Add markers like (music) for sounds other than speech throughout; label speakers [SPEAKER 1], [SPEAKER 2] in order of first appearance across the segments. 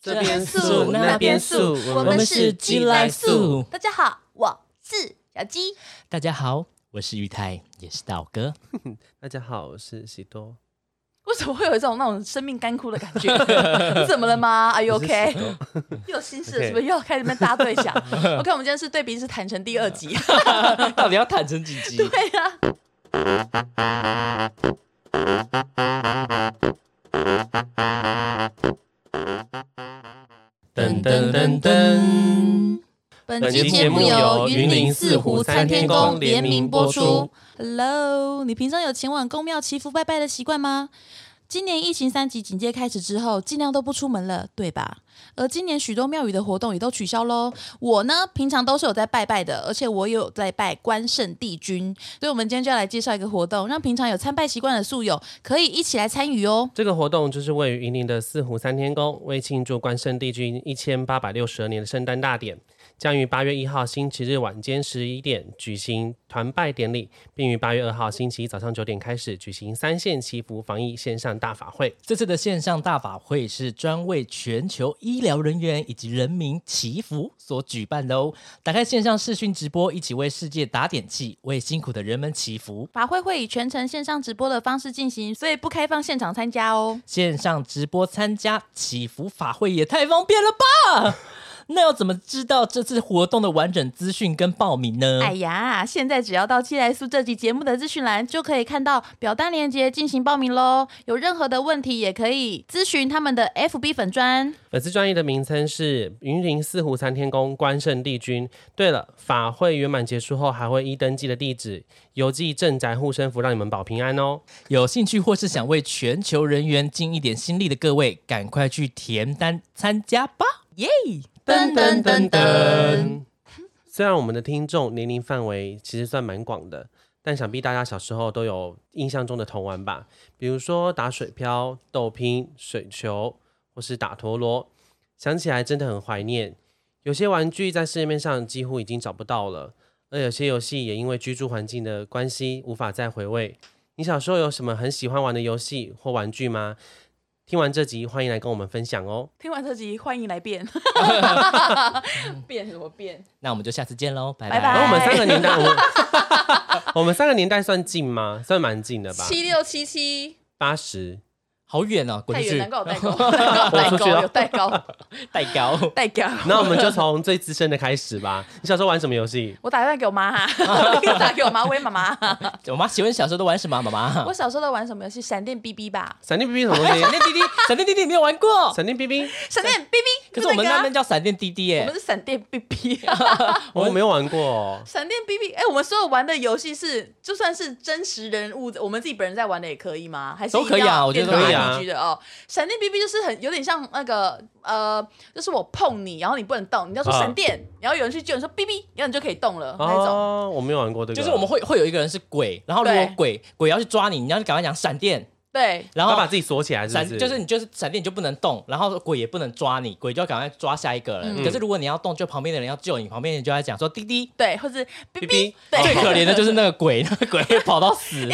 [SPEAKER 1] 这边
[SPEAKER 2] 素
[SPEAKER 1] 素
[SPEAKER 2] 那
[SPEAKER 1] 那
[SPEAKER 2] 边
[SPEAKER 1] 边
[SPEAKER 2] 素
[SPEAKER 1] 素，
[SPEAKER 2] 我们是鸡来素
[SPEAKER 3] 大家好，我是小
[SPEAKER 2] (laughs)
[SPEAKER 3] 鸡。
[SPEAKER 2] 大家好，我是玉泰，也是道哥。
[SPEAKER 1] (laughs) 大家好，我是喜多。
[SPEAKER 3] 为什么会有一种那种生命干枯的感觉？你怎么了吗？Are you
[SPEAKER 1] 我是
[SPEAKER 3] OK？
[SPEAKER 1] 喜多
[SPEAKER 3] 又有心事了是不是？又要开始那边搭对 (laughs) 讲？OK，我们今天是对比是坦诚第二集。
[SPEAKER 2] 到底要坦诚几集？
[SPEAKER 3] 对呀、
[SPEAKER 2] (laughs)
[SPEAKER 1] 噔噔噔噔，
[SPEAKER 4] 本期节目由云林四湖三天宫联名播出。
[SPEAKER 3] Hello，你平常有前往宫庙祈福拜拜的习惯吗？今年疫情三级警戒开始之后，尽量都不出门了，对吧？而今年许多庙宇的活动也都取消喽。我呢，平常都是有在拜拜的，而且我也有在拜关圣帝君，所以我们今天就要来介绍一个活动，让平常有参拜习惯的宿友可以一起来参与哦。
[SPEAKER 1] 这个活动就是位于云林的四湖三天宫，为庆祝关圣帝君一千八百六十二年的圣诞大典，将于八月一号星期日晚间十一点举行团拜典礼，并于八月二号星期一早上九点开始举行三线祈福防疫线上大法会。
[SPEAKER 2] 这次的线上大法会是专为全球医疗人员以及人民祈福所举办的哦。打开线上视讯直播，一起为世界打点气，为辛苦的人们祈福。
[SPEAKER 3] 法会会以全程线上直播的方式进行，所以不开放现场参加哦。
[SPEAKER 2] 线上直播参加祈福法会也太方便了吧！那要怎么知道这次活动的完整资讯跟报名呢？
[SPEAKER 3] 哎呀，现在只要到七来素这集节目的资讯栏，就可以看到表单链接进行报名喽。有任何的问题，也可以咨询他们的 FB 粉专。
[SPEAKER 1] 粉丝专业的名称是云林四湖三天宫关圣帝君。对了，法会圆满结束后，还会依登记的地址邮寄镇宅护身符，让你们保平安哦。
[SPEAKER 2] 有兴趣或是想为全球人员尽一点心力的各位，赶快去填单参加吧！耶、
[SPEAKER 3] 噔噔噔噔，
[SPEAKER 1] 虽然我们的听众年龄范围其实算蛮广的，但想必大家小时候都有印象中的童玩吧，比如说打水漂、斗拼、水球，或是打陀螺。想起来真的很怀念，有些玩具在市面上几乎已经找不到了，而有些游戏也因为居住环境的关系无法再回味。你小时候有什么很喜欢玩的游戏或玩具吗？听完这集，欢迎来跟我们分享哦。
[SPEAKER 3] 听完这集，欢迎来变，变什么变？
[SPEAKER 2] 那我们就下次见喽，拜
[SPEAKER 3] 拜拜
[SPEAKER 1] 然后我们三个年代，我们 (laughs) 我们三个年代算近吗？算蛮近的吧，
[SPEAKER 3] 七六七七，
[SPEAKER 1] 八十。
[SPEAKER 2] 好远哦，滚
[SPEAKER 3] 太
[SPEAKER 2] 出
[SPEAKER 3] 远，
[SPEAKER 2] 去
[SPEAKER 3] 难！怪有代沟，代
[SPEAKER 1] 我出
[SPEAKER 3] 沟
[SPEAKER 1] 去了
[SPEAKER 3] 有代沟，
[SPEAKER 2] 代高
[SPEAKER 3] 代沟。
[SPEAKER 1] 那我们就从最资深的开始吧。你小时候玩什么游戏？
[SPEAKER 3] 我打电话给我妈哈，我打给我妈，喂妈妈。
[SPEAKER 2] 我妈请问小时候都玩什么啊？妈妈
[SPEAKER 3] 我，小时候都玩什么游戏？闪电 BB 吧，
[SPEAKER 1] 闪电 BB 什么
[SPEAKER 2] (laughs)
[SPEAKER 1] 东西
[SPEAKER 2] 闪？电滴滴，闪电滴滴没有玩过，
[SPEAKER 1] 闪电 BB
[SPEAKER 3] 闪电 BB。
[SPEAKER 2] 可是我们
[SPEAKER 3] 就
[SPEAKER 2] 那
[SPEAKER 3] 个啊
[SPEAKER 2] 边叫闪电滴滴
[SPEAKER 3] 我
[SPEAKER 2] 耶
[SPEAKER 3] 们。是闪电 BB，
[SPEAKER 1] 我没有玩过哦。
[SPEAKER 3] 闪电 BB。哎、我们所有玩的游戏是，就算是真实人物，我们自己本人在玩的也可以吗？还是
[SPEAKER 2] 都可以啊
[SPEAKER 3] 一定要
[SPEAKER 2] 我觉得
[SPEAKER 3] 变成
[SPEAKER 1] 可以啊
[SPEAKER 3] RPG 的哦。闪电 BB 就是很有点像那个呃，就是我碰你，然后你不能动，你要说
[SPEAKER 1] 啊
[SPEAKER 3] 闪电，然后有人去救你说 BB，然后你就可以动了、那种。
[SPEAKER 1] 哦，我没有玩过这个。
[SPEAKER 2] 就是我们会会有一个人是鬼，然后如果
[SPEAKER 3] 对
[SPEAKER 2] 鬼鬼要去抓你，你要赶快讲闪电，
[SPEAKER 3] 对，
[SPEAKER 2] 然
[SPEAKER 1] 要
[SPEAKER 2] 后
[SPEAKER 1] 把自己锁起来，是
[SPEAKER 2] 闪
[SPEAKER 1] 不是？
[SPEAKER 2] 就是你就是闪电你就不能动，然后鬼也不能抓你，鬼就要赶快抓下一个人。可是如果你要动，就旁边的人要救你，旁边人就在讲说滴滴。
[SPEAKER 3] 对，或是 BB，
[SPEAKER 1] BB
[SPEAKER 3] 对，
[SPEAKER 2] 最可怜的就是那个鬼，那个鬼会跑到死。
[SPEAKER 3] (laughs)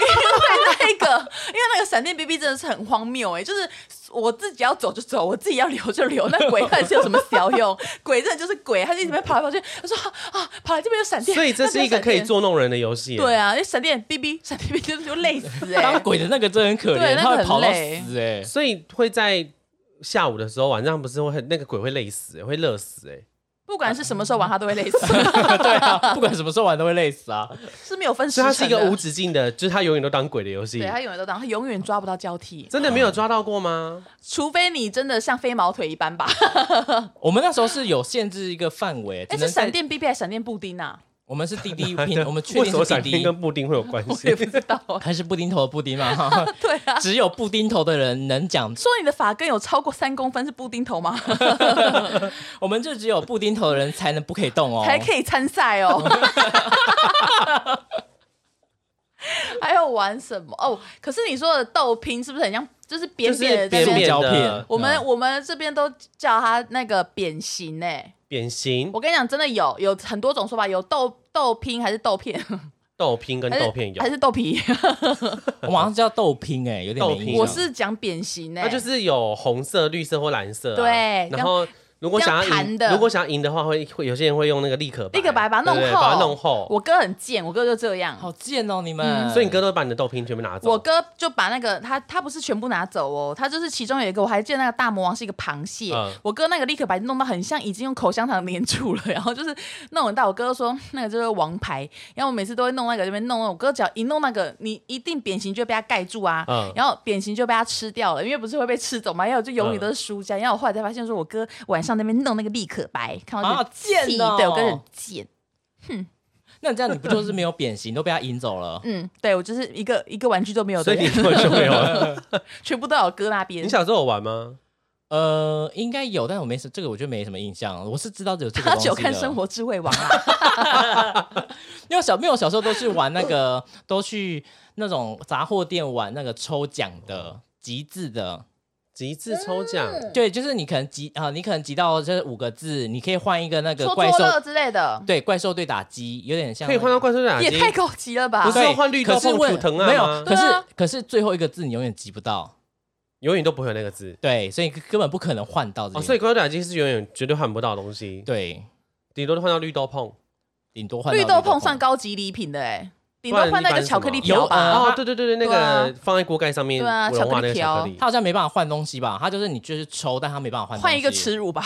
[SPEAKER 3] 那个，因为那个闪电 BB 真的是很荒谬哎、就是我自己要走就走，我自己要留就留，那鬼到底是有什么小用？
[SPEAKER 1] (laughs)
[SPEAKER 3] 鬼真的就是鬼，他就一直在跑来跑去，他说啊啊，跑来这边有闪电，
[SPEAKER 1] 所以这
[SPEAKER 3] (laughs)
[SPEAKER 1] 是一个可以
[SPEAKER 3] 做。
[SPEAKER 1] 捉弄人的游戏。
[SPEAKER 3] 对，啊，因为闪电 BB，闪电 BB 就就累死
[SPEAKER 1] (laughs)
[SPEAKER 3] 哎、
[SPEAKER 2] 当鬼的那个真的很可
[SPEAKER 3] 对
[SPEAKER 2] 怜，
[SPEAKER 3] 那个
[SPEAKER 2] 他会
[SPEAKER 3] 很
[SPEAKER 2] 跑到
[SPEAKER 3] 累
[SPEAKER 2] 死哎、
[SPEAKER 1] 所以会在下午的时候，晚上不是会很那个鬼会累死，会热死哎。
[SPEAKER 3] 不管是什么时候玩，他都会累死，
[SPEAKER 2] 对啊，不管什么时候玩都会累死啊。
[SPEAKER 3] 是没有分时
[SPEAKER 1] 所以它是一个
[SPEAKER 3] 辰的
[SPEAKER 1] 无止境的，就是它永远都当鬼的游戏
[SPEAKER 3] 对。他永远都当，他永远抓不到交替，
[SPEAKER 1] 真的没有抓到过吗？
[SPEAKER 3] 除非你真的像飞毛腿一
[SPEAKER 1] (laughs)
[SPEAKER 3] 般吧？
[SPEAKER 2] 我们那时候是有限制一个范围，只
[SPEAKER 3] 哎、
[SPEAKER 2] 能
[SPEAKER 3] 是
[SPEAKER 2] 在
[SPEAKER 3] 闪，电 BB 还是闪电布丁啊？
[SPEAKER 2] 我们是滴
[SPEAKER 1] (laughs)
[SPEAKER 2] 滴拼，我们确
[SPEAKER 1] 为
[SPEAKER 2] 定
[SPEAKER 1] 什么
[SPEAKER 2] 是
[SPEAKER 1] 闪
[SPEAKER 2] 滴
[SPEAKER 1] 电
[SPEAKER 2] 滴，
[SPEAKER 1] 跟布丁会有关
[SPEAKER 3] 我
[SPEAKER 1] 系
[SPEAKER 3] 也？不知道、 (laughs) 啊。
[SPEAKER 2] 还是布丁头的布丁嘛？ (laughs)
[SPEAKER 3] 对啊，
[SPEAKER 2] 只有布丁头的人能讲，
[SPEAKER 3] 说你的发根有超过三公分是布丁头吗？
[SPEAKER 2] 我们就只有布丁头的人才能不可以动哦。
[SPEAKER 3] 才可以参赛哦。 (laughs) 还有玩什么？哦，可是你说的豆拼是不是很像，就是扁
[SPEAKER 1] 就是嗯
[SPEAKER 3] 扁的在
[SPEAKER 1] 扁
[SPEAKER 3] 那边
[SPEAKER 1] 扁
[SPEAKER 2] 胶片
[SPEAKER 1] 的，
[SPEAKER 3] 我们我们这边都叫它那个扁形哎、
[SPEAKER 1] 扁形
[SPEAKER 3] 我跟你讲，真的有有很多种说法，有豆豆拼还是豆片，
[SPEAKER 1] 豆拼跟
[SPEAKER 3] 还
[SPEAKER 1] 豆片
[SPEAKER 3] 是
[SPEAKER 1] 有
[SPEAKER 3] 还，是豆
[SPEAKER 1] (laughs)
[SPEAKER 3] 皮？
[SPEAKER 2] 我马上就要豆拼哎、有点没
[SPEAKER 1] 豆拼
[SPEAKER 2] 印
[SPEAKER 1] 啊
[SPEAKER 3] 我
[SPEAKER 2] 象
[SPEAKER 3] 是讲扁欸形诶、
[SPEAKER 1] 它就是有红色、绿色或蓝色啊。
[SPEAKER 3] 对
[SPEAKER 1] 然后如果
[SPEAKER 3] 这样
[SPEAKER 1] 想要赢
[SPEAKER 3] 弹的，
[SPEAKER 1] 如果想要赢的话，会会有些人会用那个立可白，
[SPEAKER 3] 立可白把它弄
[SPEAKER 1] 对对
[SPEAKER 3] 厚
[SPEAKER 1] 把它弄厚。
[SPEAKER 3] 我哥很贱，我哥就这样。
[SPEAKER 2] 好贱哦你们、
[SPEAKER 1] 所以你哥都把你的豆拼全部拿走。
[SPEAKER 3] 我哥就把那个他他不是全部拿走哦，他就是其中有一个，我还记得那个大魔王是一个螃蟹，
[SPEAKER 1] 嗯
[SPEAKER 3] 我哥那个立可白弄到很像已经用口香糖粘住了，然后就是弄很大，我哥说那个就是王牌，然后我每次都会弄那个这边弄，我哥只要一弄那个，你一定扁形就被他盖住啊，
[SPEAKER 1] 嗯
[SPEAKER 3] 然后扁形就被他吃掉了，因为不是会被吃走嘛，然后我就永远都是输家，然后我后来才发现说我哥晚上那边弄那个立可白，看到
[SPEAKER 2] 啊
[SPEAKER 3] 就气
[SPEAKER 2] 贱哦
[SPEAKER 3] 对我哥很贱，
[SPEAKER 2] 那这样你不就是没有扁形，都被他赢走了？
[SPEAKER 3] 嗯，对我就是一个一个玩具都没有
[SPEAKER 1] 所
[SPEAKER 3] 的
[SPEAKER 1] 以
[SPEAKER 3] 人，
[SPEAKER 1] 你根本就没有
[SPEAKER 3] (laughs)
[SPEAKER 1] 了。
[SPEAKER 3] 全部都有我哥那边
[SPEAKER 1] 你。小时候有玩吗？
[SPEAKER 2] 呃，应该有，但我没什这个，我就没什么印象。我是知道有这个
[SPEAKER 3] 他
[SPEAKER 2] 东西
[SPEAKER 3] 只有
[SPEAKER 2] 的。
[SPEAKER 3] 看《生活智慧王》啊，
[SPEAKER 2] 因为小没有小时候都是玩那个，都去那种杂货店玩那个抽奖的。集字的，
[SPEAKER 1] 极致抽奖，
[SPEAKER 3] 嗯
[SPEAKER 2] 对，就是你可能集啊、你可能集到这五个字，你可以换一个那个
[SPEAKER 3] 戳
[SPEAKER 2] 怪
[SPEAKER 3] 戳
[SPEAKER 2] 兽，
[SPEAKER 3] 乐之类的，
[SPEAKER 2] 对，怪兽对打机，有点像
[SPEAKER 1] 可以
[SPEAKER 2] 那
[SPEAKER 1] 换到
[SPEAKER 2] 个
[SPEAKER 1] 怪兽打
[SPEAKER 3] 也
[SPEAKER 1] 击。
[SPEAKER 3] 太高级了吧
[SPEAKER 1] 啊不？是
[SPEAKER 2] 对
[SPEAKER 1] 要换绿豆
[SPEAKER 2] 可是
[SPEAKER 1] 碰
[SPEAKER 2] 问
[SPEAKER 1] 土藤啊
[SPEAKER 2] 没
[SPEAKER 1] 吗
[SPEAKER 2] 有，可是、
[SPEAKER 3] 对啊
[SPEAKER 2] 可是最后一个字你永远集不到，
[SPEAKER 1] 永远都不会有那个字。
[SPEAKER 2] 对，所以根本不可能换到这
[SPEAKER 3] 嗯
[SPEAKER 2] 个、
[SPEAKER 1] 哦，所以怪兽打击是永远绝对换不到的东西，
[SPEAKER 2] 对，
[SPEAKER 1] 顶多都换到绿豆碰。
[SPEAKER 2] 顶多换到
[SPEAKER 3] 绿豆碰算
[SPEAKER 2] 高，
[SPEAKER 3] 高级礼品的哎，顶多换那个巧克力条
[SPEAKER 2] 不然你搬什
[SPEAKER 3] 吧
[SPEAKER 2] 么
[SPEAKER 1] 哦，
[SPEAKER 2] 有。
[SPEAKER 1] 对对对对，那
[SPEAKER 3] 对啊
[SPEAKER 1] 个放在锅盖上面
[SPEAKER 3] 对啊
[SPEAKER 1] 融化那个巧
[SPEAKER 3] 巧
[SPEAKER 1] 克
[SPEAKER 3] 克
[SPEAKER 1] 力
[SPEAKER 3] 力
[SPEAKER 2] 他。好像没办法换东西吧？他就是你就是抽，但他没办法换东西
[SPEAKER 3] 换一个
[SPEAKER 1] (laughs)
[SPEAKER 3] 耻辱吧，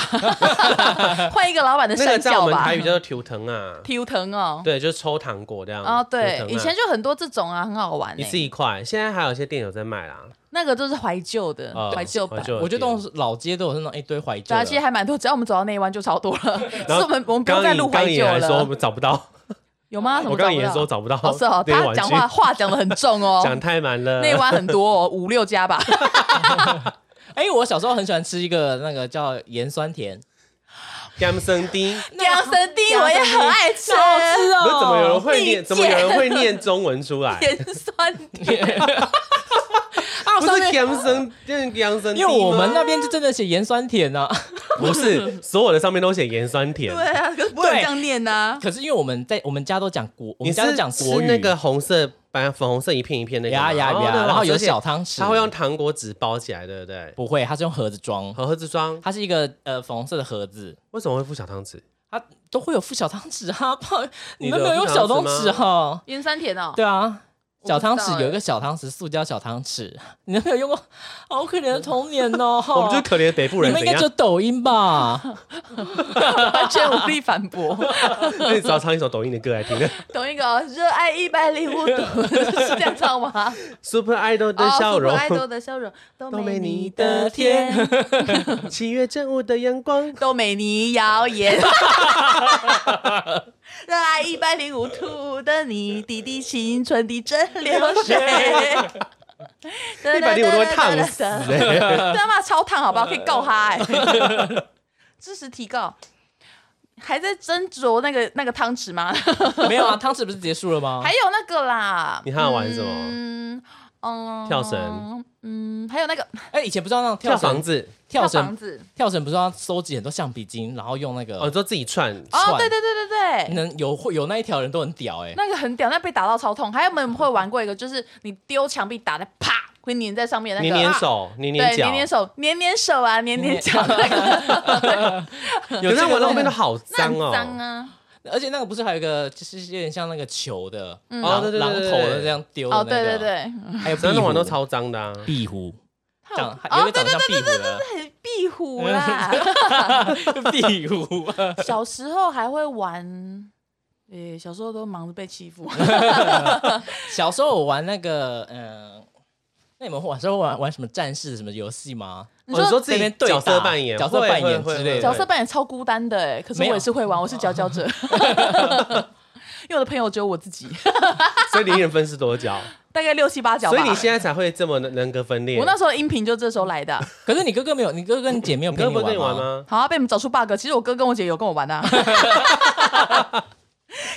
[SPEAKER 3] 换一个老板的
[SPEAKER 1] 那个
[SPEAKER 3] 善
[SPEAKER 1] 在我
[SPEAKER 3] 笑
[SPEAKER 1] 们
[SPEAKER 3] 吧
[SPEAKER 1] 台。语叫做“头疼”啊，
[SPEAKER 3] 皮疼哦，
[SPEAKER 1] 对，就是抽糖果这样。
[SPEAKER 3] 哦对
[SPEAKER 1] 头，疼啊
[SPEAKER 3] 以前就很多这种啊，很好玩
[SPEAKER 1] 一
[SPEAKER 3] 哎。
[SPEAKER 1] 次一块，现在还有一些店有在卖啦。
[SPEAKER 3] 那个都是怀旧的
[SPEAKER 1] 哦，
[SPEAKER 3] 嗯怀旧版
[SPEAKER 1] 怀。旧
[SPEAKER 2] 我觉得都是老街都有那种哎一堆怀旧
[SPEAKER 3] 对啊，
[SPEAKER 2] 的，
[SPEAKER 3] 其实还蛮多，只要我们走到那一弯就超多
[SPEAKER 1] (laughs)
[SPEAKER 3] 了。只是我们我们不
[SPEAKER 1] 刚
[SPEAKER 3] 用再
[SPEAKER 1] 刚
[SPEAKER 3] 录
[SPEAKER 1] 刚刚
[SPEAKER 3] 怀
[SPEAKER 1] 也
[SPEAKER 3] 旧
[SPEAKER 1] 还说我
[SPEAKER 3] 了，
[SPEAKER 1] 们找不到，
[SPEAKER 3] 有吗？什
[SPEAKER 1] 我
[SPEAKER 3] 么
[SPEAKER 1] 刚
[SPEAKER 3] 找
[SPEAKER 1] 刚也
[SPEAKER 3] 不
[SPEAKER 1] 说
[SPEAKER 3] 到？
[SPEAKER 1] 找不到。
[SPEAKER 3] 哦是哦，
[SPEAKER 1] 那个
[SPEAKER 3] 他
[SPEAKER 1] 玩具
[SPEAKER 3] 讲话话讲的很重哦，
[SPEAKER 1] 讲太满了。
[SPEAKER 3] 那一弯很多哦，五六家吧。
[SPEAKER 2] 哎、我小时候很喜欢吃一个那个叫盐酸甜，
[SPEAKER 1] 干生丁，
[SPEAKER 3] (laughs) 养生丁我也很爱吃，
[SPEAKER 2] 好吃哦
[SPEAKER 1] 不是怎么有人会
[SPEAKER 3] 蜜
[SPEAKER 1] 念？
[SPEAKER 3] 饯
[SPEAKER 1] 怎么有人会念中文出来？
[SPEAKER 3] 甜酸
[SPEAKER 1] (laughs)
[SPEAKER 3] 甜。
[SPEAKER 2] (laughs) 啊！
[SPEAKER 1] 不
[SPEAKER 2] 上
[SPEAKER 1] 是
[SPEAKER 2] 面
[SPEAKER 1] 干生，就是干生丁
[SPEAKER 2] 因
[SPEAKER 1] 吗
[SPEAKER 2] 为我们那边就真的写盐酸甜啊，
[SPEAKER 1] 不是所有的上面都写盐酸甜。
[SPEAKER 3] 对啊，可是不能这样念
[SPEAKER 1] 啊
[SPEAKER 3] (laughs) 呐、
[SPEAKER 2] 可是因为我们在我们家都讲国，我
[SPEAKER 1] 你
[SPEAKER 2] 们家
[SPEAKER 1] 是
[SPEAKER 2] 都讲
[SPEAKER 1] 吃
[SPEAKER 2] 国语
[SPEAKER 1] 那个红色、白粉红色一片一片那个
[SPEAKER 2] 呀
[SPEAKER 1] 吗，
[SPEAKER 2] 呀
[SPEAKER 1] 哦
[SPEAKER 2] 呀，然后有，小
[SPEAKER 1] 那个好吃
[SPEAKER 2] 汤
[SPEAKER 1] 而且
[SPEAKER 2] 匙，
[SPEAKER 1] 它会用糖果纸包起来，对不对？
[SPEAKER 2] 不会，它是用盒子装，
[SPEAKER 1] 和合之霜
[SPEAKER 2] 它是一个呃粉红色的盒子，
[SPEAKER 1] 为什么会附小汤匙？
[SPEAKER 2] 它都会有附小汤匙啊，
[SPEAKER 1] (laughs)
[SPEAKER 2] 不好，你
[SPEAKER 1] 你
[SPEAKER 2] 们
[SPEAKER 1] 的
[SPEAKER 2] 没有用小汤
[SPEAKER 1] 有
[SPEAKER 2] 匙
[SPEAKER 1] 附小汤匙
[SPEAKER 2] 哈？
[SPEAKER 3] 盐酸
[SPEAKER 1] (laughs)
[SPEAKER 3] 甜哦，
[SPEAKER 2] 对啊。
[SPEAKER 3] 我不知
[SPEAKER 2] 小
[SPEAKER 3] 道
[SPEAKER 2] 汤匙
[SPEAKER 3] 欸
[SPEAKER 2] 有一个小汤匙，塑胶小汤匙，你们没有用过？好可怜的童年哦！
[SPEAKER 1] (laughs) 我们就是可怜的北部
[SPEAKER 2] 你
[SPEAKER 1] 人
[SPEAKER 2] 们
[SPEAKER 1] 怎
[SPEAKER 2] 应该
[SPEAKER 1] 样
[SPEAKER 2] 就？
[SPEAKER 1] (laughs)
[SPEAKER 2] 抖音吧？ (laughs)
[SPEAKER 3] 完全无力反驳。
[SPEAKER 1] 那你只要唱一首抖音的歌来听。
[SPEAKER 3] 懂一个哦热爱一百零五度， (laughs) 是这样唱
[SPEAKER 1] (laughs)
[SPEAKER 3] 吗？
[SPEAKER 1] (laughs) Super Idol 的笑容
[SPEAKER 3] 哦，爱豆的笑容都
[SPEAKER 1] (laughs) 都没
[SPEAKER 3] 没
[SPEAKER 1] 你
[SPEAKER 3] 你
[SPEAKER 1] 的
[SPEAKER 3] 的
[SPEAKER 1] 甜
[SPEAKER 3] 甜，
[SPEAKER 1] 七月正午的阳光。
[SPEAKER 3] 都没你耀眼。热爱一百零五度的你，滴滴青春的蒸馏水。
[SPEAKER 1] 一百零五都会烫死、欸，
[SPEAKER 3] 对啊他妈超烫，好不好？可以告他哎、知识提告，还在斟酌那个那个汤匙吗？
[SPEAKER 2] 没有啊，汤匙不是结束了吗
[SPEAKER 3] 还？有那个啦，
[SPEAKER 1] 你还有玩什么
[SPEAKER 3] 嗯嗯，
[SPEAKER 1] 跳绳，
[SPEAKER 3] 嗯，还有那个
[SPEAKER 2] 哎，以前不知道那种
[SPEAKER 1] 跳
[SPEAKER 2] 跳
[SPEAKER 1] 房
[SPEAKER 2] 绳，
[SPEAKER 1] 子
[SPEAKER 2] 跳
[SPEAKER 3] 房
[SPEAKER 2] 绳，
[SPEAKER 3] 子。
[SPEAKER 2] 跳绳不是要收集很多橡皮筋，然后用那
[SPEAKER 1] 哦，
[SPEAKER 2] 个
[SPEAKER 1] 都自己串。
[SPEAKER 3] 哦，
[SPEAKER 2] 串
[SPEAKER 3] 对对对对对。
[SPEAKER 2] 能有有那一条人都很屌哎，
[SPEAKER 3] 那个很屌，那被打到超痛。还有没有人会玩过一个，就是你丢墙壁打的啪，会粘在上面那个
[SPEAKER 1] 黏黏
[SPEAKER 3] 啊
[SPEAKER 1] 手，黏
[SPEAKER 3] 对，
[SPEAKER 1] 脚
[SPEAKER 3] 黏，黏手，黏黏手啊，黏黏脚，那个
[SPEAKER 1] 有
[SPEAKER 2] 这
[SPEAKER 1] 那
[SPEAKER 2] 个
[SPEAKER 1] 我那
[SPEAKER 2] 吗
[SPEAKER 1] 边都好
[SPEAKER 3] 那
[SPEAKER 1] 脏
[SPEAKER 3] 很
[SPEAKER 1] 哦，
[SPEAKER 3] (laughs) 脏啊。
[SPEAKER 2] 而且那个不是还有一个，就是有点像那个球的，
[SPEAKER 3] 嗯
[SPEAKER 2] 狼
[SPEAKER 1] 哦对对对
[SPEAKER 2] 狼
[SPEAKER 1] 对
[SPEAKER 2] 头
[SPEAKER 1] 对
[SPEAKER 2] 的这样丢的
[SPEAKER 3] 哦，
[SPEAKER 2] 那
[SPEAKER 3] 对对
[SPEAKER 2] 个，
[SPEAKER 3] 对，
[SPEAKER 2] 还有壁
[SPEAKER 1] 真的
[SPEAKER 2] 虎
[SPEAKER 1] 玩都超脏的啊。
[SPEAKER 2] 壁虎，
[SPEAKER 3] 好
[SPEAKER 2] 长
[SPEAKER 3] 哦
[SPEAKER 2] 有一个长得像壁虎的
[SPEAKER 3] 很壁虎啦。 (laughs)
[SPEAKER 1] (laughs)
[SPEAKER 2] 壁虎，
[SPEAKER 3] 小时候还会玩，诶、小时候都忙着被欺 (laughs) 负。
[SPEAKER 2] 小时候我玩那个，嗯，那你们小时候玩玩什么战士什么游戏吗？
[SPEAKER 3] 你
[SPEAKER 1] 哦
[SPEAKER 3] 说
[SPEAKER 1] 自己
[SPEAKER 2] 这边对打
[SPEAKER 1] 角色扮演、
[SPEAKER 2] 角色扮演
[SPEAKER 1] 会会
[SPEAKER 2] 之类的
[SPEAKER 1] 会
[SPEAKER 3] 角色扮演超孤单的、诶可是
[SPEAKER 2] 没
[SPEAKER 3] 我
[SPEAKER 2] 有
[SPEAKER 3] 也是会玩，我是佼佼 (laughs) 者。因为我的朋友只有我自己，
[SPEAKER 1] 所以你一人分是多角，
[SPEAKER 3] 大概六七八角吧。
[SPEAKER 1] 所以你现在才会这么人格分裂。
[SPEAKER 3] 我那时候的音频就这时候来的啊、
[SPEAKER 2] 可是你哥哥没有，你哥哥跟你姐没有
[SPEAKER 1] 你
[SPEAKER 2] 陪
[SPEAKER 1] 哥不是跟你玩
[SPEAKER 2] 玩？
[SPEAKER 1] 吗？
[SPEAKER 3] 好、啊，被你们找出 bug。其实我哥跟我姐有跟我玩啊。 (laughs)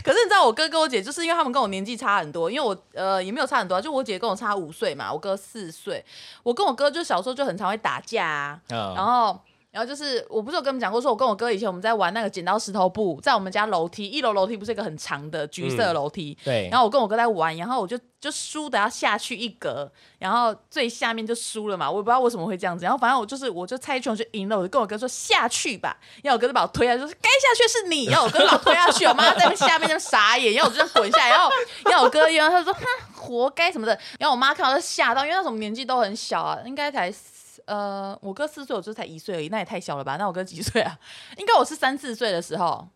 [SPEAKER 3] 可是你知道，我哥跟我姐就是因为他们跟我年纪差很多，因为我呃也没有差很多、啊，就我姐跟我差五岁嘛，我哥四岁。我跟我哥就小时候就很常会打架啊，
[SPEAKER 2] 嗯
[SPEAKER 3] 然后。然后就是，我不是有跟你们讲过，说我跟我哥以前我们在玩那个剪刀石头布，在我们家楼梯一楼楼梯不是一个很长的橘色的楼梯，
[SPEAKER 2] 对，
[SPEAKER 3] 然后我跟我哥在玩，然后我就就输的要下去一格，然后最下面就输了嘛，我也不知道为什么会这样子。然后反正我就是，我就猜拳我就赢了，我就跟我哥说下去吧，然后我哥就把我推下去，说该下去是你，然后我哥就把我推下去，我妈在那边下面就傻眼，然后我就这样滚下来，然后然后我哥然后他说哼活该什么的，然后我妈看到就吓到，因为那时候我们年纪都很小啊，应该才。呃，我哥四岁，我就才一岁而已，那也太小了吧？那我哥几岁啊？ (laughs) 应该我是三四岁的时候，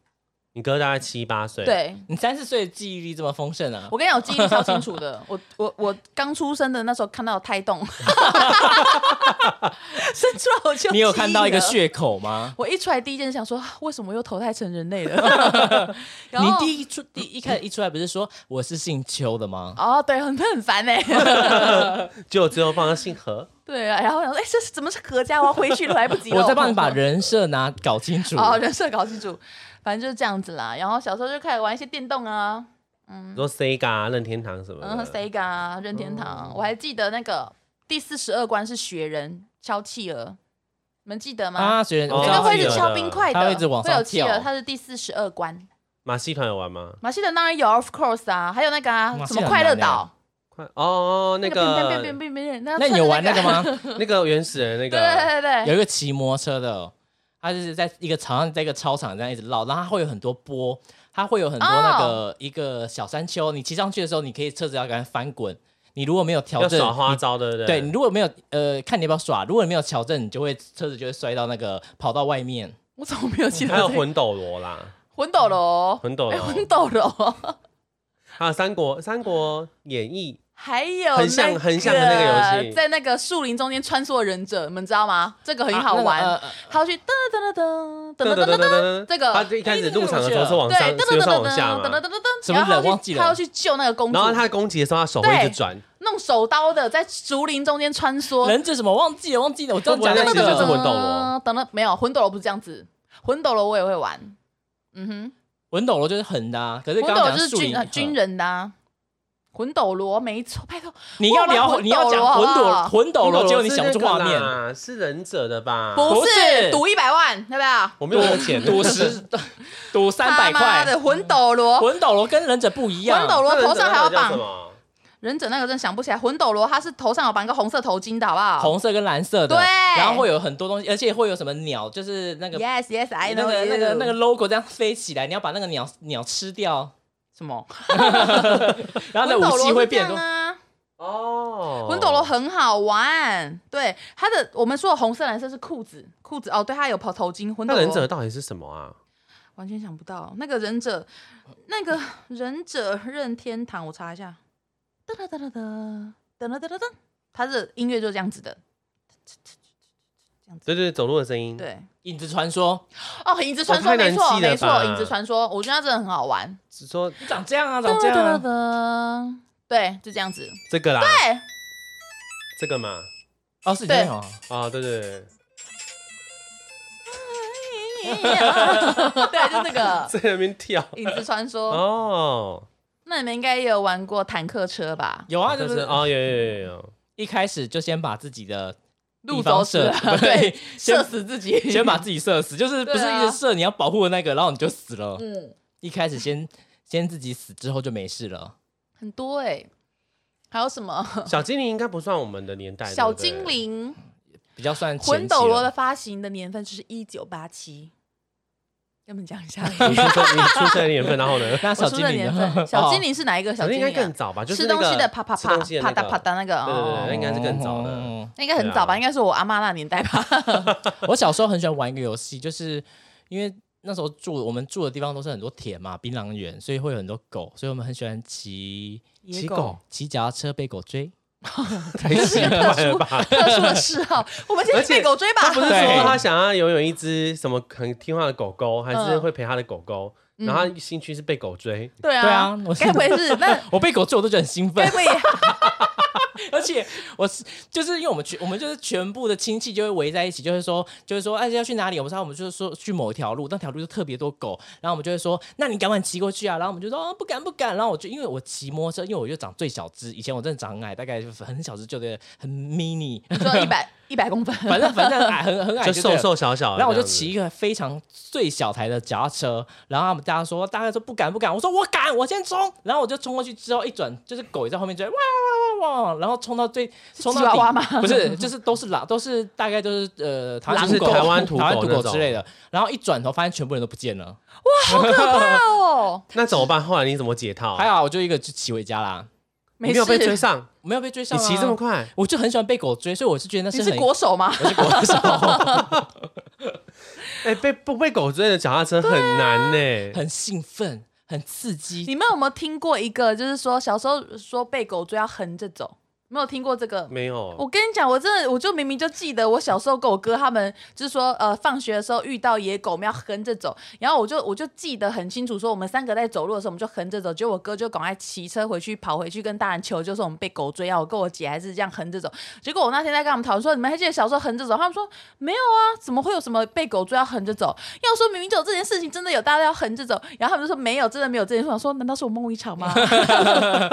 [SPEAKER 1] 你哥大概七八岁，，
[SPEAKER 3] 对，
[SPEAKER 2] 你三十岁的记忆力这么丰盛啊
[SPEAKER 3] 我！跟你讲，我记忆力超清楚的。我我我刚出生的那时候看到有胎动，生出来我就
[SPEAKER 2] 你有看到一个
[SPEAKER 3] 记忆了。
[SPEAKER 2] 血口吗？
[SPEAKER 3] 我一出来第一件事想说，啊为什么又投胎成人类
[SPEAKER 2] (laughs)
[SPEAKER 3] 了？然
[SPEAKER 2] 你
[SPEAKER 3] 后
[SPEAKER 2] 第一出第一开始一出来不是说我是姓邱的吗？
[SPEAKER 3] 哦，对，很很烦哎、
[SPEAKER 1] 就最后放到姓何，
[SPEAKER 3] 对啊，然后我想说，哎、这是怎么是何家？我要回去了，来不及了。
[SPEAKER 2] 我再帮你
[SPEAKER 3] (laughs)
[SPEAKER 2] 把人设拿搞清楚。
[SPEAKER 3] 哦人设搞清楚，反正就是这样子啦。然后小时候就开始玩一些电动啊，
[SPEAKER 1] 你说 Sega 啊、任天堂什么
[SPEAKER 3] 嗯
[SPEAKER 1] 的，
[SPEAKER 3] ，Sega 啊、任天
[SPEAKER 2] 嗯
[SPEAKER 3] 堂，我还记得那个第四十二关是雪人敲企鹅，你们记得吗？
[SPEAKER 2] 啊，学人，我
[SPEAKER 1] 哦
[SPEAKER 2] 知
[SPEAKER 3] 那个
[SPEAKER 2] 道
[SPEAKER 3] 会一
[SPEAKER 1] 有
[SPEAKER 3] 直
[SPEAKER 1] 的
[SPEAKER 3] 敲冰块的，
[SPEAKER 2] 它会一直往上
[SPEAKER 3] 有企
[SPEAKER 2] 跳
[SPEAKER 3] 鹅，它是第四十二关。
[SPEAKER 1] 马戏团有玩吗？
[SPEAKER 3] 马戏团当然有，of course 啊，还有那个啊
[SPEAKER 2] 马，戏
[SPEAKER 3] 什
[SPEAKER 2] 团
[SPEAKER 3] 么快乐岛，
[SPEAKER 1] 快哦哦，那
[SPEAKER 3] 变
[SPEAKER 1] 个
[SPEAKER 3] 变变变变变，
[SPEAKER 2] 那你有玩那个？吗？
[SPEAKER 1] 那个原始人那
[SPEAKER 3] 对对
[SPEAKER 1] 个，
[SPEAKER 3] 对 (laughs) 对
[SPEAKER 2] 有
[SPEAKER 3] 对，
[SPEAKER 2] 一个骑摩托车的，哦他就是在一个场上，在一个操场这样一直绕，然后它会有很多波，它会有很多那
[SPEAKER 3] 哦
[SPEAKER 2] 个、一个小山丘，你骑上去的时候，你可以车子要赶快翻滚，你如果没有调
[SPEAKER 1] 要
[SPEAKER 2] 整，
[SPEAKER 1] 耍花
[SPEAKER 2] 你
[SPEAKER 1] 招，对不对？
[SPEAKER 2] 对你如果没有呃，看你要不要耍，如果你没有调整，你就会车子就会摔到那个跑到外面。
[SPEAKER 3] 我怎么没有记
[SPEAKER 1] (laughs)
[SPEAKER 3] 得
[SPEAKER 1] 还有
[SPEAKER 3] 这个？
[SPEAKER 1] 魂斗罗啦，
[SPEAKER 3] 魂斗罗，
[SPEAKER 1] 魂斗
[SPEAKER 3] 哎
[SPEAKER 1] 罗，
[SPEAKER 3] 魂斗罗，
[SPEAKER 1] 还有三国《三国演义
[SPEAKER 3] 还有
[SPEAKER 1] 很像
[SPEAKER 3] 那个
[SPEAKER 1] 很像的那个游戏
[SPEAKER 3] 在那个树林中间穿梭的忍者，你们知道吗？这个很好
[SPEAKER 2] 啊那个
[SPEAKER 3] 玩，
[SPEAKER 2] 呃呃
[SPEAKER 3] 他要去噔噔噔》。
[SPEAKER 1] 噔
[SPEAKER 3] 噔
[SPEAKER 1] 噔噔噔
[SPEAKER 3] 噔噔噔噔，
[SPEAKER 1] 噔，
[SPEAKER 3] 这个
[SPEAKER 1] 他一开始入场的时候是往
[SPEAKER 3] 对，
[SPEAKER 1] 上，
[SPEAKER 3] 噔
[SPEAKER 1] 是
[SPEAKER 3] 噔噔
[SPEAKER 1] 由上
[SPEAKER 3] 噔
[SPEAKER 1] 往
[SPEAKER 3] 噔
[SPEAKER 1] 下
[SPEAKER 3] 噔噔
[SPEAKER 1] 嘛。
[SPEAKER 3] 噔噔，
[SPEAKER 2] 什么
[SPEAKER 3] 然后
[SPEAKER 2] 人
[SPEAKER 3] 他要
[SPEAKER 2] 忘
[SPEAKER 3] 去
[SPEAKER 2] 记了
[SPEAKER 3] 他要去救那个公主，
[SPEAKER 1] 然后他攻击的时候，他手会一直转，
[SPEAKER 3] 弄手刀的在竹林中间穿梭，
[SPEAKER 2] 呃人这什么忘记了忘记了，我知道
[SPEAKER 1] 会不会
[SPEAKER 2] 讲那
[SPEAKER 1] 那其实就是
[SPEAKER 2] 个
[SPEAKER 1] 魂斗
[SPEAKER 2] 哦
[SPEAKER 1] 罗。
[SPEAKER 3] 等等，没有魂斗罗不是这样子，魂斗罗我也会玩。嗯哼，
[SPEAKER 2] 魂斗罗就是狠的、啊，可是
[SPEAKER 3] 魂
[SPEAKER 2] 刚
[SPEAKER 3] 斗
[SPEAKER 2] 刚讲
[SPEAKER 3] 罗就是
[SPEAKER 2] 树
[SPEAKER 3] 军
[SPEAKER 2] 林
[SPEAKER 3] 呃军，人的、啊，魂斗罗没错，拜托，
[SPEAKER 2] 你要
[SPEAKER 3] 我
[SPEAKER 2] 聊
[SPEAKER 3] 玩
[SPEAKER 2] 你要讲
[SPEAKER 3] 魂
[SPEAKER 2] 魂
[SPEAKER 3] 斗
[SPEAKER 2] 斗
[SPEAKER 3] 罗
[SPEAKER 2] 罗魂斗罗，
[SPEAKER 3] 啊好不好
[SPEAKER 2] 结果你
[SPEAKER 1] 是
[SPEAKER 2] 想不出
[SPEAKER 1] 那个
[SPEAKER 2] 画面。
[SPEAKER 1] 啦，是忍者的吧？
[SPEAKER 3] 不
[SPEAKER 2] 不是
[SPEAKER 3] 是赌一百万，要不要？
[SPEAKER 1] 我没有那个钱，
[SPEAKER 2] 赌
[SPEAKER 1] (laughs)
[SPEAKER 2] 赌十赌三百
[SPEAKER 3] 他
[SPEAKER 2] 块，
[SPEAKER 3] 妈的魂斗罗，
[SPEAKER 2] 魂斗罗跟忍者不一样。
[SPEAKER 3] 魂斗罗
[SPEAKER 1] 那忍者
[SPEAKER 3] 头上还有
[SPEAKER 1] 那个叫什
[SPEAKER 3] 绑
[SPEAKER 1] 么？
[SPEAKER 3] 忍者那个真的想不起来，魂斗罗他是头上有绑一个红色头巾的好不好？
[SPEAKER 2] 红色跟蓝色的，
[SPEAKER 3] 对
[SPEAKER 2] 然后会有很多东西，而且会有什么鸟，就是那个
[SPEAKER 3] Yes Yes I
[SPEAKER 2] 那
[SPEAKER 3] know
[SPEAKER 2] 个那个
[SPEAKER 3] you
[SPEAKER 2] 那个 logo 这样飞起来，你要把那个鸟鸟吃掉，
[SPEAKER 3] 什么？
[SPEAKER 2] 然后那
[SPEAKER 3] 魂斗
[SPEAKER 2] 武器
[SPEAKER 3] 罗
[SPEAKER 2] 会
[SPEAKER 3] 是这
[SPEAKER 2] 变
[SPEAKER 3] 样
[SPEAKER 2] 多。
[SPEAKER 3] 啊。
[SPEAKER 1] 哦，
[SPEAKER 3] 魂斗罗很好玩，对它的我们说的红色、蓝色是裤子，裤子哦，对，它有跑头巾。魂斗
[SPEAKER 1] 那
[SPEAKER 3] 罗
[SPEAKER 1] 忍者到底是什么啊？
[SPEAKER 3] 完全想不到，那个忍者，那个忍者任天堂，我查一下，噔噔噔噔噔噔噔噔噔噔，它的音乐就这样子的，这样子，
[SPEAKER 1] 对对，对走路的声音。，
[SPEAKER 3] 对，
[SPEAKER 2] 影子传说，
[SPEAKER 3] 哦，影子
[SPEAKER 1] 嗯
[SPEAKER 3] 传
[SPEAKER 1] 哦
[SPEAKER 3] 说
[SPEAKER 1] 太难
[SPEAKER 3] 没错
[SPEAKER 1] 记了
[SPEAKER 3] 没
[SPEAKER 1] 吧
[SPEAKER 3] 错，影子传说，我觉得它真的很好玩，
[SPEAKER 1] 只说
[SPEAKER 2] 你长这样啊，
[SPEAKER 3] 噔
[SPEAKER 2] 长这
[SPEAKER 3] 噔
[SPEAKER 2] 样
[SPEAKER 3] 噔
[SPEAKER 2] 啊，
[SPEAKER 3] 噔，对，就这样子，哎
[SPEAKER 1] 这个啦，
[SPEAKER 3] 对，
[SPEAKER 1] 这个嘛。
[SPEAKER 2] 哦是这样哦，
[SPEAKER 1] 啊，对对对，
[SPEAKER 3] (laughs) 对，就这个
[SPEAKER 1] 在那边 (laughs) 跳。
[SPEAKER 3] 影子传说。
[SPEAKER 1] 啊哦，
[SPEAKER 3] 那你们应该也有玩过坦克车吧？
[SPEAKER 2] 有啊，
[SPEAKER 1] 就
[SPEAKER 2] 就是是
[SPEAKER 1] 哦，有有有有有。
[SPEAKER 2] 一开始就先把自己的
[SPEAKER 3] 路
[SPEAKER 2] 地方
[SPEAKER 3] 走死
[SPEAKER 2] 射
[SPEAKER 3] 了，
[SPEAKER 2] (laughs)
[SPEAKER 1] (laughs)
[SPEAKER 2] 不
[SPEAKER 3] 对，射
[SPEAKER 2] 先
[SPEAKER 3] 死自己，
[SPEAKER 2] 先把自己射死，就是不是
[SPEAKER 3] 对
[SPEAKER 2] 一
[SPEAKER 3] 啊
[SPEAKER 2] 直射你要保护的那个，然后你就死了。
[SPEAKER 3] (laughs) 嗯，
[SPEAKER 2] 一开始先先自己死之后就没事了。
[SPEAKER 3] 很多哎、还有什么
[SPEAKER 1] 小精灵应该不算我们的年代。对不
[SPEAKER 3] 小
[SPEAKER 1] 对
[SPEAKER 3] 精灵？
[SPEAKER 2] 比较算前期
[SPEAKER 3] 魂斗罗
[SPEAKER 2] 了
[SPEAKER 3] 的发行的年份就是一九八七，跟你们讲
[SPEAKER 1] (laughs)
[SPEAKER 3] 一下。
[SPEAKER 1] 你出生你出生的年份，然后呢？
[SPEAKER 2] 那
[SPEAKER 3] 我
[SPEAKER 2] 小
[SPEAKER 3] 出
[SPEAKER 2] 精
[SPEAKER 3] 的
[SPEAKER 2] 灵
[SPEAKER 3] 年
[SPEAKER 2] 呢 (laughs)
[SPEAKER 3] 份，小精灵是哪一个？
[SPEAKER 1] (laughs)
[SPEAKER 3] 小
[SPEAKER 1] 小精灵应
[SPEAKER 3] 精灵
[SPEAKER 1] 该
[SPEAKER 3] 啊、
[SPEAKER 1] 更早吧？哦就是
[SPEAKER 3] 吃
[SPEAKER 1] 那
[SPEAKER 3] 东
[SPEAKER 1] 个
[SPEAKER 3] 西的啪啪
[SPEAKER 1] 吃
[SPEAKER 3] 啪
[SPEAKER 1] 东西的
[SPEAKER 3] 啪
[SPEAKER 1] 那
[SPEAKER 3] 嗒
[SPEAKER 1] 个
[SPEAKER 3] 啪嗒那个，
[SPEAKER 1] 对对对
[SPEAKER 3] 哦
[SPEAKER 1] 那应该是更早的
[SPEAKER 2] 哦
[SPEAKER 3] 那应该很早吧？
[SPEAKER 1] 对啊
[SPEAKER 3] 应该是我阿妈那年
[SPEAKER 1] (laughs)
[SPEAKER 3] 代吧？
[SPEAKER 2] 我小时候很喜欢玩一个游戏，就是因为那时候住我们住的地方都是很多田嘛，槟榔园，所以会有很多狗，所以我们很喜欢骑
[SPEAKER 1] 骑狗，
[SPEAKER 2] 骑脚踏车被狗追。 (laughs)
[SPEAKER 1] 太奇怪了吧？
[SPEAKER 3] 特殊的嗜好，我们先
[SPEAKER 1] 而
[SPEAKER 3] 去
[SPEAKER 1] 且
[SPEAKER 3] 被狗追吧
[SPEAKER 1] 他。不是
[SPEAKER 2] 对
[SPEAKER 1] 说他想要拥有一只什么很听话的狗狗，还是
[SPEAKER 3] 嗯
[SPEAKER 1] 会陪他的狗狗？
[SPEAKER 3] 嗯
[SPEAKER 1] 然后他兴趣是被狗追，
[SPEAKER 3] 对
[SPEAKER 2] 对啊
[SPEAKER 3] 啊，
[SPEAKER 2] 我
[SPEAKER 1] (laughs)
[SPEAKER 2] 是
[SPEAKER 3] 该不会是那
[SPEAKER 2] 我被狗追我都觉得很兴奋
[SPEAKER 3] 该，不会也？
[SPEAKER 2] (laughs) 而且我是就是因为我们全我们就是全部的亲戚就会围在一起，就会说就是说哎要去哪里？我们说我们就是说去某一条路，那条路就特别多狗，然后我们就会说那你敢不敢骑过去啊？然后我们就说、哦、不敢不敢。然后我就因为我骑摩托车，因为我就长最小只，以前我真的长很矮，大概就是很小只，就得很 mini，
[SPEAKER 3] 你说一百一百公分，
[SPEAKER 2] 反正反正矮很很矮
[SPEAKER 1] 就
[SPEAKER 2] 就
[SPEAKER 1] 瘦
[SPEAKER 2] 对了
[SPEAKER 1] 瘦小小的这样子。
[SPEAKER 2] 然后我就骑一个非常最小台的脚踏车，然后他们大家说，大家说不敢不敢，我说我敢，我先冲，然后我就冲过去之后一转，就是狗也在后面追，哇哇哇哇，然后冲到最冲到
[SPEAKER 3] (laughs) 吉娃娃
[SPEAKER 2] 底
[SPEAKER 1] (laughs)
[SPEAKER 3] 吗
[SPEAKER 2] 不是，就是都是狼，都是大概都是呃，台湾
[SPEAKER 1] 就是
[SPEAKER 2] 土狗
[SPEAKER 1] 台湾土狗
[SPEAKER 2] 台湾土
[SPEAKER 1] 那
[SPEAKER 2] 狗
[SPEAKER 1] 种
[SPEAKER 2] 之类的，然后一转头发现全部人都不见了，
[SPEAKER 3] 哦，
[SPEAKER 1] 那怎么办？后来你怎么解套？
[SPEAKER 2] 还好我就一个就骑回家啦，
[SPEAKER 1] 你
[SPEAKER 3] 没
[SPEAKER 1] 没有被追 (laughs)
[SPEAKER 3] 事。
[SPEAKER 1] 上，
[SPEAKER 2] 没有被追上、
[SPEAKER 1] 你
[SPEAKER 2] 啊，
[SPEAKER 1] 骑这么，快，
[SPEAKER 2] 我就很喜欢被狗追，所以我是觉得那
[SPEAKER 3] 你
[SPEAKER 2] 是
[SPEAKER 3] 是
[SPEAKER 2] 很
[SPEAKER 3] 国手吗？
[SPEAKER 2] (laughs) 我是国
[SPEAKER 1] (laughs)
[SPEAKER 2] 手，
[SPEAKER 1] 哎，被不被狗追的脚踏车很难呢。
[SPEAKER 2] 很兴奋，很刺激，
[SPEAKER 3] 你们有没有听过一个，就是说小时候说被狗追要横着走，没有听过这个？
[SPEAKER 1] 没
[SPEAKER 2] 哦
[SPEAKER 1] 有，
[SPEAKER 3] 我跟你讲，我真的，我就明明就记得我小时候跟我哥他们，就是说，呃，放学的时候遇到野狗，我们要横着走。然后我就我就记得很清楚，说我们三个在走路的时候，我们就横着走。结果我哥就赶快骑车回去，跑回去跟大人求救，说我们被狗追啊。我跟我姐还是这样横着走。结果我那天在跟他们讨论说，你们还记得小时候横着走？他们说没有啊，怎么会有什么被狗追要横着走？要说明明就有这件事情，真的有大家要横着走。然后他们就说没有，啊真的没有这件事。我想说，难道是我梦一场吗？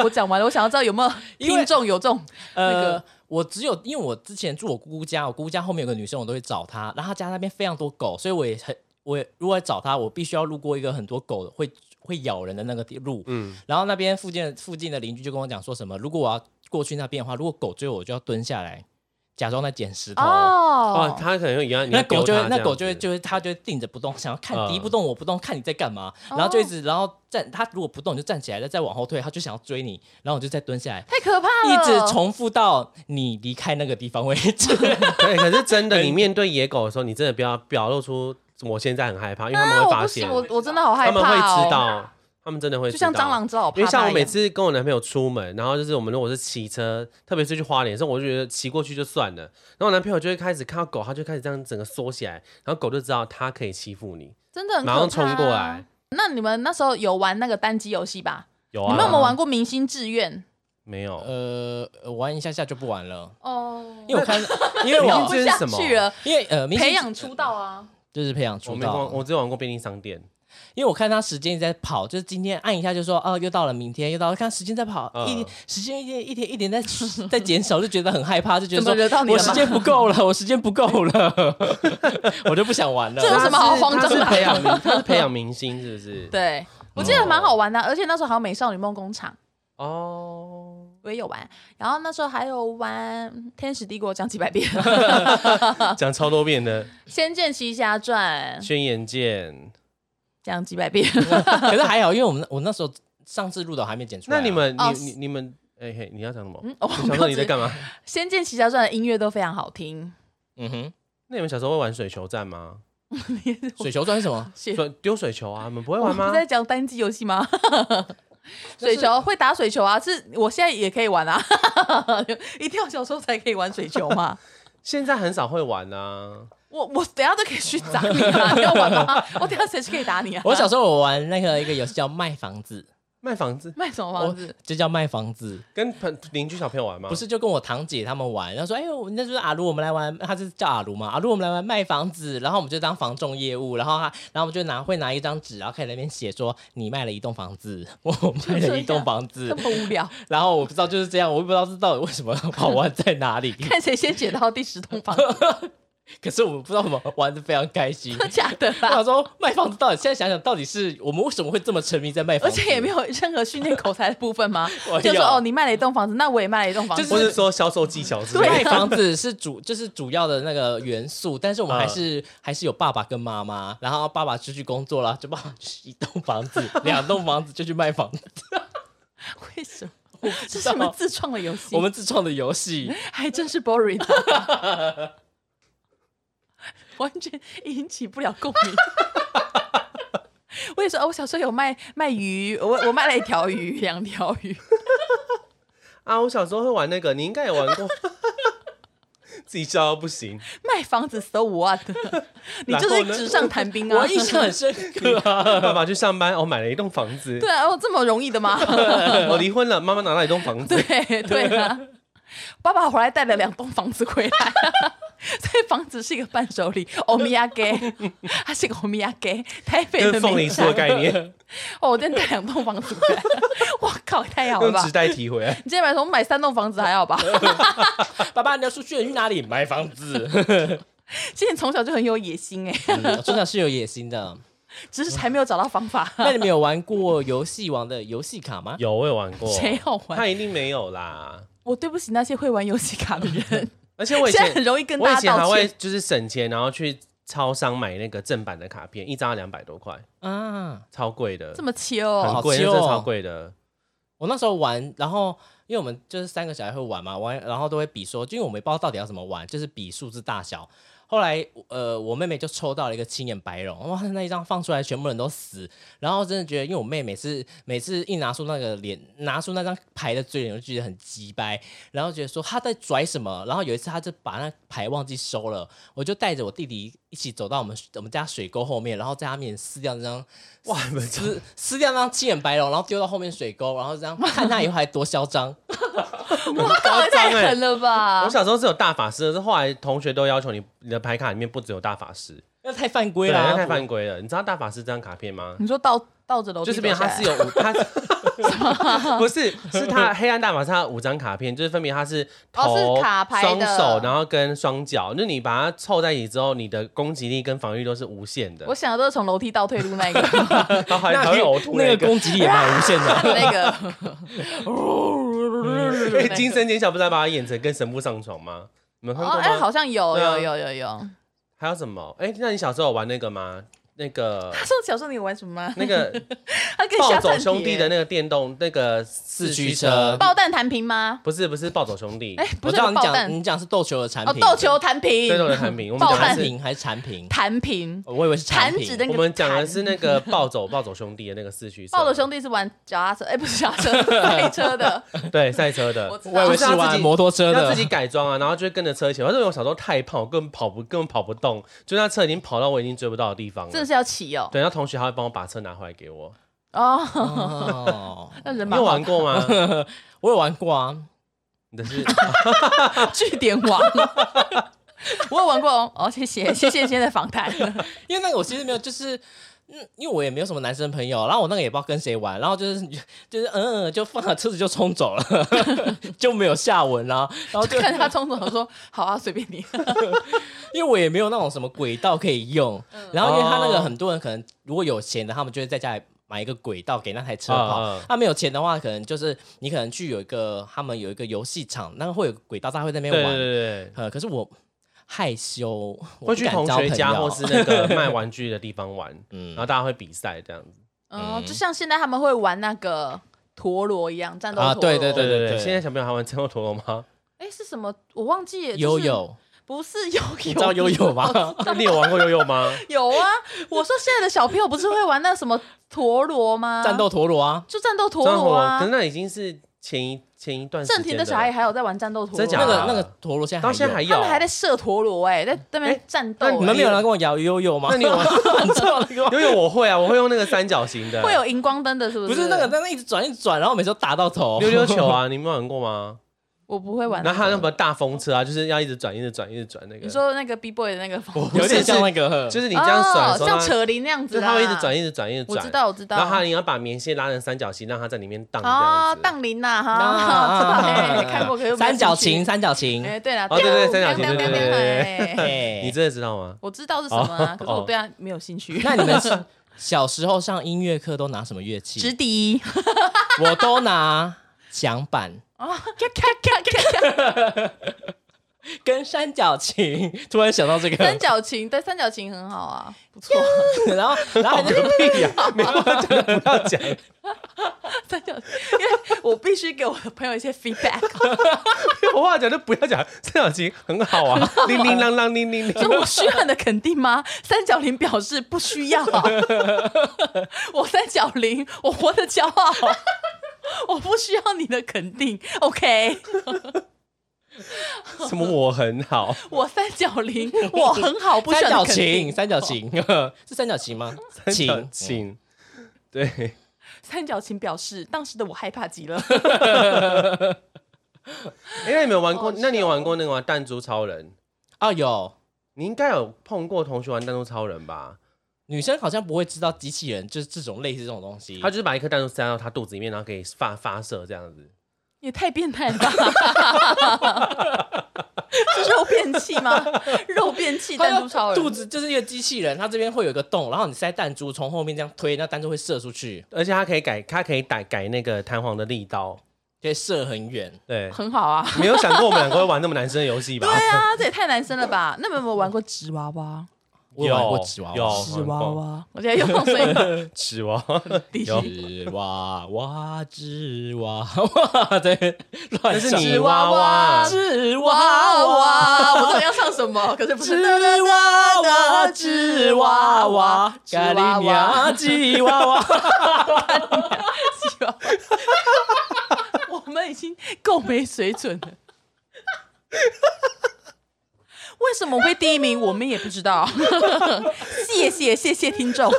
[SPEAKER 3] 我讲完了，我想要知道有没有
[SPEAKER 2] 哦因为
[SPEAKER 3] 听众有这种
[SPEAKER 2] 呃，
[SPEAKER 3] 那个
[SPEAKER 2] 我只有因为我之前住我姑姑家，我姑姑家后面有个女生，我都会找她，然后她家那边非常多狗，所以我也很，我也如果找她，我必须要路过一个很多狗的会会咬人的那个地路，
[SPEAKER 1] 嗯，
[SPEAKER 2] 然后那边附近附近的邻居就跟我讲说什么，如果我要过去那边的话，如果狗追我，我就要蹲下来，假装在捡石头。
[SPEAKER 1] 哦，他可能一样，你要
[SPEAKER 2] 那狗就
[SPEAKER 1] 丢
[SPEAKER 2] 会
[SPEAKER 1] 他，
[SPEAKER 2] 那
[SPEAKER 1] 这
[SPEAKER 2] 狗
[SPEAKER 1] 样
[SPEAKER 2] 就会，
[SPEAKER 1] 子
[SPEAKER 2] 就会，它就会定着不动，想要看
[SPEAKER 1] 嗯
[SPEAKER 2] 敌不动我不动，看你在干嘛，
[SPEAKER 3] 哦
[SPEAKER 2] 然后就一直，然后站，它如果不动你就站起来，再再往后退，它就想要追你，然后我就再蹲下来，
[SPEAKER 3] 太可怕了，
[SPEAKER 2] 一直重复到你离开那个地方为止。
[SPEAKER 1] 对，可是真
[SPEAKER 3] (laughs)
[SPEAKER 1] 的，你面对野狗的时候，你真的不要表露出我现在很害怕，因为他们
[SPEAKER 3] 啊，
[SPEAKER 1] 会
[SPEAKER 3] 我
[SPEAKER 1] 发
[SPEAKER 3] 不
[SPEAKER 1] 现
[SPEAKER 3] 行，，我我真的好害
[SPEAKER 1] 他
[SPEAKER 3] 怕、哦、
[SPEAKER 1] 们会知，道，他们真的会
[SPEAKER 3] 就
[SPEAKER 1] 知道，
[SPEAKER 3] 像蟑螂知道我怕
[SPEAKER 1] 因为像我
[SPEAKER 3] 它一
[SPEAKER 1] 每
[SPEAKER 3] 样
[SPEAKER 1] 次跟我男朋友出门，然后就是我们如果是骑车，特别是去花莲的时候，我就觉得骑过去就算了。然后我男朋友就会开始看到狗，他就开始这样整个缩起来，然后狗就知道它可以欺负你，
[SPEAKER 3] 真的很可
[SPEAKER 1] 马
[SPEAKER 3] 怕
[SPEAKER 1] 上冲过来。。
[SPEAKER 3] 那你们那时候有玩那个单机游戏吧？
[SPEAKER 1] 有
[SPEAKER 3] 你
[SPEAKER 1] 啊，
[SPEAKER 3] 们有没有玩过明星志愿？
[SPEAKER 1] 没有？
[SPEAKER 2] (laughs) 呃，呃玩一下下就不玩了，
[SPEAKER 3] 哦，
[SPEAKER 2] 因为 (laughs) 我看，因为
[SPEAKER 1] 玩
[SPEAKER 2] 我
[SPEAKER 1] 过
[SPEAKER 3] 不下
[SPEAKER 1] 这是什么
[SPEAKER 3] 去了，
[SPEAKER 2] 因为呃，明星
[SPEAKER 3] (laughs) 培养出道啊！
[SPEAKER 2] 就是培养
[SPEAKER 1] 我
[SPEAKER 2] 出
[SPEAKER 1] 没玩，
[SPEAKER 2] 道，
[SPEAKER 1] 我只有玩过便利商店。
[SPEAKER 2] 因为我看他时间一直在跑，就是今天按一下就说哦，又到了明天，又到了，看时间在跑，
[SPEAKER 1] 嗯
[SPEAKER 2] 一时间一点一点一点在在减少，就觉得很害怕，就觉得
[SPEAKER 3] 怎么惹
[SPEAKER 2] 说
[SPEAKER 3] 到你
[SPEAKER 2] 我
[SPEAKER 3] 了吗
[SPEAKER 2] 时间不够了，我时间不够了， (laughs) 我就不想玩
[SPEAKER 3] 这有
[SPEAKER 2] 了。
[SPEAKER 3] 什么好慌张
[SPEAKER 1] 它
[SPEAKER 3] 的
[SPEAKER 1] 是培养明，它是培养明星，是不是？
[SPEAKER 3] 对，我记得蛮好玩的，而且那时候还有《美少女梦工厂》，
[SPEAKER 1] 哦，
[SPEAKER 3] 我也有玩。然后那时候还有玩《天使帝国》，讲几百遍，
[SPEAKER 1] (laughs)
[SPEAKER 3] 《
[SPEAKER 1] 讲超多遍的
[SPEAKER 3] 仙剑奇侠传》
[SPEAKER 1] 宣言剑。
[SPEAKER 3] 讲几百遍。
[SPEAKER 2] (laughs) 可是还好，因为我们我那时候上次录的我还没剪出来
[SPEAKER 1] (laughs)
[SPEAKER 2] 啊，
[SPEAKER 1] 那你们，
[SPEAKER 3] 哦
[SPEAKER 1] 你你你们，哎嘿，你要讲什么？
[SPEAKER 3] 嗯，我
[SPEAKER 1] 我想
[SPEAKER 3] 没
[SPEAKER 1] 说
[SPEAKER 3] 有
[SPEAKER 1] 你在
[SPEAKER 3] 指《
[SPEAKER 1] 干嘛？
[SPEAKER 3] 仙剑奇侠传》的音乐都非常好听。
[SPEAKER 2] 嗯哼，
[SPEAKER 1] 那你们小时候会玩水球战吗？
[SPEAKER 2] 水球算是什么？
[SPEAKER 3] (laughs) 谢
[SPEAKER 1] 水丢水球啊，你们不会
[SPEAKER 3] 我
[SPEAKER 1] 玩
[SPEAKER 3] 们
[SPEAKER 1] 吗
[SPEAKER 3] 不？在讲单机游戏吗？水球会打水球啊，是我现在也可以玩啊， (laughs) 一定要小时候才可以玩水球嘛。
[SPEAKER 1] 现在很少会玩啊。
[SPEAKER 3] 我我等一下都可以去打你啊，你要
[SPEAKER 2] (laughs)
[SPEAKER 3] 玩吗？我等一下谁去可以打你 (laughs) 啊？
[SPEAKER 2] 我小时候我玩那个一个游戏叫卖房子，
[SPEAKER 1] 卖房子
[SPEAKER 3] 卖什么
[SPEAKER 2] 我
[SPEAKER 3] 房子？
[SPEAKER 2] 这叫卖房子，
[SPEAKER 1] 跟朋邻居小朋友玩吗？
[SPEAKER 2] 不，是就跟我堂姐他们玩，然后说，哎呦，那就是阿卢，我们来玩，他是叫阿卢嘛，阿卢，我们来玩卖房子，然后我们就当房仲业务，然后他，然后我们就拿会拿一张纸，然后开始在那边写说，你卖了一栋房子，我卖了一栋房
[SPEAKER 3] 这
[SPEAKER 2] 子，
[SPEAKER 3] 么
[SPEAKER 2] (laughs)
[SPEAKER 3] 无聊，
[SPEAKER 2] 然后我不知道就是这样，我也不知道这到底为什么好玩在哪里， (laughs)
[SPEAKER 3] 看谁先解到第十栋房子，
[SPEAKER 2] 可是我们不知道我们玩的非常开心
[SPEAKER 3] 真。的假的啊
[SPEAKER 2] 我
[SPEAKER 3] 啦
[SPEAKER 2] 想？说卖房子到底现在想想到底是我们为什么会这么沉迷在卖
[SPEAKER 3] 而
[SPEAKER 2] 房子，
[SPEAKER 3] 且也没有任何训练口才的部分吗
[SPEAKER 2] (laughs) 我？
[SPEAKER 3] 就说
[SPEAKER 2] 有
[SPEAKER 3] 哦，你卖了一栋房子，那我也卖了一栋房
[SPEAKER 2] 就
[SPEAKER 1] 或
[SPEAKER 3] 子，
[SPEAKER 1] 是说销售技巧之类
[SPEAKER 2] (laughs) 卖
[SPEAKER 1] 的。
[SPEAKER 2] 房子是主，就是主要的那个元素，但是我们
[SPEAKER 1] 嗯
[SPEAKER 2] 还是、还是有爸爸跟妈妈，然后爸爸出去工作了，就爸爸去一栋房
[SPEAKER 1] (laughs)
[SPEAKER 2] 子、两栋房子就去卖房子，
[SPEAKER 3] 为什么？这
[SPEAKER 2] 知
[SPEAKER 3] 是
[SPEAKER 2] 道
[SPEAKER 3] 什么自创的游戏？
[SPEAKER 2] 我们自创的
[SPEAKER 1] (laughs)
[SPEAKER 2] 游戏。
[SPEAKER 3] 还真是 boring，完全引起不了共鸣。 (laughs) 我也说，哦我小时候有卖卖鱼，我我卖了一条鱼，两条鱼。
[SPEAKER 1] 啊，我小时候会玩那个，你应该也玩
[SPEAKER 3] (laughs)
[SPEAKER 1] 过。自己笑到不行，
[SPEAKER 3] 卖房子 so
[SPEAKER 1] (laughs)
[SPEAKER 3] what？你就
[SPEAKER 1] 然后
[SPEAKER 3] 是
[SPEAKER 1] 呢
[SPEAKER 3] 纸上谈兵啊！
[SPEAKER 2] 我印象很深
[SPEAKER 1] (laughs)
[SPEAKER 2] 刻啊，
[SPEAKER 1] 爸爸去上班，我、买了一栋房子
[SPEAKER 3] 哦
[SPEAKER 1] (laughs)
[SPEAKER 3] 对。啊，哦，这么容易的吗？
[SPEAKER 1] 我离婚了，妈妈拿到一栋房子
[SPEAKER 3] 对。对啊，爸爸回来带了两栋房子回来， (laughs) 所以房子是一个伴手礼，欧米亚给， (laughs) 它是一个欧米亚给，台北
[SPEAKER 1] 跟
[SPEAKER 3] 的
[SPEAKER 1] 凤
[SPEAKER 3] 名
[SPEAKER 1] 梨酥的
[SPEAKER 3] 产。
[SPEAKER 1] 概念，
[SPEAKER 3] 哦，我今天带两栋房子回来，哇靠，也太好了
[SPEAKER 1] 用
[SPEAKER 3] 吧！
[SPEAKER 1] 纸袋提回来。
[SPEAKER 3] 你今天买什么？我买三栋房子还好吧？ (laughs)
[SPEAKER 2] 爸爸，你的出去了去哪里买房子？
[SPEAKER 1] (laughs)
[SPEAKER 3] 今天从小就很有野心哎、
[SPEAKER 2] 嗯村长是有野
[SPEAKER 1] (laughs)
[SPEAKER 2] 心的。
[SPEAKER 3] 只是还没有找到方法。
[SPEAKER 2] 那你们有玩过游戏王的游戏卡吗？ (laughs)
[SPEAKER 1] 有，我有玩过。
[SPEAKER 3] 谁好玩？
[SPEAKER 1] 他一定没有啦。
[SPEAKER 3] 我对不起那些会玩游戏卡的人，
[SPEAKER 1] 而且 (laughs) 我以
[SPEAKER 3] 现在很
[SPEAKER 1] 前，
[SPEAKER 3] 容易跟
[SPEAKER 1] 我以
[SPEAKER 3] 大
[SPEAKER 1] 前
[SPEAKER 3] 家
[SPEAKER 1] 还
[SPEAKER 3] 道
[SPEAKER 1] 会
[SPEAKER 3] 歉。
[SPEAKER 1] 就是省钱，然后去超商买那个正版的卡片，一张两百多块，
[SPEAKER 2] 啊，
[SPEAKER 1] 超贵的
[SPEAKER 3] 这，么切哦，
[SPEAKER 1] 很贵，那
[SPEAKER 2] 好气哦
[SPEAKER 1] 真的超贵的。
[SPEAKER 2] 我那时候玩，然后因为我们就是三个小孩会玩嘛，玩然后都会比说，就因为我们不知道到底要怎么玩，就是比数字大小。后来，呃，我妹妹就抽到了一个青眼白龙，哇，那一张放出来，全部人都死。然后真的觉得，因为我妹每次每次一拿出那个脸，拿出那张牌的嘴脸，我就觉得很鸡掰，然后觉得说她在拽什么。然后有一次，她就把那牌忘记收了，我就带着我弟弟一起走到我们我们家水沟后面，然后在他面前撕掉那张 (laughs)
[SPEAKER 1] 哇，你们
[SPEAKER 2] 撕撕掉那张七眼白龙，然后丢到后面水沟，然后这样看他以后还多嚣张。
[SPEAKER 3] 我靠，也哦 (laughs) 太狠了吧
[SPEAKER 1] 欸我！小时候是有大法师的，是后来同学都要求你你的牌卡里面不只有大法师，
[SPEAKER 2] 那太犯规啊
[SPEAKER 1] 对，
[SPEAKER 3] 啊
[SPEAKER 2] 了、
[SPEAKER 1] 那太犯规了。你知道大法师这张卡片吗？
[SPEAKER 3] 你说倒倒着楼梯
[SPEAKER 1] 就是变
[SPEAKER 3] 走下
[SPEAKER 1] 成它
[SPEAKER 3] 来
[SPEAKER 1] 是有五，
[SPEAKER 3] 啊
[SPEAKER 1] 它
[SPEAKER 3] (laughs)
[SPEAKER 1] 不是是它黑暗大法师它有五张卡片，就是分别它是
[SPEAKER 3] 哦
[SPEAKER 1] 头、
[SPEAKER 3] 是卡牌
[SPEAKER 1] 双
[SPEAKER 3] 的
[SPEAKER 1] 手，然后跟双脚，就是你把它凑在一起之后，你的攻击力跟防御都是无限的
[SPEAKER 3] 我。想的都是从楼梯倒退路那一个， (laughs)
[SPEAKER 1] 然后还
[SPEAKER 2] 那
[SPEAKER 1] 还会呕吐
[SPEAKER 2] 那
[SPEAKER 1] 那
[SPEAKER 2] 个
[SPEAKER 1] 个，
[SPEAKER 2] 攻击力也蛮无限的。啊
[SPEAKER 1] (laughs)
[SPEAKER 3] 那个嗯
[SPEAKER 1] 所以金哎神减小不是还把它演成跟神父上床吗？你们看
[SPEAKER 3] 哦，
[SPEAKER 1] 过吗？
[SPEAKER 3] 哎、好像有
[SPEAKER 1] 对啊
[SPEAKER 3] 有有有有。 (laughs)
[SPEAKER 1] 还有什么？哎、那你小时候有玩那个吗？那
[SPEAKER 3] (laughs)
[SPEAKER 1] 个
[SPEAKER 3] 他说小时候你有玩什么吗？
[SPEAKER 1] 那个
[SPEAKER 3] 他跟
[SPEAKER 1] 暴
[SPEAKER 3] 下
[SPEAKER 1] 走
[SPEAKER 3] 战
[SPEAKER 1] 兄弟的那个电动那个
[SPEAKER 2] 四
[SPEAKER 1] 四
[SPEAKER 2] 驱车，
[SPEAKER 3] 爆弹弹屏吗？
[SPEAKER 1] 不是不是暴走兄弟，
[SPEAKER 3] 哎、
[SPEAKER 2] 我
[SPEAKER 3] 不
[SPEAKER 2] 知
[SPEAKER 3] 是
[SPEAKER 2] 道
[SPEAKER 3] 那
[SPEAKER 2] 你
[SPEAKER 3] 个爆
[SPEAKER 2] 讲嗯
[SPEAKER 3] 弹
[SPEAKER 2] 你讲是斗球的产
[SPEAKER 3] 哦，
[SPEAKER 2] 品，
[SPEAKER 3] 斗球弹屏，
[SPEAKER 1] 对斗的产品，我们
[SPEAKER 3] 爆
[SPEAKER 1] 讲的
[SPEAKER 2] 产
[SPEAKER 3] 弹
[SPEAKER 1] 是
[SPEAKER 2] 品还是产品？
[SPEAKER 3] 弹屏，
[SPEAKER 2] 哦我以为是产
[SPEAKER 3] 弹
[SPEAKER 2] 品
[SPEAKER 3] 指的那
[SPEAKER 1] 我
[SPEAKER 3] 个
[SPEAKER 1] 们讲的
[SPEAKER 3] 弹
[SPEAKER 1] 是那个暴走暴走兄弟的那个四驱车，
[SPEAKER 3] 暴走兄弟是玩脚踏车，哎、不是脚
[SPEAKER 2] (laughs)
[SPEAKER 3] 踏车，赛车的。
[SPEAKER 1] 弟对赛车的，
[SPEAKER 3] 我知
[SPEAKER 2] 我以
[SPEAKER 3] 道
[SPEAKER 2] 为是玩摩托车
[SPEAKER 1] 哦要
[SPEAKER 2] 的
[SPEAKER 1] 自。己改装啊，然后就会跟着车一起玩。但是我小时候太胖，我根本跑不根本跑不动，就那车已经跑到我已经追不到的地方
[SPEAKER 3] 真的
[SPEAKER 1] 了。
[SPEAKER 3] 是要骑哦。
[SPEAKER 1] 对，那同学还会帮我把车拿回来给我。
[SPEAKER 3] 哦，
[SPEAKER 2] 哦，
[SPEAKER 3] 那人
[SPEAKER 1] 你
[SPEAKER 3] 蛮
[SPEAKER 1] 有
[SPEAKER 3] 好
[SPEAKER 1] 玩过
[SPEAKER 3] (laughs)
[SPEAKER 1] 吗？
[SPEAKER 2] 我有玩过啊，
[SPEAKER 1] 你的是
[SPEAKER 3] 的，啊据点王。 (laughs) 我有玩过哦，哦，谢谢，谢谢今天的访
[SPEAKER 2] (laughs)
[SPEAKER 3] 谈。
[SPEAKER 2] 因为那个我其实没有，就是嗯，因为我也没有什么男生朋友，然后我那个也不知道跟谁玩，然后就是 (laughs) 就是嗯，嗯就放了车子就冲走了， (laughs) 就没有下文啦、然后就
[SPEAKER 3] 看他冲动说：“好啊，随
[SPEAKER 2] (laughs)
[SPEAKER 3] 便你。
[SPEAKER 2] 因为我也没有那种什么轨道可以用，
[SPEAKER 1] 嗯
[SPEAKER 2] 然后因为他那个很多人可能如果有钱的，他们就会在家里买一个轨道给那台
[SPEAKER 3] 啊
[SPEAKER 2] 车跑啊
[SPEAKER 1] 嗯嗯；
[SPEAKER 2] 他、没有钱的话，可能就是你可能去有一个他们有一个游戏场，那个会有个轨道，大家会在那
[SPEAKER 1] 对对
[SPEAKER 2] 边玩。
[SPEAKER 1] 对对，
[SPEAKER 2] 呃，可是我害羞，我
[SPEAKER 1] 会
[SPEAKER 2] 不
[SPEAKER 1] 去
[SPEAKER 2] 敢
[SPEAKER 1] 同
[SPEAKER 2] 交
[SPEAKER 1] 学
[SPEAKER 2] 朋
[SPEAKER 1] 家
[SPEAKER 2] 友
[SPEAKER 1] 或是那个卖玩具的地方
[SPEAKER 3] (laughs)
[SPEAKER 1] 玩，
[SPEAKER 2] 嗯
[SPEAKER 1] 然后大家会比赛这样子。”
[SPEAKER 3] 哦，就像现在他们会玩那个陀螺一样，战斗陀
[SPEAKER 2] 啊
[SPEAKER 3] 螺。
[SPEAKER 2] 对对
[SPEAKER 1] 对对
[SPEAKER 2] 对
[SPEAKER 1] 对，现在小朋友还玩战斗陀螺吗？ (laughs)
[SPEAKER 3] 哎，是什么？我忘记了。
[SPEAKER 2] 悠
[SPEAKER 3] 就是
[SPEAKER 2] 悠，
[SPEAKER 3] 不是悠悠，
[SPEAKER 2] 你知道悠悠
[SPEAKER 1] (laughs)
[SPEAKER 2] 吗？
[SPEAKER 1] 那你有玩过悠悠
[SPEAKER 3] (laughs)
[SPEAKER 1] 吗？
[SPEAKER 3] 有啊，我说现在的小朋友不是会玩那什么陀螺吗？
[SPEAKER 2] 战斗陀螺啊，
[SPEAKER 3] 就战斗陀
[SPEAKER 1] 战斗
[SPEAKER 3] 螺
[SPEAKER 1] 可
[SPEAKER 3] 啊
[SPEAKER 1] 是。那已经是前一前一段时
[SPEAKER 3] 正
[SPEAKER 1] 间
[SPEAKER 3] 廷
[SPEAKER 1] 的
[SPEAKER 3] 的小孩还有在玩战斗陀螺，
[SPEAKER 1] 真假
[SPEAKER 2] 那
[SPEAKER 1] 的
[SPEAKER 2] 个那个陀螺现在
[SPEAKER 1] 到现在还
[SPEAKER 2] 有。
[SPEAKER 1] 有，
[SPEAKER 3] 他们还在射陀螺哎，在那边
[SPEAKER 1] 哎
[SPEAKER 3] 战斗
[SPEAKER 1] 那你
[SPEAKER 2] 你
[SPEAKER 3] 哎。
[SPEAKER 2] 们没有人跟我摇悠悠吗？
[SPEAKER 1] 那你有玩 (laughs)
[SPEAKER 2] 你知道那个
[SPEAKER 1] (laughs)
[SPEAKER 2] 吗
[SPEAKER 1] 悠悠我会啊，我会用那个三角形的，
[SPEAKER 3] (laughs) 会有荧光灯的，是不是？
[SPEAKER 2] (laughs) 不是那个，那个一直转一直转，然后每次都打到头。
[SPEAKER 1] (laughs) 溜溜球
[SPEAKER 3] (laughs)
[SPEAKER 1] 啊，你们玩过吗？
[SPEAKER 3] 我不会玩
[SPEAKER 1] 然
[SPEAKER 3] 那
[SPEAKER 1] 后还有
[SPEAKER 3] 个。
[SPEAKER 1] 那么大风车啊，就是要一直转，一直转，一直转那个。
[SPEAKER 3] 你说那个 B boy 的那个
[SPEAKER 1] (laughs)
[SPEAKER 3] 风，
[SPEAKER 1] 不
[SPEAKER 2] 有
[SPEAKER 1] 是
[SPEAKER 2] 点像
[SPEAKER 1] 是
[SPEAKER 2] 那个，
[SPEAKER 1] 就是是你这样甩的
[SPEAKER 3] 哦
[SPEAKER 1] 时候，
[SPEAKER 3] 像
[SPEAKER 1] 它
[SPEAKER 3] 扯铃那样子
[SPEAKER 1] 就
[SPEAKER 3] 啊，
[SPEAKER 1] 它会一直转，一直转，一直
[SPEAKER 3] 我
[SPEAKER 1] 转。
[SPEAKER 3] 知道，我知道。
[SPEAKER 1] 然后它你要把棉线拉成三角形，让它在里面荡这
[SPEAKER 3] 啊，
[SPEAKER 1] 样子。
[SPEAKER 3] 荡铃呐，哈，知道嘿，看过，可
[SPEAKER 1] (laughs)
[SPEAKER 3] 是我没有
[SPEAKER 2] 三角
[SPEAKER 3] 兴趣
[SPEAKER 2] 形，。三角形，
[SPEAKER 3] 哎，对了，
[SPEAKER 1] 哦对对对
[SPEAKER 3] 喵
[SPEAKER 1] 三角形
[SPEAKER 3] 喵喵
[SPEAKER 1] 对对
[SPEAKER 3] 喵
[SPEAKER 1] 对
[SPEAKER 3] 喵哎
[SPEAKER 2] 哎
[SPEAKER 1] 你真的知道吗？
[SPEAKER 3] 我知道是什么啊，可是我
[SPEAKER 1] 哦
[SPEAKER 3] 对它没有兴趣。
[SPEAKER 2] 那你们是小时候上音乐课都拿什么乐器？
[SPEAKER 3] 直笛，
[SPEAKER 2] 我都拿响板
[SPEAKER 3] 咔咔咔咔咔
[SPEAKER 2] 跟三角琴。突然想到这个，
[SPEAKER 3] 三角琴，对，三角琴很好啊，不错，
[SPEAKER 2] 然后然后还在
[SPEAKER 1] 屁呀！ (laughs) 没有讲就不要讲，
[SPEAKER 3] 三角，因为我必须给我的朋友一些 feedback， (laughs)
[SPEAKER 1] 没有话讲就不要讲。三角形很好
[SPEAKER 3] (laughs)
[SPEAKER 1] 啊，叮叮当当，叮叮
[SPEAKER 3] 就 (laughs)
[SPEAKER 1] 叮。
[SPEAKER 3] 我需要你的肯定吗？三角铃表示不需要，啊 (laughs) 我三角铃，我活得骄傲，我不需要你的肯定，OK，
[SPEAKER 1] 什么我很好，
[SPEAKER 3] 我三角铃，我很好，不需
[SPEAKER 2] 三
[SPEAKER 3] 要
[SPEAKER 2] 角
[SPEAKER 3] 你的肯定
[SPEAKER 2] 琴，，三角琴是三角琴吗？
[SPEAKER 1] 三角
[SPEAKER 2] 琴，
[SPEAKER 1] 形。对，
[SPEAKER 3] 三角琴表示当时的我害怕极了。
[SPEAKER 1] 哎、那你没有玩过？
[SPEAKER 3] 好
[SPEAKER 1] 那你有
[SPEAKER 3] 笑
[SPEAKER 1] 玩过那个吗？弹珠超人？
[SPEAKER 2] 啊，有
[SPEAKER 1] 你应该有碰过同学玩弹珠超人吧？
[SPEAKER 2] 女生好像不会知道机器人就是这种类似这种东西，
[SPEAKER 1] 他就是把一颗弹珠塞到他肚子里面，然后给发发射这样子。
[SPEAKER 3] 也太变态 (laughs) 了吧！肉变器吗？肉变器
[SPEAKER 2] 它
[SPEAKER 3] 弹珠超人，
[SPEAKER 2] 肚子就是一个机器人，它这边会有一个洞，然后你塞弹珠从后面这样推，那弹珠会射出去，
[SPEAKER 1] 而且他可以改，他可以改改那个弹簧的力道。
[SPEAKER 2] 可以射很远。
[SPEAKER 1] 对，
[SPEAKER 3] 很好啊。
[SPEAKER 1] 没有想过我们两个会玩那么男生的游戏吧？
[SPEAKER 3] (laughs) 对啊，这也太男生了吧？那你们有没有玩过纸娃娃？
[SPEAKER 2] 我
[SPEAKER 1] 有
[SPEAKER 2] 玩过纸娃
[SPEAKER 1] 有
[SPEAKER 2] 娃，
[SPEAKER 1] 哦玩过
[SPEAKER 5] 娃，
[SPEAKER 3] 我现在用水
[SPEAKER 1] 纸娃
[SPEAKER 2] (laughs)
[SPEAKER 3] 滴
[SPEAKER 1] 有
[SPEAKER 2] 纸娃娃，纸娃娃，对，乱
[SPEAKER 1] 那是
[SPEAKER 2] 想。
[SPEAKER 1] 泥娃娃，
[SPEAKER 2] 纸
[SPEAKER 3] 娃
[SPEAKER 2] 娃娃，
[SPEAKER 3] 娃，我到底要唱什么？可是不
[SPEAKER 2] 纸
[SPEAKER 3] 是
[SPEAKER 2] 娃娃，纸娃娃，
[SPEAKER 3] 纸娃娃
[SPEAKER 2] 纸娃娃。
[SPEAKER 3] 纸娃娃，我们已经够没水准 (laughs) 了。为什么会第一名？我们也不知道。 (laughs) 谢谢谢谢听众，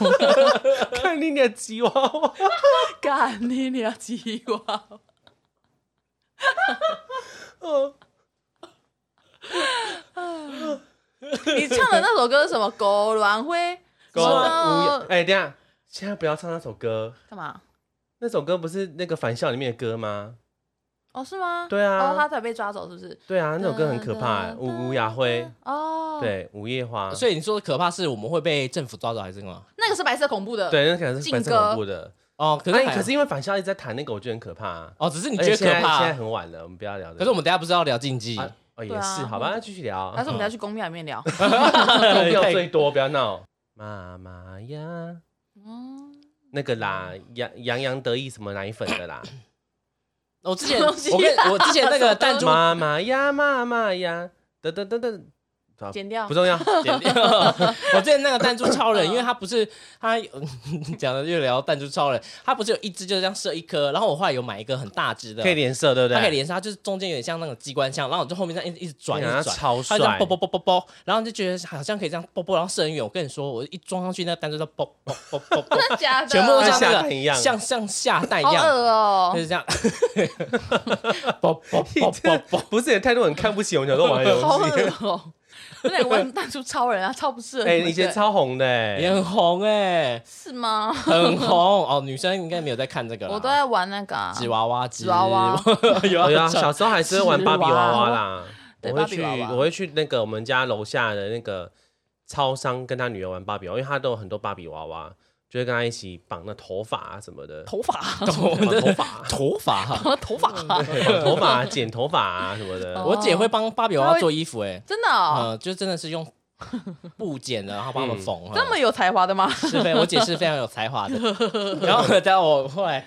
[SPEAKER 1] 看你的吉娃娃，
[SPEAKER 3] 干你俩鸡娃娃。你唱的那首歌是什么？狗卵灰
[SPEAKER 1] 跟我
[SPEAKER 3] 哇
[SPEAKER 1] 无缘哎，等一下，现在不要唱那首歌，
[SPEAKER 3] 干嘛？
[SPEAKER 1] 那首歌不是那个《返校》里面的歌吗？
[SPEAKER 3] 哦，是吗？
[SPEAKER 1] 对啊
[SPEAKER 3] 哦，他才被抓走，是不是？
[SPEAKER 1] 对啊，那首歌很可怕、哎无无牙灰，
[SPEAKER 3] 哦，，
[SPEAKER 1] 对，午夜花，
[SPEAKER 2] 所以你说的可怕是我们会被政府抓走还是什么？
[SPEAKER 3] 那个是白色恐怖的。，
[SPEAKER 1] 对，那可能是
[SPEAKER 3] 劲
[SPEAKER 1] 本身
[SPEAKER 3] 歌
[SPEAKER 1] 恐怖的。
[SPEAKER 2] 哦，可
[SPEAKER 1] 可是
[SPEAKER 2] 是
[SPEAKER 1] 可是因为返校一直在谈那个，我觉得很可怕、啊。
[SPEAKER 2] 哦，只是你
[SPEAKER 1] 你
[SPEAKER 2] 觉得可
[SPEAKER 1] 现在现在
[SPEAKER 2] 怕，
[SPEAKER 1] 很晚了，我们不要聊这个。
[SPEAKER 2] 可是我们等一下不是要聊禁忌？
[SPEAKER 1] 啊哦也
[SPEAKER 3] 对啊
[SPEAKER 1] 是，好吧，那继续聊。 (laughs)
[SPEAKER 3] 还是我们要去公庙里面聊。
[SPEAKER 1] 投票最多，不要闹。妈妈呀，哦
[SPEAKER 3] 嗯，
[SPEAKER 1] 那个啦，洋洋洋得意什么奶粉的啦。
[SPEAKER 2] 我之前
[SPEAKER 3] 什么东西啊
[SPEAKER 2] 我跟我之前那个弹珠
[SPEAKER 1] 妈妈呀，妈妈呀，得得得得，啊
[SPEAKER 3] 剪掉
[SPEAKER 1] 不重要。
[SPEAKER 2] 剪掉，我之前那个弹珠超人，因为他不是他讲的越聊弹珠超人，他不是有一只就是这样射一颗，然后我后来有买一个很大只的，
[SPEAKER 1] 可以连射，对不
[SPEAKER 2] 它可以
[SPEAKER 1] 对？
[SPEAKER 2] 连杀，就是中间有点像那种机关枪，然后我就后面这样一直一直转，一
[SPEAKER 1] 天啊
[SPEAKER 2] 直
[SPEAKER 1] 它
[SPEAKER 2] 转，
[SPEAKER 1] 超
[SPEAKER 2] 它就这
[SPEAKER 1] 帅
[SPEAKER 2] 样啵，啵啵啵啵，然后就觉得好像可以这样啵啵，然后射很远。我跟你说，我一装上去，那个弹珠都啵啵啷啵啵，
[SPEAKER 3] 真的假的？
[SPEAKER 2] 全部都像
[SPEAKER 1] 跟下
[SPEAKER 2] 那
[SPEAKER 1] 蛋一
[SPEAKER 2] 个
[SPEAKER 1] 样
[SPEAKER 2] 像像下蛋一
[SPEAKER 3] 好
[SPEAKER 2] 样，
[SPEAKER 1] (laughs)
[SPEAKER 3] 恶哦
[SPEAKER 2] 就。是这样，啵啷啷啷啵。
[SPEAKER 1] 不是有太多人看不起我们小时候玩的
[SPEAKER 3] 好 (laughs)
[SPEAKER 1] 游戏。
[SPEAKER 3] 恶哦！我两个玩弹珠超人啊，超不适合
[SPEAKER 1] 哎，
[SPEAKER 3] 你
[SPEAKER 1] 以
[SPEAKER 3] 们
[SPEAKER 1] 前
[SPEAKER 3] 的。
[SPEAKER 1] 超红的
[SPEAKER 2] 也
[SPEAKER 1] 欸，
[SPEAKER 2] 很红哎、
[SPEAKER 3] 是吗？
[SPEAKER 2] 很红哦。女生应该没有在看这个啦，
[SPEAKER 3] 我都在玩那个啊
[SPEAKER 2] 纸娃娃，
[SPEAKER 3] 纸娃娃，
[SPEAKER 2] (laughs) 有
[SPEAKER 1] 对
[SPEAKER 2] 啊
[SPEAKER 1] 啊，，小时候还是会玩芭比娃娃啦。
[SPEAKER 3] 对
[SPEAKER 1] 我会
[SPEAKER 3] 芭比
[SPEAKER 1] 去，
[SPEAKER 3] 娃娃
[SPEAKER 1] 我会去那个我们家楼下的那个超商跟他女儿玩芭比娃娃，因为他都有很多芭比娃娃，就会跟他一起绑那头发啊什么的，
[SPEAKER 3] 头发， (laughs)
[SPEAKER 1] 绑头
[SPEAKER 2] 头。
[SPEAKER 1] 发
[SPEAKER 2] (laughs) 头发。
[SPEAKER 3] 头发，
[SPEAKER 1] 绑头发、剪头发啊什么的，
[SPEAKER 2] 我姐会帮芭比娃娃做衣服哎、
[SPEAKER 3] 真的哦，
[SPEAKER 2] 呃，就真的是用布剪的，然后帮他们缝。
[SPEAKER 3] (laughs)
[SPEAKER 2] 嗯
[SPEAKER 3] 这么有才华的吗？
[SPEAKER 2] 是非，我姐是非常有才华
[SPEAKER 3] (laughs)
[SPEAKER 2] 的。然后呢，但我后来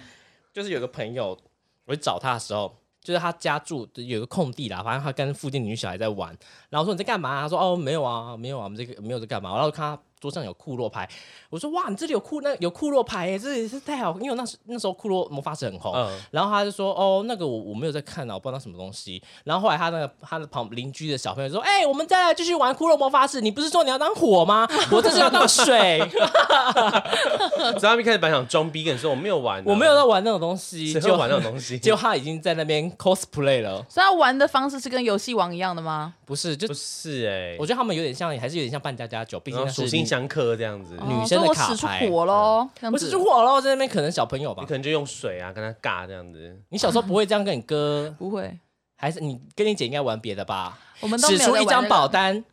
[SPEAKER 2] 就是有个朋友，我去找他的时候，就是他家住有个空地啦，反正他跟附近女小孩在玩。然后我说你在干嘛、他说哦没有啊，没有啊，我们这个没有在干嘛。然后我看他桌上有库洛牌，我说哇，你这里有库那有库洛牌耶，这也是太好，因为我那时那时候库洛魔法石很红。
[SPEAKER 1] 嗯，
[SPEAKER 2] 然后他就说：“哦，那个我我没有在看啊，我不知道那什么东西。”然后后来他那个他的旁邻居的小朋友说：“哎、我们再来继续玩骷髅魔法使，你不是说你要当火吗？我这是要当水，
[SPEAKER 1] 所以他们一开始本来想装逼，跟你说我没有玩啊，
[SPEAKER 2] 我没有在玩那种东西，
[SPEAKER 1] 谁
[SPEAKER 2] 就
[SPEAKER 1] 会玩那种东 (laughs) 西？
[SPEAKER 2] 就他已经在那边 cosplay 了，
[SPEAKER 3] 所以他玩的方式是跟游戏王一样的吗？
[SPEAKER 2] 不是？就
[SPEAKER 1] 不是哎
[SPEAKER 2] 我，觉得他们有点像，还是有点像扮家家酒，毕
[SPEAKER 1] 然
[SPEAKER 2] 竟
[SPEAKER 1] 后
[SPEAKER 2] 那是
[SPEAKER 1] 哦属性相克这样子，
[SPEAKER 2] 女
[SPEAKER 1] 你
[SPEAKER 3] 哦
[SPEAKER 2] 生
[SPEAKER 3] 所以
[SPEAKER 2] 的
[SPEAKER 3] 我
[SPEAKER 2] 卡
[SPEAKER 3] 使出
[SPEAKER 2] 牌嗯
[SPEAKER 3] 火喽，这样
[SPEAKER 2] 我
[SPEAKER 3] 子
[SPEAKER 2] 只是火了，在那边可能小朋友吧
[SPEAKER 1] 可。能就用水啊跟他尬这样子。
[SPEAKER 2] 你小时候不会这样跟你哥，
[SPEAKER 3] 不会，
[SPEAKER 2] 还是你跟你姐应该玩别的吧？
[SPEAKER 3] 我们都没
[SPEAKER 2] 使
[SPEAKER 3] 有在
[SPEAKER 2] 出
[SPEAKER 3] 玩
[SPEAKER 2] 一张
[SPEAKER 3] 那个
[SPEAKER 2] 保单，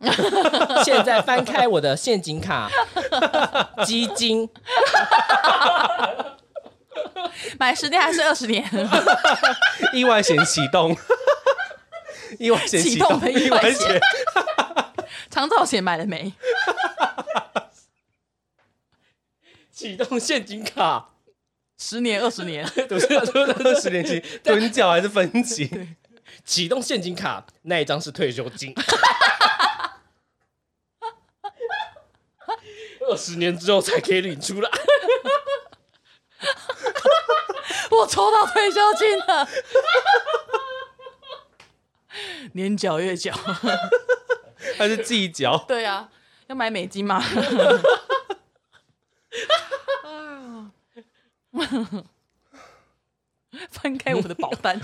[SPEAKER 2] 现在翻开我的陷阱卡，基金
[SPEAKER 3] 买十年还是二十年？ (laughs)
[SPEAKER 1] 意外险启动，意外险
[SPEAKER 3] 启动的
[SPEAKER 1] 意
[SPEAKER 3] 意
[SPEAKER 1] 外
[SPEAKER 3] 外
[SPEAKER 1] 险
[SPEAKER 3] 险，长照险买了没？
[SPEAKER 2] 启动陷阱卡，
[SPEAKER 3] 十年、二十年， (laughs)
[SPEAKER 2] 不是不是不
[SPEAKER 1] 二
[SPEAKER 2] 是
[SPEAKER 1] 十年级蹲脚还是分级？
[SPEAKER 2] 启动陷阱卡，那一张是退休
[SPEAKER 3] (laughs)
[SPEAKER 2] 金。二十年之后才可以领出来，
[SPEAKER 3] 我抽到退休金了， (laughs) 年缴月缴。
[SPEAKER 1] 还是计脚？
[SPEAKER 3] 对啊，要买美金嘛。 (laughs) 翻开我的保单。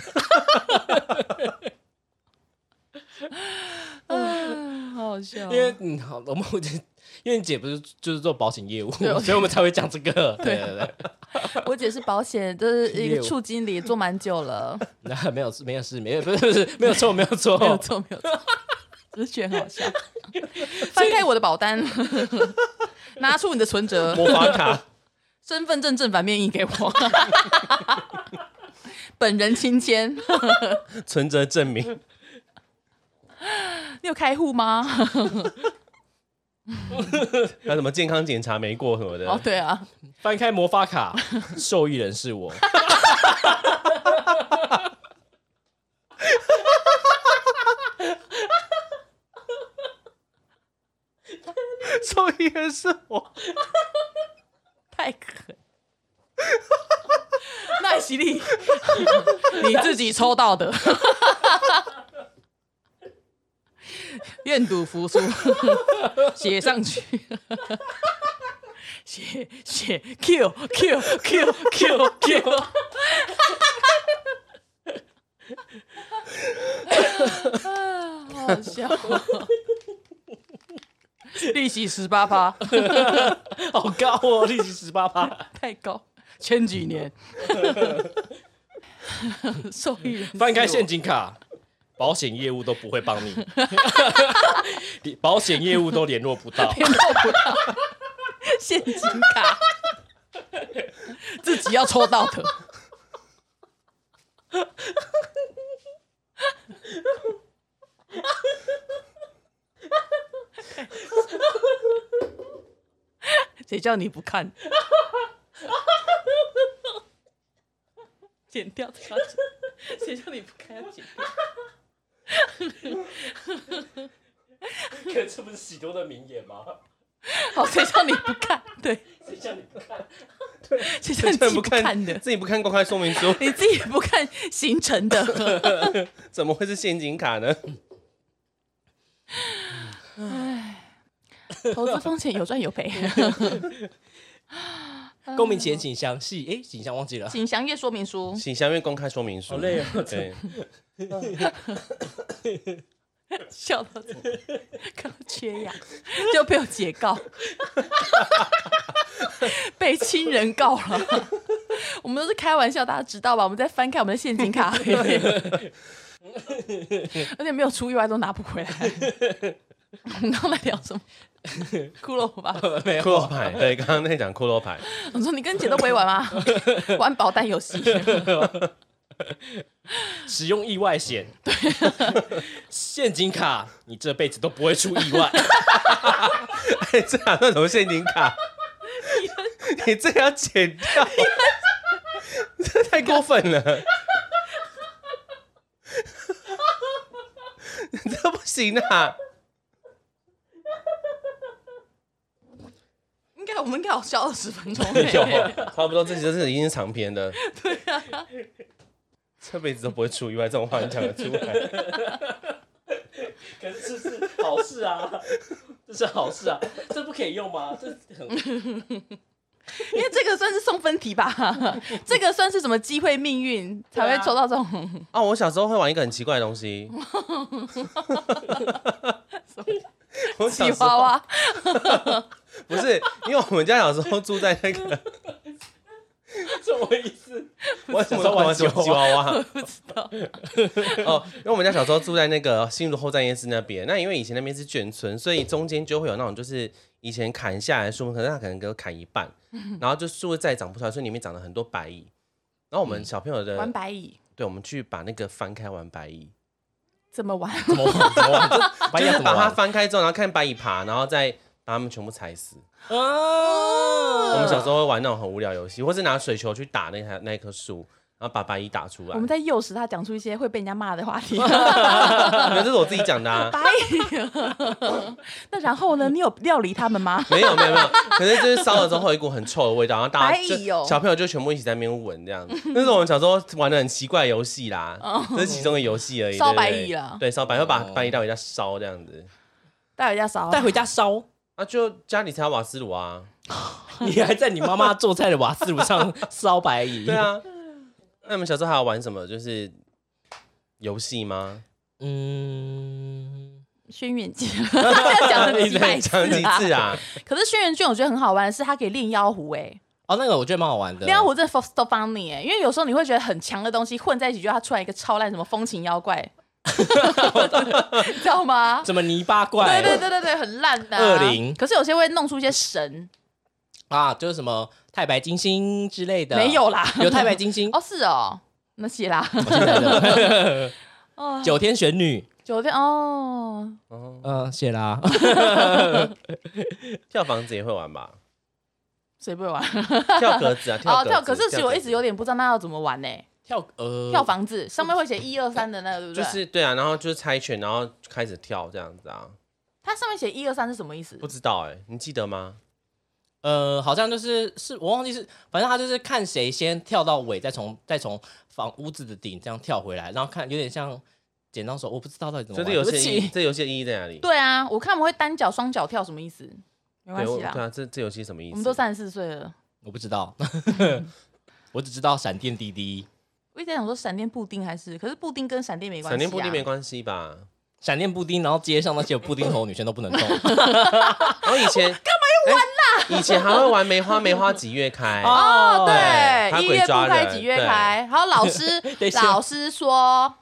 [SPEAKER 3] 哎好好笑哦、
[SPEAKER 2] 因为嗯，好，我们我就因为你姐不是就是做保险业务，
[SPEAKER 3] 对我啊
[SPEAKER 2] 所以我们才会讲这个。对对对，
[SPEAKER 3] 我姐是保险，就是一
[SPEAKER 2] 业
[SPEAKER 3] 个
[SPEAKER 2] 务
[SPEAKER 3] 处经理，做蛮久了，
[SPEAKER 2] 那没有事，没有事，没有不是不是没有错，没有错，
[SPEAKER 3] (laughs) 没有错，没有错，只是觉得很好 (laughs) 笑。翻开我的保单， (laughs) 拿出你的存折，
[SPEAKER 1] 魔法卡，
[SPEAKER 3] 身份证正反面印给我，本人亲签。
[SPEAKER 1] 存折证明，
[SPEAKER 3] 你有开户吗？
[SPEAKER 1] 还有什么健康检查没过什么的。
[SPEAKER 3] 哦，对啊，
[SPEAKER 2] 翻开魔法
[SPEAKER 1] (laughs)
[SPEAKER 2] 卡，受益人是我。
[SPEAKER 1] 受益人是我，
[SPEAKER 3] 太 (laughs) 可。奈喜利， (laughs) 你自己抽到的， (laughs) 愿赌服输，写上去， (laughs) 写写 Q Q Q Q Q，好好笑哦， (laughs) 利息十八趴。
[SPEAKER 2] 好高哦，利息十八趴，
[SPEAKER 3] 太高，前几年 (laughs) 受益人
[SPEAKER 2] 翻开陷阱卡，保险业务都不会帮
[SPEAKER 1] (laughs)
[SPEAKER 2] 你，保险业务都联络不到，
[SPEAKER 3] 骗到不到陷阱卡，自己要抽到的。 (laughs) 谁叫你不看？剪掉这条，谁叫你不看要剪掉？
[SPEAKER 2] 可这不是喜多的名言吗？
[SPEAKER 3] (laughs) 好，哦谁叫你不看？对，
[SPEAKER 2] 谁叫你不看？
[SPEAKER 3] 谁叫你自己
[SPEAKER 1] 不
[SPEAKER 3] 不看
[SPEAKER 1] 看
[SPEAKER 3] 的？
[SPEAKER 1] 自己不看公开说明书，
[SPEAKER 3] 你自己不看行程的，
[SPEAKER 1] 怎么会是陷阱卡呢？
[SPEAKER 3] 投资风险有赚有赔。
[SPEAKER 2] 公民前请详细，哎，请详忘记了，
[SPEAKER 3] 请详阅说明书。
[SPEAKER 1] 请详阅公开说明书。
[SPEAKER 2] 好累哦
[SPEAKER 1] 对，
[SPEAKER 3] 笑到怎么刚缺氧就被我姐告， (laughs) 被亲人告了。我们都是开玩笑，大家知道吧？我们在翻开我们的现金卡，而且没有出意外都拿不回来。我们刚刚在聊什么？骷髅吧？
[SPEAKER 2] 没 (laughs) 有
[SPEAKER 1] 骷髅牌，对，刚刚在讲骷髅牌，
[SPEAKER 3] 我说你跟姐都不会玩 (laughs) 吗？玩保单游戏，
[SPEAKER 2] 使用意外险， (laughs) 对，陷阱卡，你这辈子都不会出意外，
[SPEAKER 1] 哎，这哪算什么陷阱卡？你这个要剪 (laughs) 掉，这太过分了， (laughs) 这不行啊！
[SPEAKER 3] (laughs) 应该我们应该有笑二十分钟。
[SPEAKER 1] (laughs) 有，差不多，这集就是已经是长篇的。对啊，这辈子都不会出意外，这种话你讲得出 (laughs) 来？
[SPEAKER 2] (laughs) 可是这是好事啊，这是好事啊，这不可以用吗？这很
[SPEAKER 3] 因为这个算是送分题 (laughs) 吧，这个算是什么机会命运才会抽到这种
[SPEAKER 1] 哦，我小时候会玩一个很奇怪的东 (laughs) 西。我小
[SPEAKER 3] 吉
[SPEAKER 1] 时
[SPEAKER 3] 娃
[SPEAKER 1] 候
[SPEAKER 3] 娃，
[SPEAKER 1] 不是，因为我们家小时候住在那个，
[SPEAKER 2] (laughs) 什么意思？
[SPEAKER 1] (laughs) 我
[SPEAKER 2] 小时候玩啊吉娃娃
[SPEAKER 1] 吉娃娃，
[SPEAKER 3] 不知道
[SPEAKER 1] 哦，因为我们家小时候住在那个新竹后站夜市那边，那因为以前那边是眷村，所以中间就会有那种就是以前砍下来的树，可能它可能给我砍一半，然后就树再也长不出来，所以里面长了很多白蚁。然后我
[SPEAKER 2] 嗯
[SPEAKER 1] 们小朋友的，
[SPEAKER 3] (laughs) 玩白蚁
[SPEAKER 1] 对，我们去把那个翻开玩白蚁，
[SPEAKER 3] 怎么玩？
[SPEAKER 2] 怎么玩？怎么玩？啊白
[SPEAKER 1] 就是
[SPEAKER 2] 眼
[SPEAKER 1] 把它翻开之后，然后看白蚁爬，然后再把它们全部踩死。
[SPEAKER 2] 啊
[SPEAKER 1] 我们小
[SPEAKER 3] 嗯
[SPEAKER 1] 时候会玩那种很无聊游戏，或是拿水球去打那台那棵树，然后把白蚁打出来。
[SPEAKER 3] 我们
[SPEAKER 1] (laughs)
[SPEAKER 3] 在诱使他讲出一些会被人家骂的话 (laughs) 题。
[SPEAKER 1] 没有这是我自己讲的啊。
[SPEAKER 3] 白蚁，那然后呢？你有料理他们吗？
[SPEAKER 1] 没有没有没有，可是就是烧了之后有一股很臭的味道，然后大家
[SPEAKER 3] 白
[SPEAKER 1] 就
[SPEAKER 3] 蚁哦
[SPEAKER 1] 小朋友就全部一起在那边闻这样。那是我们小时候玩的很奇怪的游戏啦，这是其中的游戏而已。
[SPEAKER 3] 哦烧
[SPEAKER 1] 对不对
[SPEAKER 3] 白蚁啦
[SPEAKER 1] 对，烧白蚁会把
[SPEAKER 2] 哦
[SPEAKER 1] 白蚁带回家烧这样子。
[SPEAKER 3] 带回家烧，
[SPEAKER 2] 带回家烧。
[SPEAKER 1] 啊，就家里才有瓦斯炉啊，
[SPEAKER 2] 你还在你妈妈做菜的瓦斯炉上烧白蚁？
[SPEAKER 1] 对，啊，那你们小时候还有玩什么？就是游戏
[SPEAKER 3] (laughs)
[SPEAKER 1] 吗？
[SPEAKER 2] (laughs) 嗯，
[SPEAKER 5] 轩辕剑，
[SPEAKER 3] 要
[SPEAKER 1] (laughs)
[SPEAKER 3] 讲的几百
[SPEAKER 1] 讲几次啊？
[SPEAKER 3] 可是轩辕卷我觉得很好玩的是，它可以练妖狐哎、
[SPEAKER 2] 哦，那个我觉得蛮好玩的。
[SPEAKER 3] 练妖狐真的 f o funny 哎、因为有时候你会觉得很强的东西混在一起，就它出来一个超烂什么风情
[SPEAKER 1] (laughs)
[SPEAKER 3] 妖怪，你知道吗？
[SPEAKER 2] 什么泥巴怪？
[SPEAKER 3] 对对对对对，很烂的、啊
[SPEAKER 2] 恶灵
[SPEAKER 3] 可是有些会弄出一些神，
[SPEAKER 2] 啊，就是什么太白金星之类的。
[SPEAKER 3] 没有啦。
[SPEAKER 2] 有太白金星，
[SPEAKER 3] (laughs) 哦，是哦，那
[SPEAKER 1] (laughs)
[SPEAKER 3] 些啦。哦，
[SPEAKER 2] 九天玄女，
[SPEAKER 3] 酒店哦，
[SPEAKER 1] 哦，
[SPEAKER 2] 嗯，谢啦。
[SPEAKER 1] 跳房子也会玩吧？
[SPEAKER 3] 谁不会玩？
[SPEAKER 1] (laughs) 跳格子啊，
[SPEAKER 3] 哦，
[SPEAKER 1] 跳格子
[SPEAKER 3] 跳。可是其实我一直
[SPEAKER 1] 跳
[SPEAKER 3] 有点不知道那要怎么玩呢、
[SPEAKER 2] 跳呃，
[SPEAKER 3] 跳房子上面会写一二三的那个，对
[SPEAKER 1] 格
[SPEAKER 3] 不
[SPEAKER 1] 子
[SPEAKER 3] 对？
[SPEAKER 1] 就是对啊，然后就是猜拳，然后开始跳这样子啊。
[SPEAKER 3] 它上面写一二三是什么意思
[SPEAKER 1] 不？知道哎、你记得吗？
[SPEAKER 2] 呃，好像就是是我忘记是，反正他就是看谁先跳到尾，再从再从房屋子的顶这样跳回来，然后看有点像剪刀手，我不知道到底怎
[SPEAKER 1] 所
[SPEAKER 2] 么
[SPEAKER 1] 以
[SPEAKER 2] 玩。
[SPEAKER 1] 这游戏
[SPEAKER 2] 对
[SPEAKER 1] 的
[SPEAKER 2] 不
[SPEAKER 1] 意义
[SPEAKER 2] 起
[SPEAKER 1] 这游戏的意义在哪里？
[SPEAKER 3] 对啊，我看我们会单脚双脚跳，什么意思？没关
[SPEAKER 1] 对，我
[SPEAKER 3] 系
[SPEAKER 1] 对
[SPEAKER 3] 啦，
[SPEAKER 1] 啊，这这游戏什么意思？
[SPEAKER 3] 我们都三十四岁了。
[SPEAKER 2] 我不知道， (laughs) 我只知道闪电滴滴，
[SPEAKER 3] 我一直在想说闪电布丁还是，可是布丁跟闪电没关系、啊。
[SPEAKER 1] 闪电布丁没关系吧？
[SPEAKER 2] 闪电布丁，然后街上那些有布丁头的女生都不能动。
[SPEAKER 1] 然后以
[SPEAKER 3] (laughs)
[SPEAKER 1] 前干嘛要玩啦、以前还会玩梅花，梅花几月开？
[SPEAKER 2] (laughs)
[SPEAKER 3] 哦，
[SPEAKER 1] 他
[SPEAKER 3] 对，一
[SPEAKER 1] 鬼
[SPEAKER 3] 月不
[SPEAKER 1] 抓
[SPEAKER 3] 开
[SPEAKER 1] 人
[SPEAKER 3] 几月
[SPEAKER 1] 对
[SPEAKER 3] 开？好，老
[SPEAKER 1] (laughs)
[SPEAKER 3] 师
[SPEAKER 2] 等一，下
[SPEAKER 3] 老师说，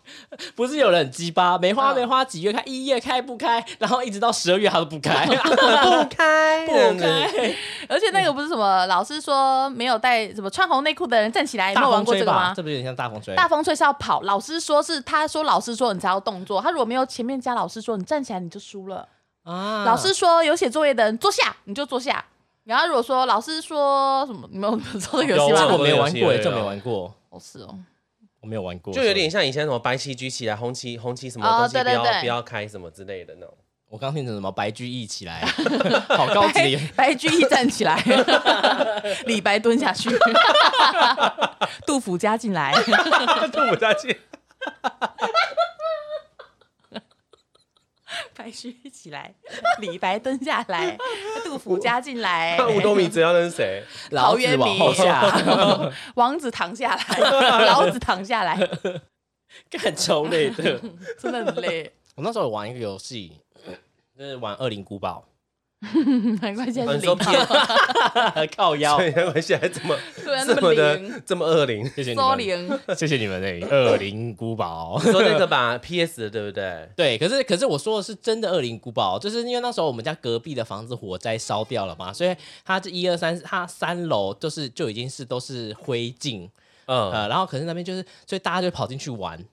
[SPEAKER 2] 不是有人很鸡巴，梅花
[SPEAKER 3] 嗯
[SPEAKER 2] 梅花几月开？一月开不开，然后一直到十二月它都不开，
[SPEAKER 1] 不
[SPEAKER 3] (laughs)
[SPEAKER 1] 开，嗯
[SPEAKER 2] 不 (laughs) 开。
[SPEAKER 3] 而且那个不是什么，老师说没有带什么穿红内裤的人站
[SPEAKER 2] (laughs)
[SPEAKER 3] 起来，你有没有哎玩过这个
[SPEAKER 2] 吧
[SPEAKER 3] 吗
[SPEAKER 2] 这？不是有点像大风吹？
[SPEAKER 3] 大风吹是要跑，老师说是他说老师说你才要动作，他如果没有前面加老师说你站起来你就输了。
[SPEAKER 1] 嗯
[SPEAKER 2] 啊
[SPEAKER 3] 老师说有写作业的人坐下你就坐下，然后如果说老师说什么你们有知道这个游戏
[SPEAKER 1] 有
[SPEAKER 2] 这
[SPEAKER 1] 啊
[SPEAKER 2] 个
[SPEAKER 3] 吗？
[SPEAKER 2] 我没有玩
[SPEAKER 1] 有
[SPEAKER 2] 过，
[SPEAKER 1] 有有
[SPEAKER 2] 这个没玩过，
[SPEAKER 3] 哦是哦，
[SPEAKER 2] 我没有玩过，
[SPEAKER 1] 就有点像以前什么白旗举起来，啊红旗红旗什么
[SPEAKER 3] 哦
[SPEAKER 1] 东西
[SPEAKER 3] 对
[SPEAKER 1] 不
[SPEAKER 3] 对
[SPEAKER 1] 要、
[SPEAKER 3] 对
[SPEAKER 1] 不要开什么之类的那
[SPEAKER 2] (laughs)
[SPEAKER 1] 种。
[SPEAKER 2] 我刚听成什么白居易起来， (laughs) 好高级的。
[SPEAKER 3] 白居易站起来，
[SPEAKER 1] (laughs)
[SPEAKER 3] 李白蹲下去，杜甫加
[SPEAKER 1] (laughs)
[SPEAKER 3] 进来。
[SPEAKER 1] 对不下去，
[SPEAKER 3] 白居易起来，李白蹲下来，杜甫加进来，
[SPEAKER 1] 那五斗米折腰的是
[SPEAKER 3] (laughs)
[SPEAKER 1] 谁？
[SPEAKER 2] 老
[SPEAKER 3] 陶
[SPEAKER 2] 子
[SPEAKER 3] 渊
[SPEAKER 2] 往后下，
[SPEAKER 3] 明，王子躺下来，老子躺下来，
[SPEAKER 2] (laughs) 干超累的。
[SPEAKER 3] 真的很
[SPEAKER 1] (laughs)
[SPEAKER 3] 累。
[SPEAKER 2] 我那时候有玩一个游戏，就是玩《恶灵古
[SPEAKER 3] (laughs)
[SPEAKER 2] 堡
[SPEAKER 3] 难怪现在
[SPEAKER 1] 很
[SPEAKER 3] 是
[SPEAKER 1] 哦说
[SPEAKER 3] 零
[SPEAKER 1] 骗，》 (laughs)
[SPEAKER 2] 靠腰
[SPEAKER 1] 所，以难怪现在这么
[SPEAKER 3] 对啊，
[SPEAKER 1] 这
[SPEAKER 3] 那么
[SPEAKER 1] 么
[SPEAKER 3] 零
[SPEAKER 1] 的，这么恶灵。
[SPEAKER 2] 谢谢你
[SPEAKER 3] 收
[SPEAKER 2] 们，
[SPEAKER 3] 零。
[SPEAKER 2] 谢谢你们那恶灵古堡》。 (laughs)
[SPEAKER 1] 你 (laughs) 说那个吧，PS 的对不对？
[SPEAKER 2] 对，可是可是我说的是真的恶灵古堡，就是因为那时候我们家隔壁的房子火灾烧掉了嘛，所以它这一二三，它三楼就是就已经是都是灰烬，
[SPEAKER 1] 嗯，
[SPEAKER 2] 呃，然后可是那边就是，所以大家就跑进去玩。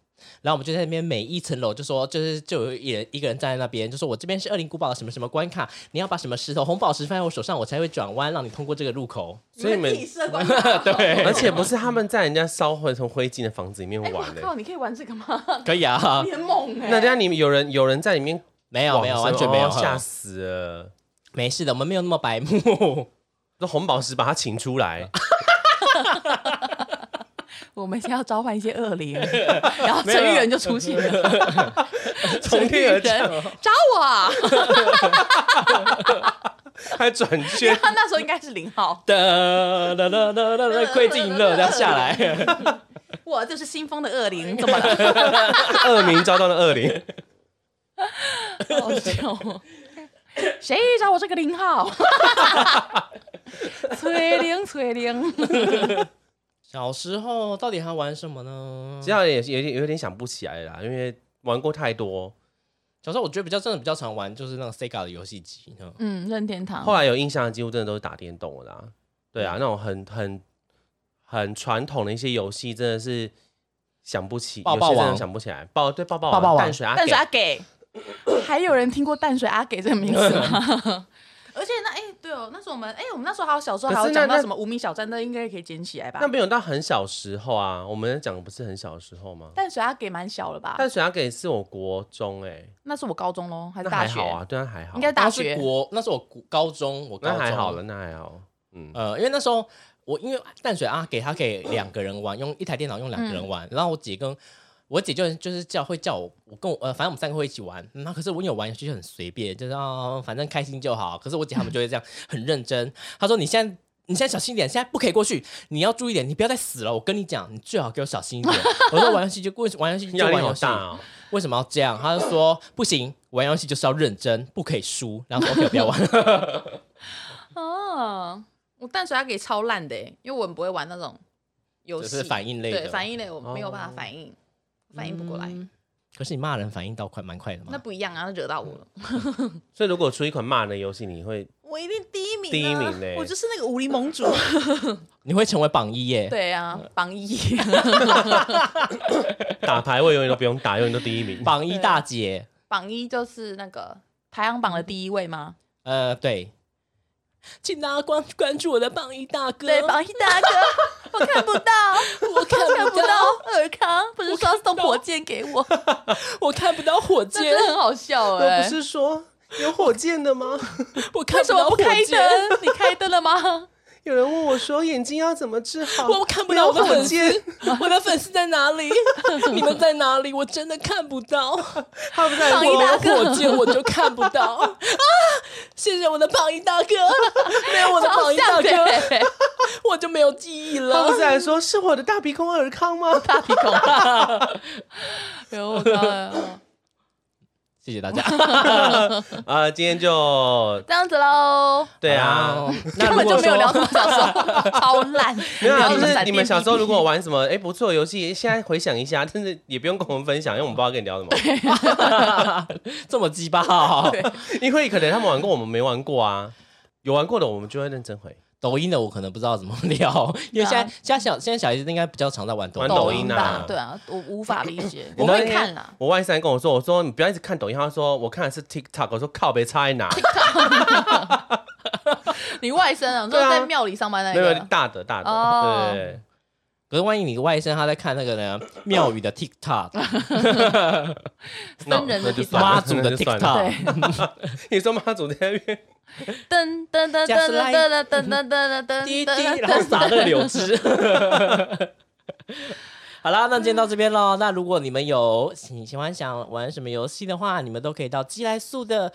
[SPEAKER 2] 然后我们就在那边每一层楼就说，就是就有一人一个人站在那边，就说我这边是恶灵古堡的什么什么关卡，你要把什么石头红宝石放在我手上，我才会转弯让你通过这个路口。
[SPEAKER 1] 所以你们
[SPEAKER 3] 自己设关卡
[SPEAKER 2] 对
[SPEAKER 1] 而且不是他们在人家烧毁成灰烬的房子里面
[SPEAKER 3] 哎，我
[SPEAKER 1] 玩的、
[SPEAKER 3] 靠，你可以玩这个吗？
[SPEAKER 2] (laughs) 可以啊
[SPEAKER 3] 你，很猛哎。
[SPEAKER 1] 那人家你们有人有人在里面
[SPEAKER 2] 没有没有
[SPEAKER 1] 往
[SPEAKER 2] 完
[SPEAKER 1] 生
[SPEAKER 2] 全没有
[SPEAKER 1] 哦，吓
[SPEAKER 2] 呵
[SPEAKER 1] 死了。
[SPEAKER 2] 没事的，我们没有那么白目。
[SPEAKER 1] 那红宝石把他请出 (laughs) 来，
[SPEAKER 3] 我们先要召唤一些恶
[SPEAKER 1] (laughs)
[SPEAKER 3] 灵，然后陈玉人就出现了，
[SPEAKER 1] 从天
[SPEAKER 2] (laughs)
[SPEAKER 1] 而降，
[SPEAKER 3] 找
[SPEAKER 1] (laughs)
[SPEAKER 3] 我啊。
[SPEAKER 1] 还转
[SPEAKER 3] 因为
[SPEAKER 1] 圈， (laughs)
[SPEAKER 3] 他 (laughs) 那时候应该是零号，
[SPEAKER 2] 哒哒哒哒哒哒，窥镜乐，然后下来。
[SPEAKER 3] 我就是新风的恶灵，怎么了？ (laughs)
[SPEAKER 1] 恶名昭彰的恶灵。
[SPEAKER 3] 好笑哦！谁找我这个零号？ (laughs) 崔玲，崔玲，
[SPEAKER 2] (laughs) 小时候到底还玩什么呢？
[SPEAKER 1] 这样也是有点有点想不起来啦，因为玩过太多。
[SPEAKER 2] 小时候我觉得比较真的比较常玩就是那个 Sega 的游戏机，嗯
[SPEAKER 3] 嗯，任天堂
[SPEAKER 1] 后来有印象的，几乎真的都是打电动的啦。对啊，那种很很很传统的一些游戏，真的是想不起，
[SPEAKER 2] 抱抱
[SPEAKER 1] 有些真的
[SPEAKER 2] 王
[SPEAKER 1] 想不起来。抱对抱抱
[SPEAKER 2] 抱抱王
[SPEAKER 1] 淡水阿
[SPEAKER 3] 淡水阿
[SPEAKER 1] 给
[SPEAKER 3] 给，还有人听过淡水阿给这个名字吗？ (laughs) 而且那哎、对哦，那时候我们哎、我们那时候还有小时候还
[SPEAKER 1] 嗯可是
[SPEAKER 3] 有
[SPEAKER 1] 那
[SPEAKER 3] 讲到
[SPEAKER 1] 那
[SPEAKER 3] 什么无名小站，那应该可以捡起来吧
[SPEAKER 1] 那？没有到很小时候啊，我们讲的不是很小时候吗？
[SPEAKER 3] 淡水阿给蛮小了吧？
[SPEAKER 1] 淡水阿给是我国中哎、欸，
[SPEAKER 3] 那是我高中喽，还是
[SPEAKER 1] 那
[SPEAKER 3] 大
[SPEAKER 1] 还
[SPEAKER 3] 学？
[SPEAKER 1] 好啊，对啊还好，
[SPEAKER 3] 应该大学
[SPEAKER 2] 那是国，那是我国高中，我高
[SPEAKER 1] 那
[SPEAKER 2] 中
[SPEAKER 1] 还好了，。那还好，嗯，
[SPEAKER 2] 呃，因为那时候我因为淡水啊，给他给两个人玩，用一台电脑用两个
[SPEAKER 3] 嗯
[SPEAKER 2] 人玩，然后我姐跟我姐就就是叫会叫我，我跟我呃，反正我们三个会一起玩。嗯那、可是我有玩游戏就很随便，就是啊、反正开心就好。可是我姐他们就会这样很认真，她说你现在。你现在小心一点，现在不可以过去，你要注意点，你不要再死了。我跟你讲，你最好给我小心一点。我说玩游戏就过，玩游戏就
[SPEAKER 1] 压力
[SPEAKER 2] 玩
[SPEAKER 1] 好
[SPEAKER 2] 游戏
[SPEAKER 1] 大，哦。
[SPEAKER 2] 为什么要这样？他就说不行，玩游戏就是要认真，不可以输。然后说 OK，我不要玩了。
[SPEAKER 3] 哦，我淡水还给超烂的欸，因为我们不会玩那种游
[SPEAKER 2] 就
[SPEAKER 3] 戏，
[SPEAKER 2] 是反应类的哦
[SPEAKER 3] 对反应类我没有办法反应，反应不过来，
[SPEAKER 2] 嗯可是你骂人反应到快蛮快的嘛
[SPEAKER 3] 那？不一样啊，那惹到我了，
[SPEAKER 2] 嗯
[SPEAKER 1] 所以如果出一款骂人的游戏，你会
[SPEAKER 3] 我一定第一名啊，
[SPEAKER 1] 第一名嘞
[SPEAKER 3] 我就是那个武林盟主，啊
[SPEAKER 2] 你会成为榜一耶。
[SPEAKER 3] 对啊，
[SPEAKER 2] 嗯
[SPEAKER 3] 榜一，
[SPEAKER 1] 打排位永远都不用打，永远都第一
[SPEAKER 3] (laughs)
[SPEAKER 1] 名。
[SPEAKER 2] 榜一大姐，
[SPEAKER 3] 榜一就是那个排行榜的第一位吗？
[SPEAKER 2] 呃，对，请大家关关注我的榜一大哥，
[SPEAKER 3] 对，榜一大哥，我看不 (laughs) 到，
[SPEAKER 2] 我看
[SPEAKER 3] 看
[SPEAKER 2] 不
[SPEAKER 3] 不
[SPEAKER 2] 到，
[SPEAKER 3] 到尔康，不是说要送火箭给 (laughs) 我，
[SPEAKER 2] 我看不到火
[SPEAKER 3] 这
[SPEAKER 2] 箭
[SPEAKER 3] (laughs) 真，的很好笑哎、
[SPEAKER 1] 是说有火箭的吗？ (laughs)
[SPEAKER 2] 我看
[SPEAKER 3] 为
[SPEAKER 2] 不
[SPEAKER 3] 什
[SPEAKER 2] 到
[SPEAKER 3] 么
[SPEAKER 2] 火
[SPEAKER 3] 不开
[SPEAKER 2] 箭，
[SPEAKER 3] 灯？你开灯
[SPEAKER 2] (laughs)
[SPEAKER 3] 了吗？
[SPEAKER 1] 有人问我说眼睛要怎么治好
[SPEAKER 2] 我看不到我的粉
[SPEAKER 1] 箭，
[SPEAKER 2] 丝， (laughs) 我的粉丝在哪
[SPEAKER 3] (laughs)
[SPEAKER 2] 里？你们在哪里？我真的看不到。
[SPEAKER 1] 他不在
[SPEAKER 3] 榜一
[SPEAKER 2] 我
[SPEAKER 3] 大
[SPEAKER 2] 有
[SPEAKER 3] 哥
[SPEAKER 2] 火箭我就看不
[SPEAKER 3] (laughs)
[SPEAKER 2] 到啊！谢谢我的榜一大哥，没有我的
[SPEAKER 3] 超
[SPEAKER 2] 榜一大
[SPEAKER 3] 像的、
[SPEAKER 2] 哥， (laughs)
[SPEAKER 3] 欸，
[SPEAKER 2] 我就没有记忆
[SPEAKER 1] 他
[SPEAKER 2] 了
[SPEAKER 1] 不。是还说是我的大鼻孔尔康吗？
[SPEAKER 3] 大鼻孔，
[SPEAKER 2] 啊
[SPEAKER 3] (laughs) 有我高了，嗯
[SPEAKER 2] 谢谢大
[SPEAKER 3] (laughs)
[SPEAKER 2] 家。
[SPEAKER 1] 啊，今天就
[SPEAKER 3] 这样子喽。
[SPEAKER 1] 对啊
[SPEAKER 2] 哦，，那如
[SPEAKER 3] (laughs) 根本
[SPEAKER 2] 果
[SPEAKER 3] 就没
[SPEAKER 2] 说
[SPEAKER 3] 有聊什么小
[SPEAKER 1] (laughs)
[SPEAKER 3] 时候，超烂。
[SPEAKER 1] 没有
[SPEAKER 3] (laughs)
[SPEAKER 1] 啊，就
[SPEAKER 3] 聊什么
[SPEAKER 1] 是
[SPEAKER 3] 闪
[SPEAKER 1] 你
[SPEAKER 3] 电
[SPEAKER 1] 们小时候
[SPEAKER 3] 霹雳
[SPEAKER 1] 如果玩什么哎不错的游戏，现在回想一下，但是也不用跟我们分享，因为我们不知道跟你聊什
[SPEAKER 3] (laughs)
[SPEAKER 1] 么，
[SPEAKER 2] (laughs) 这么鸡巴哦，
[SPEAKER 1] 因为可能他们玩过，我们没玩过啊。有玩过的，我们就会认真回。
[SPEAKER 2] 抖音的我可能不知道怎么聊，因为现在现在小现在小孩子应该比较常在玩抖
[SPEAKER 1] 玩
[SPEAKER 3] 啊抖
[SPEAKER 1] 音
[SPEAKER 3] 音
[SPEAKER 1] 啊
[SPEAKER 3] 吧，对啊，我无法理解，
[SPEAKER 1] 你
[SPEAKER 3] 我
[SPEAKER 1] 知道那
[SPEAKER 3] 会
[SPEAKER 1] 天
[SPEAKER 3] 看啊
[SPEAKER 1] (laughs)
[SPEAKER 3] 啦。
[SPEAKER 1] 我外甥跟我说，我说你不要一直看抖音，他说我看的是 TikTok，我说靠，别差在哪？
[SPEAKER 3] 你外甥啊，你
[SPEAKER 1] 对啊
[SPEAKER 3] 说在庙里上班那
[SPEAKER 1] 没有
[SPEAKER 3] 个，
[SPEAKER 1] 大的大的，
[SPEAKER 3] 哦
[SPEAKER 1] 对，
[SPEAKER 2] 可是万一你的外甥他在看那个呢庙宇的 TikTok，
[SPEAKER 1] 那
[SPEAKER 3] 僧人
[SPEAKER 1] 那
[SPEAKER 3] 的
[SPEAKER 1] 就
[SPEAKER 3] TikTok
[SPEAKER 1] 算了
[SPEAKER 2] 妈祖的
[SPEAKER 1] 那就算了
[SPEAKER 2] TikTok，
[SPEAKER 3] 对，
[SPEAKER 1] 你说妈祖在那边
[SPEAKER 3] 噔噔噔噔噔
[SPEAKER 2] 加斯拉
[SPEAKER 3] 噔噔噔噔噔
[SPEAKER 2] 滴
[SPEAKER 3] 噔
[SPEAKER 2] 滴，
[SPEAKER 3] 噔，
[SPEAKER 2] 然后撒那
[SPEAKER 3] (laughs)
[SPEAKER 2] 个柳枝。好啦，那今天到这边喽。那如果你们有喜喜欢想玩什么游戏的话，你们都可以到基来素的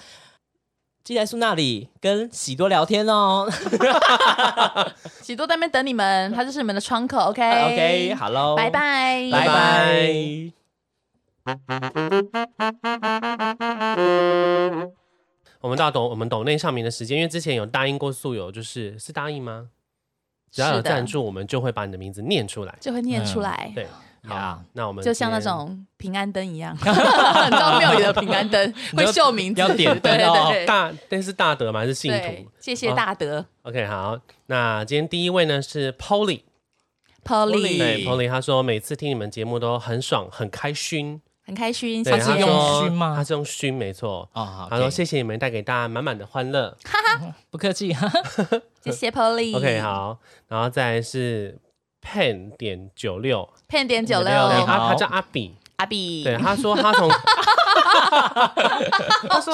[SPEAKER 2] 基来素那里跟喜多聊天哦。
[SPEAKER 3] 喜多在那边等你们，他就是你们的窗口
[SPEAKER 2] OK，
[SPEAKER 3] ，OK，，
[SPEAKER 2] 好喽，
[SPEAKER 3] 哎拜，拜，
[SPEAKER 2] 拜拜。
[SPEAKER 1] 我们到抖我们抖内上面的时间，因为之前有答应过宿友，就是是答应吗？只要有
[SPEAKER 3] 是的
[SPEAKER 1] 赞助，我们就会把你的名字念出来。
[SPEAKER 3] 就会念出来。
[SPEAKER 1] 对，好
[SPEAKER 2] 呀，
[SPEAKER 1] 那我们
[SPEAKER 3] 就像那
[SPEAKER 1] 今天
[SPEAKER 3] 种平安灯一
[SPEAKER 1] (laughs)
[SPEAKER 3] 样， (laughs) 你知道庙里的平安灯会秀名字，
[SPEAKER 2] 要点灯
[SPEAKER 3] (laughs) 对
[SPEAKER 2] 哦
[SPEAKER 3] 对对
[SPEAKER 1] 大，但是大德嘛还是信
[SPEAKER 3] 对
[SPEAKER 1] 徒。，
[SPEAKER 3] 谢谢大德
[SPEAKER 1] OK，好，那今天第一位呢是 Polly，
[SPEAKER 3] ，Polly，
[SPEAKER 1] 对 Polly，他说每次听你们节目都很爽，很开心。
[SPEAKER 3] 很开心，
[SPEAKER 1] 对，
[SPEAKER 3] 谢
[SPEAKER 2] 是
[SPEAKER 1] 他
[SPEAKER 3] 谢
[SPEAKER 2] 用。
[SPEAKER 1] 说 (laughs)
[SPEAKER 2] 熏吗
[SPEAKER 1] 他是用熏，没错。
[SPEAKER 2] 哦，好，
[SPEAKER 1] 他说谢谢你们带给大家满满的欢乐。
[SPEAKER 2] 不客气， (laughs) 哈哈
[SPEAKER 3] 谢谢 Polly。
[SPEAKER 1] OK，好，然后再来是 Pen 点九六，
[SPEAKER 3] 骗点九
[SPEAKER 2] 哦
[SPEAKER 1] 对
[SPEAKER 2] 你好
[SPEAKER 3] 六，
[SPEAKER 1] 他他叫阿比，
[SPEAKER 3] 阿比，
[SPEAKER 1] 对，他说
[SPEAKER 3] (laughs)
[SPEAKER 1] 他从他说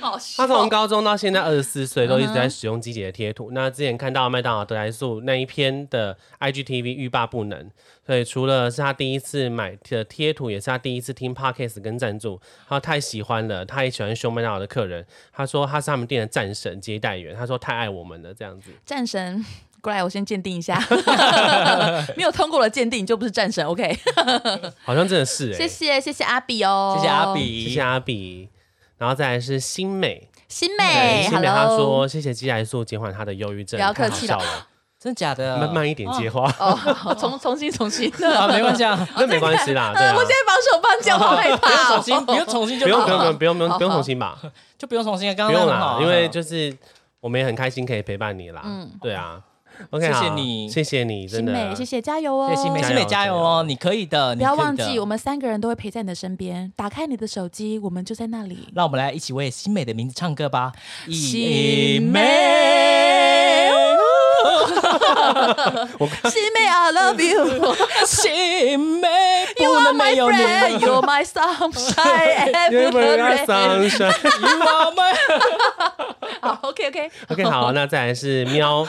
[SPEAKER 3] 好
[SPEAKER 1] 他
[SPEAKER 3] 笑
[SPEAKER 1] 从高中到现在二十四岁都一直在使用机姐的贴图。那之前看到麦当劳德莱素那一篇的 IGTV 欲罢不能，所以除了是他第一次买的贴图，也是他第一次听 Podcast 跟赞助，他太喜欢了，他也喜欢凶麦当劳的客人。他说他是他们店的战神接待员，他说太爱我们了这样子。
[SPEAKER 3] 战神。过来，我先鉴
[SPEAKER 1] (laughs)
[SPEAKER 3] 定一下， (laughs) 没有通过了鉴定，你就不是战神。OK，
[SPEAKER 1] 好像真的是哎、
[SPEAKER 3] 谢谢谢谢阿比哦，
[SPEAKER 2] 谢谢阿，
[SPEAKER 1] 谢
[SPEAKER 2] 比
[SPEAKER 1] 谢，阿比。然后再来是新美，
[SPEAKER 3] 新
[SPEAKER 1] 对
[SPEAKER 3] 美
[SPEAKER 1] 新美她
[SPEAKER 3] ，Hello，
[SPEAKER 1] 说谢谢鸡来素减缓她的忧郁症，
[SPEAKER 3] 不要
[SPEAKER 1] 太
[SPEAKER 3] 客
[SPEAKER 1] 好
[SPEAKER 3] 气
[SPEAKER 1] 笑
[SPEAKER 3] 了
[SPEAKER 1] 了，
[SPEAKER 2] 真的假的？
[SPEAKER 1] 慢慢一点接话，
[SPEAKER 3] 哦，好重重新
[SPEAKER 1] (laughs)
[SPEAKER 3] 重新，
[SPEAKER 2] (laughs) 啊，没关系
[SPEAKER 3] (laughs)
[SPEAKER 2] 啊，
[SPEAKER 1] 那没关系啦，对
[SPEAKER 3] 呃，
[SPEAKER 1] 啊
[SPEAKER 3] 我，现在绑手绑脚，好害
[SPEAKER 2] 不
[SPEAKER 1] (laughs)
[SPEAKER 2] 用
[SPEAKER 3] 怕
[SPEAKER 2] 重
[SPEAKER 3] 哦。
[SPEAKER 2] 新，不用重新就
[SPEAKER 1] 不用不
[SPEAKER 2] 好
[SPEAKER 1] 用
[SPEAKER 2] 了
[SPEAKER 1] 不用不用不用
[SPEAKER 3] 好
[SPEAKER 1] 不用
[SPEAKER 3] 好
[SPEAKER 1] 重新吧，
[SPEAKER 2] 就不用重新了，刚
[SPEAKER 1] 不
[SPEAKER 2] 刚
[SPEAKER 1] 用
[SPEAKER 2] 那嗯很
[SPEAKER 1] 啦
[SPEAKER 2] 好，，
[SPEAKER 1] 因为就是我们也很开心可以陪伴你啦，
[SPEAKER 3] 嗯
[SPEAKER 1] 对啊，OK，
[SPEAKER 2] 谢谢
[SPEAKER 1] 好
[SPEAKER 2] 你
[SPEAKER 1] 谢谢你，真
[SPEAKER 3] (laughs) 新
[SPEAKER 1] 的
[SPEAKER 3] 美，谢谢，加油哦！
[SPEAKER 2] 谢谢哎新美，
[SPEAKER 1] 加油
[SPEAKER 2] 新美加油
[SPEAKER 1] 加
[SPEAKER 2] 哦，你可以的，
[SPEAKER 3] 不
[SPEAKER 2] 你可
[SPEAKER 3] 要
[SPEAKER 2] 以的
[SPEAKER 3] 忘记，我们三个人都会陪在你的身边。打开你的手机，我们就在那里。
[SPEAKER 2] 让我们来一起为新美的名字唱歌吧，
[SPEAKER 3] 新美
[SPEAKER 1] (laughs)
[SPEAKER 3] 新美，I love
[SPEAKER 1] (laughs)
[SPEAKER 3] you，You
[SPEAKER 2] 新美，不
[SPEAKER 3] are
[SPEAKER 2] 能
[SPEAKER 3] my
[SPEAKER 2] 没有你
[SPEAKER 3] friend，You're
[SPEAKER 1] (laughs)
[SPEAKER 3] my sunshine every day。
[SPEAKER 2] ，You are (laughs) my，
[SPEAKER 3] (laughs) 好，OK OK，
[SPEAKER 1] OK，好，那再来是
[SPEAKER 2] (laughs)
[SPEAKER 1] 喵，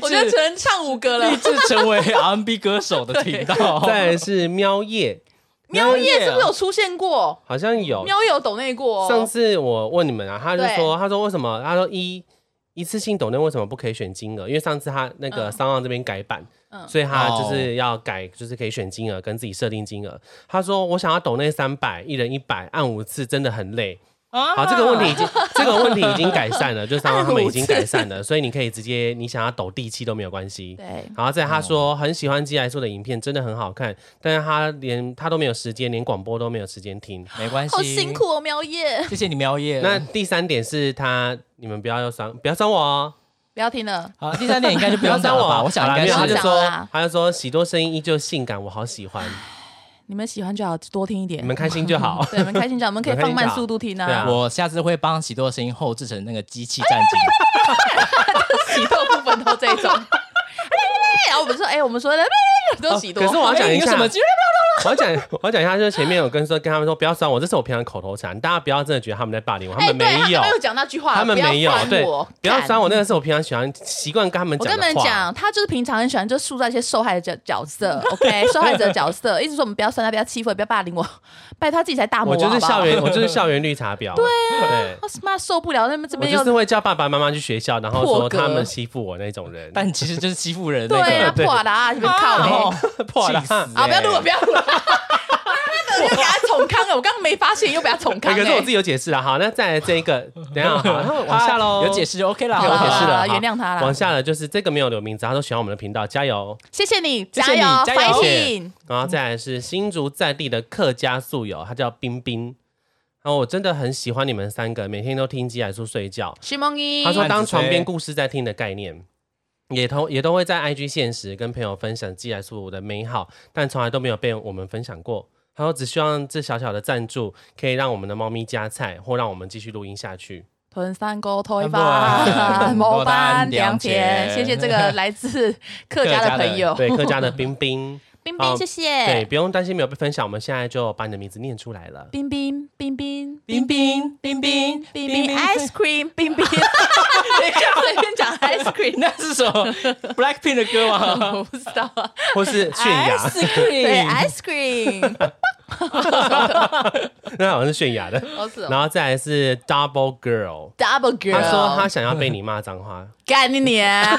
[SPEAKER 3] 我觉得只能唱五歌了 (laughs)
[SPEAKER 2] 立。志成为 R&B 歌手的频道，
[SPEAKER 1] 再来是喵夜，
[SPEAKER 3] 喵
[SPEAKER 1] 夜
[SPEAKER 3] 夜是不是有出现过？
[SPEAKER 1] 好像有。
[SPEAKER 3] 喵夜有抖内过、哦，
[SPEAKER 1] 上次我问你们啊，他就
[SPEAKER 3] 对
[SPEAKER 1] 说，他说为什么？他说一一次性抖内为什么不可以选金额？因为上次他那个
[SPEAKER 3] 嗯
[SPEAKER 1] 商浪这边改版，
[SPEAKER 3] 嗯
[SPEAKER 1] 所以他就是要改，就是可以选金额跟自己设定金额。他说我想要抖内三百，一人一百，按五次真的很累。
[SPEAKER 2] 啊
[SPEAKER 1] 好，这个问题已
[SPEAKER 3] (laughs)
[SPEAKER 1] 经这个问题已经改善了，就是商浪他们已经改善了，所以你可以直接你想要抖地契都没有关系。
[SPEAKER 3] 对，
[SPEAKER 1] 然后再他说很喜欢基来素的影片，真的很好看，但是他连他都没有时间，连广播都没有时间听。
[SPEAKER 2] 没关系，
[SPEAKER 3] 好辛苦，哦，喵夜，
[SPEAKER 2] 谢谢你喵夜。
[SPEAKER 1] 那第三点是他，你们不要要伤，不要伤我哦，
[SPEAKER 3] 不要听了。
[SPEAKER 2] 好，第三点应该就不
[SPEAKER 1] (laughs) 不要
[SPEAKER 2] 用讲
[SPEAKER 1] 伤
[SPEAKER 2] 了
[SPEAKER 1] 我
[SPEAKER 2] 吧？
[SPEAKER 1] 哦。
[SPEAKER 2] 我想
[SPEAKER 1] 好啦
[SPEAKER 2] 应
[SPEAKER 1] 没
[SPEAKER 2] 该
[SPEAKER 1] 有他就
[SPEAKER 2] 是
[SPEAKER 3] 讲了
[SPEAKER 1] 说
[SPEAKER 3] 啦，
[SPEAKER 1] 他就说喜多声音依旧性感，我好喜
[SPEAKER 3] (laughs)
[SPEAKER 1] 欢，
[SPEAKER 3] 你们喜欢就好，多听一点。。
[SPEAKER 1] 你们开心就好
[SPEAKER 3] 对，你们开心就好，我们可以放慢速度听
[SPEAKER 1] 对
[SPEAKER 3] 啊
[SPEAKER 1] 啊。
[SPEAKER 2] 我下次会帮喜多的声音后置成那个机器战警。
[SPEAKER 3] 喜多部分都这种。 (laughs) 然后我们说，哎，我们说的都喜多。
[SPEAKER 1] 哦可是我要讲一
[SPEAKER 2] 哎你有
[SPEAKER 1] 下
[SPEAKER 2] 什么机，
[SPEAKER 1] 我要讲，我要讲一下，就是前面有跟说跟他们说不要酸我，这是我平常口头禅，大家不要真的觉得他们在霸凌我，他
[SPEAKER 3] 哎，
[SPEAKER 1] 们
[SPEAKER 3] 对，
[SPEAKER 1] 没有
[SPEAKER 3] 他，没有讲那句话，
[SPEAKER 1] 他们没有
[SPEAKER 3] 不要，烦
[SPEAKER 1] 对
[SPEAKER 3] 我，
[SPEAKER 1] 不要
[SPEAKER 3] 干
[SPEAKER 1] 酸我，那个是我平常喜欢习惯跟他们
[SPEAKER 3] 我
[SPEAKER 1] 讲
[SPEAKER 3] 跟
[SPEAKER 1] 的
[SPEAKER 3] 你
[SPEAKER 1] 话。
[SPEAKER 3] 们讲，他就是平常很喜欢就塑造一些受害者
[SPEAKER 1] (laughs)
[SPEAKER 3] 角色，OK，受害者角色，一直说我们不要酸他，不要欺负，不要
[SPEAKER 1] (laughs)
[SPEAKER 3] 霸凌我，拜托他自己才大魔
[SPEAKER 1] 我
[SPEAKER 3] 王
[SPEAKER 1] 就是
[SPEAKER 3] 好不好
[SPEAKER 1] 校园，我就是校园绿茶婊。对啊，
[SPEAKER 3] 他妈受不了，那么这
[SPEAKER 1] 我
[SPEAKER 3] 边
[SPEAKER 1] 就
[SPEAKER 3] 又
[SPEAKER 1] 是会叫爸爸妈妈去学校，然后说
[SPEAKER 3] 破格
[SPEAKER 1] 他们欺负我那种人。
[SPEAKER 2] 但其实就是欺负人那
[SPEAKER 3] 对啊，
[SPEAKER 2] 个。
[SPEAKER 1] 对哦
[SPEAKER 3] 破啦，你们靠
[SPEAKER 2] 然后
[SPEAKER 3] 嘞，
[SPEAKER 1] (laughs) 破了
[SPEAKER 2] 气死
[SPEAKER 3] 啊，不要录了，
[SPEAKER 2] 欸
[SPEAKER 3] 不要
[SPEAKER 1] (laughs)
[SPEAKER 3] 录了，妈的，又给他重康了，我刚刚没发现，又给他重
[SPEAKER 1] 哎
[SPEAKER 3] 康
[SPEAKER 1] 可是我
[SPEAKER 3] 了
[SPEAKER 1] 自。己有解释了。好，那再来这一个，等一下好，那往下喽。
[SPEAKER 2] 有解释就 OK 啦，
[SPEAKER 3] 好
[SPEAKER 1] 有
[SPEAKER 3] 啦
[SPEAKER 1] 解释
[SPEAKER 3] 好啦
[SPEAKER 1] 了，好
[SPEAKER 3] 原谅他啦
[SPEAKER 1] 往下了，就是这个没有留名字，他都喜欢我们的频道，加油！
[SPEAKER 3] 谢谢你，
[SPEAKER 2] 谢
[SPEAKER 3] 加
[SPEAKER 2] 谢你
[SPEAKER 3] 油
[SPEAKER 2] 加油
[SPEAKER 3] ，fighting！
[SPEAKER 1] 然后再来是新竹在地的客家宿友，他叫冰冰。然后我真的很喜欢你们三个，每天都听鸡来叔睡觉。
[SPEAKER 3] 徐梦一，
[SPEAKER 1] 他说当床边故事在听的概念，也同也都会在 IG 现实跟朋友分享寄来素的美好，但从来都没有被我们分享过。他说只希望这小小的赞助可以让我们的猫咪加菜，或让我们继续录音下去。
[SPEAKER 3] 屯山沟推
[SPEAKER 2] 啊
[SPEAKER 3] 翻
[SPEAKER 1] (laughs)
[SPEAKER 3] (laughs)
[SPEAKER 2] 不
[SPEAKER 3] 某班
[SPEAKER 2] 班
[SPEAKER 3] 良
[SPEAKER 2] 良
[SPEAKER 3] 田，
[SPEAKER 2] 田
[SPEAKER 3] 谢谢这个来自客家的朋友，
[SPEAKER 1] 对客家的冰
[SPEAKER 3] (laughs)
[SPEAKER 1] 冰，
[SPEAKER 3] 冰
[SPEAKER 1] 好
[SPEAKER 3] 冰，谢
[SPEAKER 1] 对，
[SPEAKER 3] 谢，
[SPEAKER 1] 不用担心没有被分享，我们现在就把你的名字念出来
[SPEAKER 3] (laughs)
[SPEAKER 1] 了。
[SPEAKER 3] 冰冰冰冰
[SPEAKER 2] 冰冰冰冰
[SPEAKER 3] 冰冰 ice cream，冰 (laughs) 冰，随便讲 (laughs) ice cream，
[SPEAKER 2] 那是什么 Blackpink 的歌吗？
[SPEAKER 3] 我不知道啊，
[SPEAKER 1] 或是泫
[SPEAKER 3] 哎
[SPEAKER 1] 雅，
[SPEAKER 3] 对
[SPEAKER 2] cream，
[SPEAKER 3] ice cream，
[SPEAKER 1] (laughs) 那好像是泫雅的。
[SPEAKER 3] 我死
[SPEAKER 1] 然后再来是 Double Girl，
[SPEAKER 3] double
[SPEAKER 1] 他
[SPEAKER 3] 哦 girl，
[SPEAKER 1] 说他想要被你骂脏
[SPEAKER 3] (laughs)
[SPEAKER 1] 话，
[SPEAKER 3] 干你娘！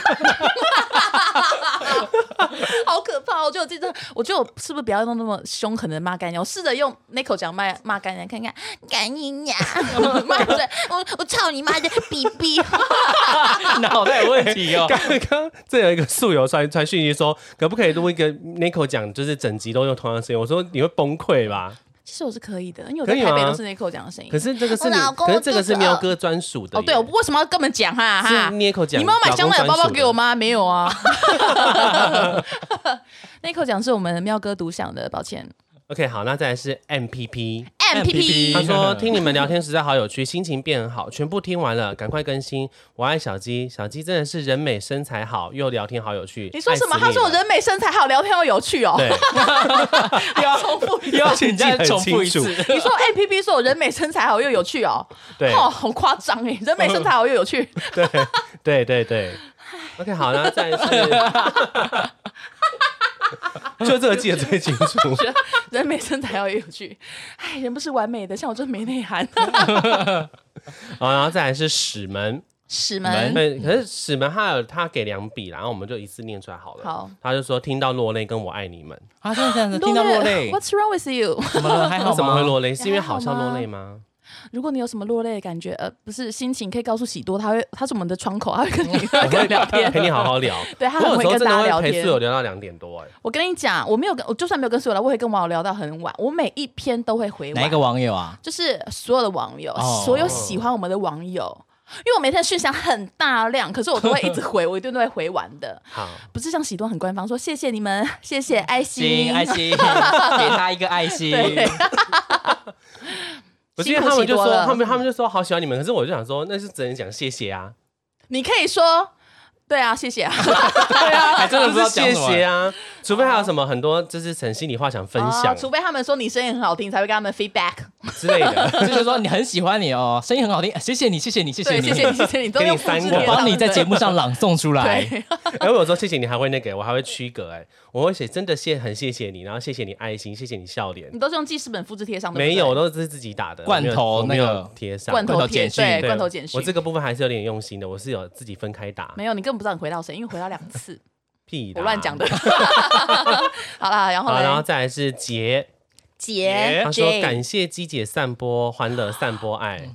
[SPEAKER 3] 好可怕！我觉得我这真的，我觉得我是不是不要用那么凶狠的骂干娘？我试着用那口讲骂骂干娘，看看干你
[SPEAKER 1] (laughs)
[SPEAKER 3] 娘！骂出来，我我操你妈的逼逼！
[SPEAKER 2] 脑袋有问题 (laughs) 哦。
[SPEAKER 1] 刚刚这有一个素友传传讯息说，可不可以录一个 Nico 讲，就是整集都用同样的声音？我说你会崩溃
[SPEAKER 3] (laughs)
[SPEAKER 1] 吧？
[SPEAKER 3] 其实我是可以的，因为我在
[SPEAKER 1] 可以
[SPEAKER 3] 台
[SPEAKER 1] 吗
[SPEAKER 3] 北都是那口讲的声音
[SPEAKER 1] 可。是这个是你
[SPEAKER 3] 我老，公
[SPEAKER 1] 可是这个
[SPEAKER 3] 肚子
[SPEAKER 1] 是喵哥专属的
[SPEAKER 3] 哦，
[SPEAKER 1] 耶。
[SPEAKER 3] 对，我为什么要跟你们讲哈哈
[SPEAKER 1] 是？Nico 讲，
[SPEAKER 3] 你们有买香奈儿包包给我
[SPEAKER 1] 吗？
[SPEAKER 3] 吗？没
[SPEAKER 1] (laughs)
[SPEAKER 3] 有啊。那口讲是我们喵哥独享的，抱歉。
[SPEAKER 1] OK，好，那再来是 MPP，
[SPEAKER 3] M P
[SPEAKER 1] (laughs)
[SPEAKER 3] P，
[SPEAKER 1] 他说听你们聊天实在好有趣，心情变好，全部听完了，赶快更新。我爱小鸡，小鸡真的是人美身材好，又聊天好有趣。
[SPEAKER 3] 你说什么？
[SPEAKER 1] 爱死
[SPEAKER 3] 他说我
[SPEAKER 1] 了
[SPEAKER 3] 人美身材好，聊天又有趣哦。
[SPEAKER 1] 对，
[SPEAKER 2] 要重复，要请
[SPEAKER 1] 记得
[SPEAKER 2] 再
[SPEAKER 1] 很
[SPEAKER 2] 重复一
[SPEAKER 1] 清
[SPEAKER 2] 次
[SPEAKER 1] 楚。 (laughs)
[SPEAKER 3] 你说 A P P 说我人美身材好又有趣哦，
[SPEAKER 1] 对
[SPEAKER 3] 哦， (laughs) 好夸张哎，人美身材好又有趣，
[SPEAKER 1] 对对对对。OK，好，然后再
[SPEAKER 3] (laughs)
[SPEAKER 1] 来是，就这个记得最清楚。 (laughs)
[SPEAKER 3] 人美身材好又有趣，哎，人不是完美的，像我这没内涵。
[SPEAKER 1] 好，然后再来是史门，哎
[SPEAKER 3] 屎
[SPEAKER 2] 门
[SPEAKER 3] 门，
[SPEAKER 1] 对，可是史门他有他给两笔啦，然后我们就一次念出来好了。
[SPEAKER 3] 好，
[SPEAKER 1] 他就说听到落泪跟我爱你们，
[SPEAKER 2] 啊，真的这样子，听到落泪，
[SPEAKER 3] What's wrong with you？
[SPEAKER 2] 怎么 (laughs) 了？还好
[SPEAKER 1] 为
[SPEAKER 2] 吗
[SPEAKER 1] 什么会？落泪？是因为
[SPEAKER 3] 哦还好
[SPEAKER 1] 好笑落
[SPEAKER 3] 吗
[SPEAKER 1] 泪
[SPEAKER 3] (laughs)
[SPEAKER 1] 吗？
[SPEAKER 3] 如果你有什么落泪的感觉，呃，不是心情，可以告诉喜多，他会，他是我们的窗口，他会跟
[SPEAKER 1] (laughs)
[SPEAKER 3] 你跟你聊天。
[SPEAKER 1] 陪你好好聊。
[SPEAKER 3] 对他
[SPEAKER 1] 我有
[SPEAKER 3] 很会
[SPEAKER 1] 时候
[SPEAKER 3] 跟
[SPEAKER 1] 真
[SPEAKER 3] 大家
[SPEAKER 1] 的
[SPEAKER 3] 聊
[SPEAKER 1] 会陪
[SPEAKER 3] 天
[SPEAKER 1] 室。友聊到两点多，哎，
[SPEAKER 3] 我跟你讲，我没有跟，我就算没有跟所有聊，我会跟网友聊到很晚，我每一篇都会回完。
[SPEAKER 2] 哪一个网友啊？
[SPEAKER 3] 就是所有的网友，
[SPEAKER 2] 哦
[SPEAKER 3] 所有喜欢我们的网友。因为我每天讯息量很大量，可是我都会一直回，我一定都会回完的，
[SPEAKER 1] 好，
[SPEAKER 3] 不是像喜多很官方说谢谢你们， (laughs) 谢谢爱心，
[SPEAKER 2] 爱心，给他一个爱心。
[SPEAKER 3] 对， (laughs)
[SPEAKER 1] 不是因
[SPEAKER 3] 辛
[SPEAKER 1] 为
[SPEAKER 3] 苦
[SPEAKER 1] 他们
[SPEAKER 3] 喜
[SPEAKER 1] 就
[SPEAKER 3] 多
[SPEAKER 1] 说
[SPEAKER 3] 了
[SPEAKER 1] 他们他们就说好喜欢你们，可是我就想说那是只能讲谢谢
[SPEAKER 3] (laughs)
[SPEAKER 1] 啊，
[SPEAKER 3] 你可以说对啊，谢谢啊，
[SPEAKER 2] 对啊，还真的不知
[SPEAKER 1] 就
[SPEAKER 2] 道
[SPEAKER 1] 是
[SPEAKER 2] 讲
[SPEAKER 1] 谢
[SPEAKER 2] (laughs)
[SPEAKER 3] 哦
[SPEAKER 2] 什么
[SPEAKER 1] 谢。啊，除非还有什么很多就是很心里话想分享
[SPEAKER 3] 哦 (laughs) 除非他们说你声音很好听，才会跟他们 feedback。
[SPEAKER 1] 之类的。 (laughs)
[SPEAKER 2] 就是说你很喜欢你哦，声音很好听，谢谢你，谢谢你，谢谢
[SPEAKER 3] 对，
[SPEAKER 2] 你，
[SPEAKER 3] 谢谢你，谢谢你，都
[SPEAKER 1] 给你
[SPEAKER 3] 用复
[SPEAKER 1] 三
[SPEAKER 3] 制
[SPEAKER 1] 个
[SPEAKER 2] 我
[SPEAKER 3] 贴
[SPEAKER 2] 帮你
[SPEAKER 3] 上
[SPEAKER 2] 在
[SPEAKER 3] 对
[SPEAKER 2] 节目上朗诵出来。
[SPEAKER 3] 对，
[SPEAKER 1] 哎，我有时候谢谢你还会那个，我还会区隔哎、我会写真的谢很谢谢你，然后谢谢你爱心，谢谢你笑脸
[SPEAKER 3] (laughs) 你，都是用记事本复制贴上的，对不
[SPEAKER 1] 没
[SPEAKER 3] 对
[SPEAKER 1] 有，都是自己打的
[SPEAKER 2] 罐头
[SPEAKER 1] 我没有
[SPEAKER 2] 那个
[SPEAKER 1] 我没有贴上
[SPEAKER 3] 罐
[SPEAKER 2] 罐
[SPEAKER 3] 头
[SPEAKER 2] 头
[SPEAKER 3] 贴
[SPEAKER 2] 简讯
[SPEAKER 3] 对，
[SPEAKER 1] 对
[SPEAKER 3] 罐头简讯。
[SPEAKER 1] 我这个部分还是有点用心的，我是有自己分开打。
[SPEAKER 3] 没有，你根本不知道你回到谁，因为回到两次，
[SPEAKER 1] 屁啦，
[SPEAKER 3] 我乱讲的。 (laughs) 好啦，然后
[SPEAKER 1] 啊好，然后
[SPEAKER 3] 呢？
[SPEAKER 1] 再来是杰，
[SPEAKER 3] 杰
[SPEAKER 1] 他说感谢鸡姐散播欢乐，散播爱。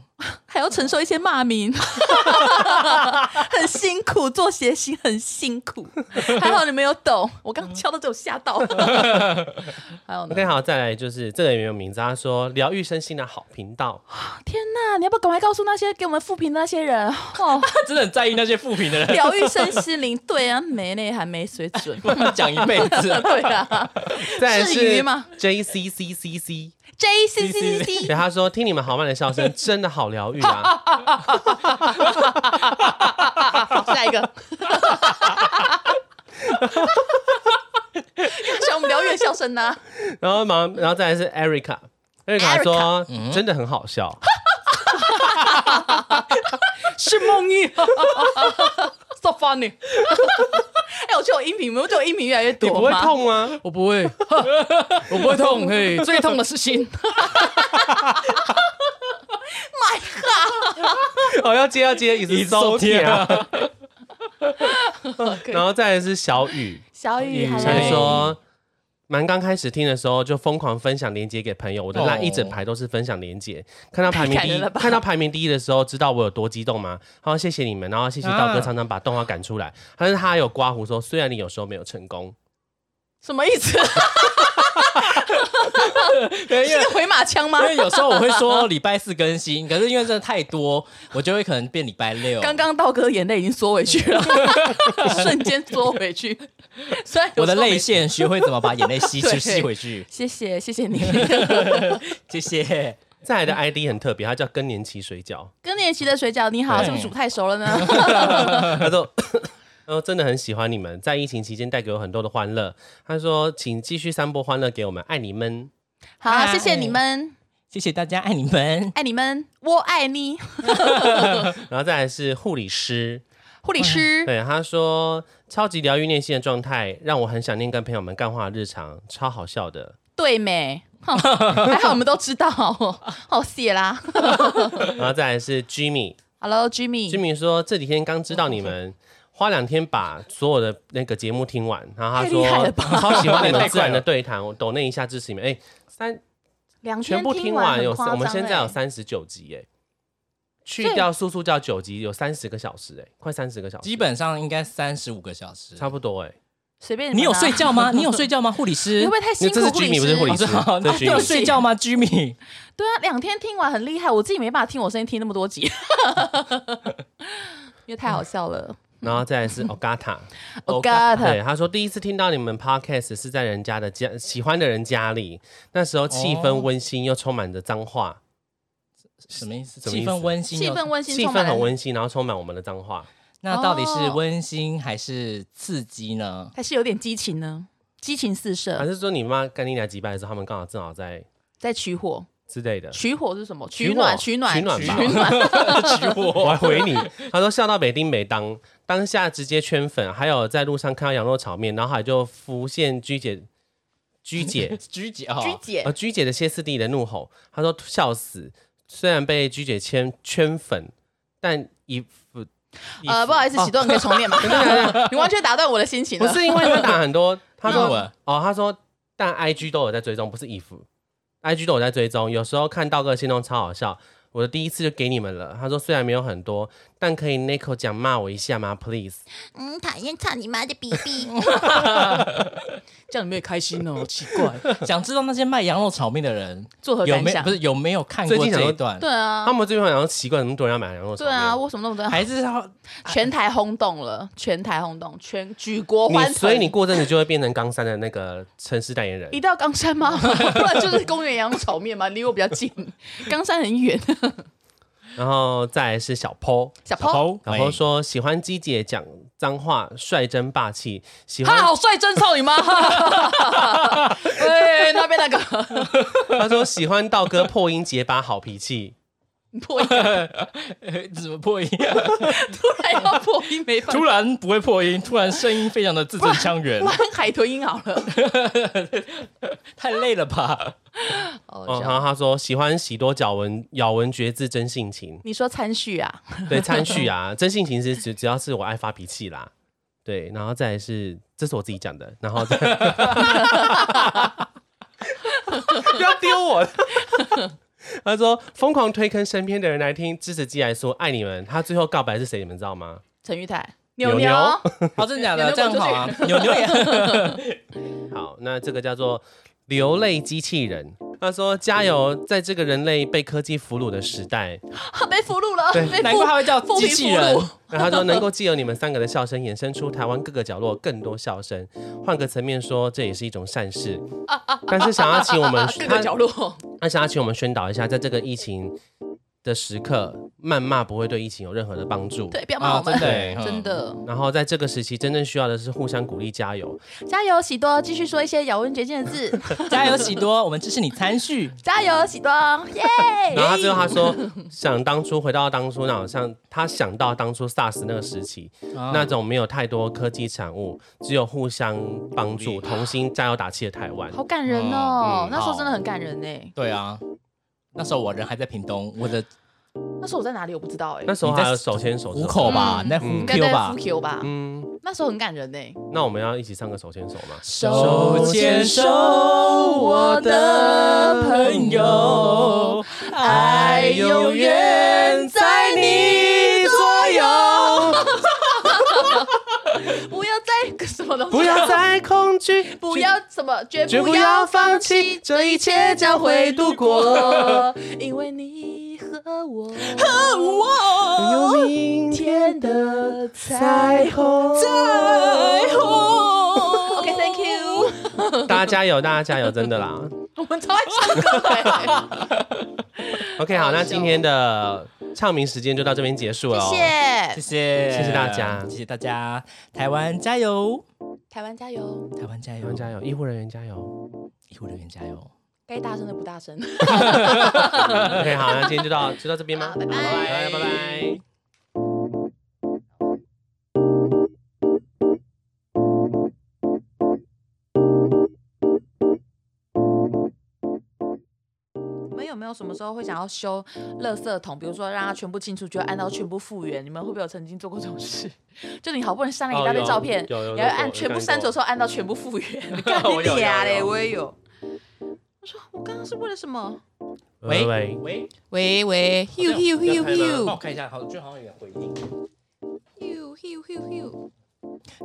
[SPEAKER 5] 还要承受一些骂
[SPEAKER 3] (laughs)
[SPEAKER 5] 名，很辛苦，做谐星很辛
[SPEAKER 3] (laughs)
[SPEAKER 5] 苦。
[SPEAKER 3] 还好你没有抖，我刚敲到这，我吓 (laughs) 到。还有呢
[SPEAKER 1] OK，？好，再来就是这个也没有名字，他说疗愈身心的好频 (laughs) 道，
[SPEAKER 3] 天哪，你要不要赶快告诉那些给我们复评的那些人？ (laughs)
[SPEAKER 2] 他
[SPEAKER 3] 哦，
[SPEAKER 2] 真的很在意那些负评的
[SPEAKER 3] (laughs)
[SPEAKER 2] 人，
[SPEAKER 3] 疗愈身心灵，对啊，没嘞，还没水准。
[SPEAKER 2] 不然讲一辈 (laughs) 子。
[SPEAKER 3] (laughs) 对啊
[SPEAKER 1] 再来
[SPEAKER 3] 至于
[SPEAKER 1] 是
[SPEAKER 3] 吗
[SPEAKER 1] J C C C C，
[SPEAKER 3] ，J C C C，
[SPEAKER 1] 对他说听你们豪迈的笑声真的好疗愈 (laughs) 啊，
[SPEAKER 3] 啊好，下一个。 (laughs) 像我们聊月笑声呢、
[SPEAKER 1] 然后忙，然后再来是 Erica。瑞嗯卡说：“真的很好笑，
[SPEAKER 3] 是梦玉，so funny。哎、我觉得我音频，我觉得我音频越来越
[SPEAKER 1] 你不
[SPEAKER 3] 多
[SPEAKER 1] 会
[SPEAKER 3] 吗？
[SPEAKER 1] 痛吗？
[SPEAKER 2] 我不会，我不会痛，嘿，最痛的是心。
[SPEAKER 1] 哦，要接要接， (laughs) 椅子收贴啊。然后再来是小雨，
[SPEAKER 3] 小雨，
[SPEAKER 2] 嗯
[SPEAKER 3] 好
[SPEAKER 1] 他
[SPEAKER 2] 对
[SPEAKER 3] 嘞，
[SPEAKER 1] 说，蛮刚开始听的时候就疯狂分享链接给朋友，我的
[SPEAKER 2] 哦
[SPEAKER 1] 那一整排都是分享链接。看到排
[SPEAKER 2] (laughs)
[SPEAKER 1] 名
[SPEAKER 3] 太感
[SPEAKER 1] 第一
[SPEAKER 3] 人了，吧
[SPEAKER 1] 看到排名第一的时候，知道我有多激动吗？他说谢谢你们，然后谢谢道哥
[SPEAKER 2] 啊
[SPEAKER 1] 常常把动画赶出来。但是他有刮胡说，虽然你有时候没有成功，
[SPEAKER 3] 什么意思？
[SPEAKER 2] 对，因
[SPEAKER 3] 是
[SPEAKER 2] 为
[SPEAKER 3] 个回马枪吗
[SPEAKER 2] 因？为有时候我会说礼拜四更新，可是因为真的太多，我就会可能变礼拜六。
[SPEAKER 3] 刚刚道哥眼泪已经缩回去了，瞬间缩回去。虽然有
[SPEAKER 2] 我的
[SPEAKER 3] 时候没
[SPEAKER 2] 泪，腺学会怎么把眼泪吸
[SPEAKER 3] (laughs) 对
[SPEAKER 2] 出吸回去，
[SPEAKER 3] 谢谢谢谢你。
[SPEAKER 2] 谢谢。
[SPEAKER 1] 再来的 ID 很特别，他叫更年期水饺。
[SPEAKER 5] 更年期的水饺你好，是
[SPEAKER 2] 对
[SPEAKER 3] 是
[SPEAKER 5] 不
[SPEAKER 3] 不
[SPEAKER 5] 是
[SPEAKER 3] 是
[SPEAKER 5] 煮
[SPEAKER 3] 煮太熟了呢？
[SPEAKER 1] 他说。 (coughs) 他说真的很喜欢你们，在疫情期间带给我很多的欢乐。他说：“请继续散播欢乐给我们，爱你们。
[SPEAKER 5] 好，谢谢你们，
[SPEAKER 2] 谢谢大家，爱你们。
[SPEAKER 5] 爱你们，我爱你，”
[SPEAKER 1] 然后再来是护理师，
[SPEAKER 5] 护理师。
[SPEAKER 1] 对，他说超级疗愈内心的状态，让我很想念跟朋友们干话的日常，超好笑的。
[SPEAKER 3] 对没？哼还好我们都知道，哦好谢啦。
[SPEAKER 1] 然后再来是 Jimmy，Jimmy
[SPEAKER 3] Hello Jimmy，
[SPEAKER 1] 说这几天刚知道你们。花两天把所有的那个节目听完，然后他
[SPEAKER 3] 太厉害
[SPEAKER 1] 说
[SPEAKER 3] 了吧
[SPEAKER 1] 超喜欢你
[SPEAKER 2] 太快
[SPEAKER 1] 们
[SPEAKER 2] 了
[SPEAKER 1] 自然的对谈，我抖那一下支持你们。哎、三
[SPEAKER 3] 两天
[SPEAKER 1] 全部听
[SPEAKER 3] 完
[SPEAKER 1] 完
[SPEAKER 3] 很
[SPEAKER 1] 有，
[SPEAKER 3] 夸张
[SPEAKER 1] 我们现在有
[SPEAKER 3] 欸
[SPEAKER 1] 三十九集哎、去掉速速叫九集有三十个小时哎、快三十个小时，
[SPEAKER 2] 基本上应该三十五个小时。
[SPEAKER 1] 差不多哎、
[SPEAKER 3] 随便
[SPEAKER 2] 你
[SPEAKER 3] 们
[SPEAKER 2] 有
[SPEAKER 3] 啊
[SPEAKER 2] 睡？
[SPEAKER 1] (laughs)
[SPEAKER 2] 觉吗？你有睡觉吗？护理师，
[SPEAKER 3] 你会不会太
[SPEAKER 1] 你
[SPEAKER 3] 辛苦？
[SPEAKER 1] 这是
[SPEAKER 3] 护理
[SPEAKER 1] Jimmy 不是
[SPEAKER 3] 师
[SPEAKER 1] 护理
[SPEAKER 2] 哦
[SPEAKER 1] 师
[SPEAKER 2] 是好，
[SPEAKER 1] 这
[SPEAKER 2] 那
[SPEAKER 1] 是
[SPEAKER 2] 你有睡觉吗，Jimmy？
[SPEAKER 3] 对啊，两天听完很厉害，我自己没办法听我声音听那么多集， (laughs) 因为太好笑
[SPEAKER 1] (laughs)
[SPEAKER 3] 了。
[SPEAKER 1] 然后再来是 Ogata，
[SPEAKER 3] Oh
[SPEAKER 2] Ogata
[SPEAKER 3] God，
[SPEAKER 1] 哦 (laughs) 对，他说第一次听到你们 podcast 是在人家的家，喜欢的人家里，那时候气氛
[SPEAKER 2] 哦
[SPEAKER 1] 温馨又充满着脏话，
[SPEAKER 2] 什么意思？
[SPEAKER 1] 什么意
[SPEAKER 2] 气
[SPEAKER 1] 思
[SPEAKER 2] 氛温馨，
[SPEAKER 3] 气氛。哦温馨，哦
[SPEAKER 1] 气
[SPEAKER 3] 充满
[SPEAKER 1] 氛
[SPEAKER 3] 了
[SPEAKER 1] 很，温馨，然后充满我们的脏话。
[SPEAKER 2] 那到底是温馨还是刺激呢？
[SPEAKER 3] 还是有点激情呢，激情四
[SPEAKER 1] 还
[SPEAKER 3] 射，
[SPEAKER 1] 是说你妈干你俩击败的时候，他们刚好正好在
[SPEAKER 3] 在取火。
[SPEAKER 1] 之类的？
[SPEAKER 3] 取火是什么？
[SPEAKER 1] 取火
[SPEAKER 3] 取暖，取暖，
[SPEAKER 1] 取暖吧
[SPEAKER 3] 取暖。
[SPEAKER 1] (laughs)
[SPEAKER 2] 取
[SPEAKER 1] 我
[SPEAKER 2] 火，
[SPEAKER 1] 还回你，他说笑到北丁北当，当下直接圈粉，还有在路上看到羊肉炒面，脑海就浮现居姐。居
[SPEAKER 3] (laughs)
[SPEAKER 1] 姐
[SPEAKER 2] 拘谨啊！
[SPEAKER 3] 居姐
[SPEAKER 1] 呃，，居姐的歇斯底里的怒吼，他说笑死。虽然被居姐圈圈粉，但一副
[SPEAKER 3] 呃，不好意
[SPEAKER 1] 哦
[SPEAKER 3] 思，喜多，你可以重
[SPEAKER 1] (laughs)
[SPEAKER 3] 念吗？ (laughs) 你完全打断我的心情
[SPEAKER 1] 不
[SPEAKER 3] 了。
[SPEAKER 1] 是因为他打很多， (laughs) 他说
[SPEAKER 2] 英文
[SPEAKER 1] 哦，他说但 IG 都有在追踪，不是 if，IG 都有在追踪。有时候看到个线动超好笑，我的第一次就给你们了。他说虽然没有很多，但可以 n i c o 讲骂我一下吗？Please，
[SPEAKER 5] 嗯，讨厌操你妈的逼逼！
[SPEAKER 3] (laughs) 这样你们也开心哦，奇怪，
[SPEAKER 2] 想知道那些卖羊肉炒面的人
[SPEAKER 3] 作何
[SPEAKER 2] 有
[SPEAKER 3] 感
[SPEAKER 2] 没
[SPEAKER 3] 想
[SPEAKER 2] 不？是有没有看过
[SPEAKER 1] 最近想
[SPEAKER 2] 这
[SPEAKER 1] 说
[SPEAKER 2] 一段？
[SPEAKER 3] 对啊
[SPEAKER 1] 他，们这边好像奇怪，那么多人要买羊肉炒
[SPEAKER 3] 对
[SPEAKER 1] 面。
[SPEAKER 3] 啊，我什么都不知道。
[SPEAKER 2] 还是要
[SPEAKER 3] 全台轰动了，全台轰动，全举国欢
[SPEAKER 1] 你
[SPEAKER 3] 腾。
[SPEAKER 1] 所以你过阵子就会变成冈山的那个城市代言人
[SPEAKER 3] 一。定要冈山 (laughs) 吗？不然就是公园羊肉炒面嘛，离我比较近，冈山很远。
[SPEAKER 1] 然后再来是小坡，
[SPEAKER 3] 小
[SPEAKER 2] 小
[SPEAKER 3] 抛，
[SPEAKER 2] 偷，
[SPEAKER 1] 小坡说喜欢鸡姐讲脏话，率真霸气，喜
[SPEAKER 3] 他
[SPEAKER 1] 欢
[SPEAKER 3] 好帅，真操你 (laughs) 妈！哎，那边那个 (laughs)
[SPEAKER 1] 他说喜欢道哥破音结巴好脾气，
[SPEAKER 3] 破音，突
[SPEAKER 2] 哎 (laughs) 怎么破音？
[SPEAKER 3] 然要破音没办
[SPEAKER 2] 突
[SPEAKER 3] 法，
[SPEAKER 2] 然不会破音，突然声音非常的字正腔圆
[SPEAKER 3] 不，然海豚音好了。
[SPEAKER 2] 太累了吧？
[SPEAKER 3] 哦，
[SPEAKER 1] 嗯，
[SPEAKER 3] 这
[SPEAKER 1] 然
[SPEAKER 3] 样
[SPEAKER 1] 后他说喜欢喜多咬文咬文嚼字真性情，
[SPEAKER 3] 你说参序啊？
[SPEAKER 1] 对，参序啊，真性情是只只要是我爱发脾气啦，对，然后再来是这是我自己讲的，然后再不要丢我。 (laughs) 他说疯狂推坑身边的人来听，支持寄来说爱你们。他最后告白是谁，你们知道吗？
[SPEAKER 3] 陈玉泰，
[SPEAKER 1] 扭
[SPEAKER 3] 扭
[SPEAKER 1] 扭
[SPEAKER 3] 扭，
[SPEAKER 2] 好，真的假
[SPEAKER 3] 扭
[SPEAKER 2] 的？
[SPEAKER 3] 扭
[SPEAKER 2] 这样好啊，扭 (laughs) 扭也
[SPEAKER 1] 好，那这个叫做流泪机器人。他说加油，在这个人类被科技俘虏的时代，
[SPEAKER 3] 啊 (laughs) 被俘虏了，
[SPEAKER 1] 对
[SPEAKER 2] (laughs)
[SPEAKER 3] 被
[SPEAKER 2] 难怪他
[SPEAKER 3] 俘
[SPEAKER 2] 会叫
[SPEAKER 3] 复
[SPEAKER 2] 机器人
[SPEAKER 3] 复评。
[SPEAKER 1] 那
[SPEAKER 3] (laughs)
[SPEAKER 1] 他说能够借由你们三个的笑声，衍生出台湾各个角落更多笑声。换个层面说，这也是一种善
[SPEAKER 3] (laughs)
[SPEAKER 1] 事。但是想要请我们，
[SPEAKER 3] 各个角落。
[SPEAKER 1] 他想要请我们宣导一下，在这个疫情的时刻，谩骂不会对疫情有任何的帮助。
[SPEAKER 3] 对，不要骂
[SPEAKER 2] 啊，
[SPEAKER 3] 我们
[SPEAKER 2] 真，的，
[SPEAKER 3] 真的。
[SPEAKER 1] 然后在这个时期，真正需要的是互相鼓励加油。
[SPEAKER 3] 加油，喜多！继续说一些咬文嚼字的字。
[SPEAKER 2] 嗯，加油喜多，我们支持你参序。
[SPEAKER 3] 加油，喜多！耶！
[SPEAKER 1] 然后他最后他说，想当初回到当初那好像他想到当初 SARS 那个时期，那
[SPEAKER 2] 那
[SPEAKER 1] 种没有太多科技产物，只有互相帮助、同心加油打气的台湾。
[SPEAKER 3] 好感人哦
[SPEAKER 1] 嗯，
[SPEAKER 3] 那时候
[SPEAKER 2] 好
[SPEAKER 3] 真的很感人呢。
[SPEAKER 2] 对啊，那时候我人还在屏东，我的
[SPEAKER 3] 那时候我在哪里我不知道哎
[SPEAKER 1] 那，时候还有手牵手，
[SPEAKER 2] 虎口吧，
[SPEAKER 3] 嗯
[SPEAKER 2] 你在虎
[SPEAKER 1] 嗯
[SPEAKER 3] 应该
[SPEAKER 2] Q
[SPEAKER 3] 在
[SPEAKER 2] 吧
[SPEAKER 3] 复，Q 吧？
[SPEAKER 1] 嗯，
[SPEAKER 3] 那时候很感人呢。
[SPEAKER 1] 那我们要一起唱个手牵手吗？
[SPEAKER 2] 手牵手，我的朋友，
[SPEAKER 1] 哎
[SPEAKER 2] 爱永远在
[SPEAKER 3] 哎
[SPEAKER 2] 你左右。
[SPEAKER 3] 不要再什么东西，
[SPEAKER 1] 不要再恐
[SPEAKER 2] (laughs)
[SPEAKER 1] 惧，
[SPEAKER 3] 不要什么，绝
[SPEAKER 1] 绝
[SPEAKER 3] 不
[SPEAKER 1] 不
[SPEAKER 3] 要
[SPEAKER 1] 要
[SPEAKER 3] 放
[SPEAKER 1] 放弃，这一切将会度过。
[SPEAKER 3] 过，因为你和我
[SPEAKER 1] 有明
[SPEAKER 3] 天的彩虹。
[SPEAKER 1] 虹，
[SPEAKER 2] 彩虹
[SPEAKER 3] OK，Thank、you。
[SPEAKER 1] (laughs) (laughs) 大家加油，大家加油，真的啦。
[SPEAKER 3] (laughs) 我们超爱唱歌的，
[SPEAKER 1] OK，好，那今天的唱名时间就到这边结束了、哦。
[SPEAKER 3] 谢。
[SPEAKER 2] 谢
[SPEAKER 3] 谢
[SPEAKER 2] 谢，
[SPEAKER 1] 谢谢大家
[SPEAKER 2] 谢谢大家，台湾加油，
[SPEAKER 3] 台湾加油，
[SPEAKER 2] 台湾加
[SPEAKER 1] 台
[SPEAKER 2] 油，
[SPEAKER 1] 湾加油，医护人员加油。
[SPEAKER 2] 医护人员加油。
[SPEAKER 3] 该大声的不
[SPEAKER 1] (laughs)
[SPEAKER 3] 大声。
[SPEAKER 1] OK，好，那今天就到就到这边吗？
[SPEAKER 3] 好拜拜
[SPEAKER 1] 拜拜，拜拜。
[SPEAKER 3] 你们有没有什么时候会想要修垃圾桶？比如说让它全部清除，就按到全部复原。你们会不会有曾经做过这种事？ (laughs) 就你好不容易删了一大堆照片，
[SPEAKER 1] 哦有有有
[SPEAKER 3] 你还
[SPEAKER 1] 有
[SPEAKER 3] 按
[SPEAKER 1] 有
[SPEAKER 3] 全部
[SPEAKER 1] 看过嗯
[SPEAKER 3] 删除的时候按到全部复原，你 (laughs) 干
[SPEAKER 1] (laughs) 我有有
[SPEAKER 3] 你俩嘞！
[SPEAKER 1] 有
[SPEAKER 3] 我也有。我说我刚刚是为了什么？
[SPEAKER 1] 喂
[SPEAKER 2] 喂
[SPEAKER 1] 喂，
[SPEAKER 2] 喂，
[SPEAKER 5] 喂喂，hiu hiu
[SPEAKER 2] 不要
[SPEAKER 5] hiu hiu
[SPEAKER 1] 哦
[SPEAKER 2] 开了帮我看一下，好，就好像有点回应。
[SPEAKER 5] hiu hiu hiu hiu，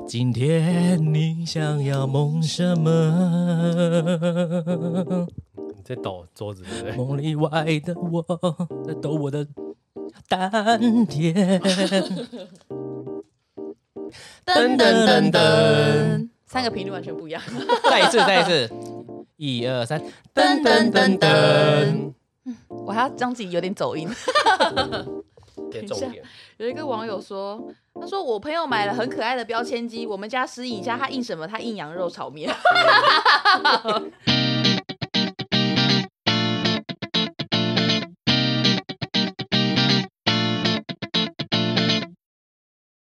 [SPEAKER 2] 今天你想要梦什么？
[SPEAKER 1] 你在抖桌子对不对？
[SPEAKER 2] 梦里外的我在抖我的丹田。
[SPEAKER 1] 噔噔噔噔，
[SPEAKER 3] 三个频率完全不一样。
[SPEAKER 2] (laughs) 再一次，再一次，一二三，
[SPEAKER 3] 噔噔噔噔
[SPEAKER 1] 噔，
[SPEAKER 3] (laughs) 我还要让自己有点走音。 (laughs)
[SPEAKER 1] 点
[SPEAKER 3] 一下
[SPEAKER 1] 重点。
[SPEAKER 3] 有一个网友说，他说我朋友买了很可爱的标签机，我们家施以一下，他印什么？他印羊肉炒面。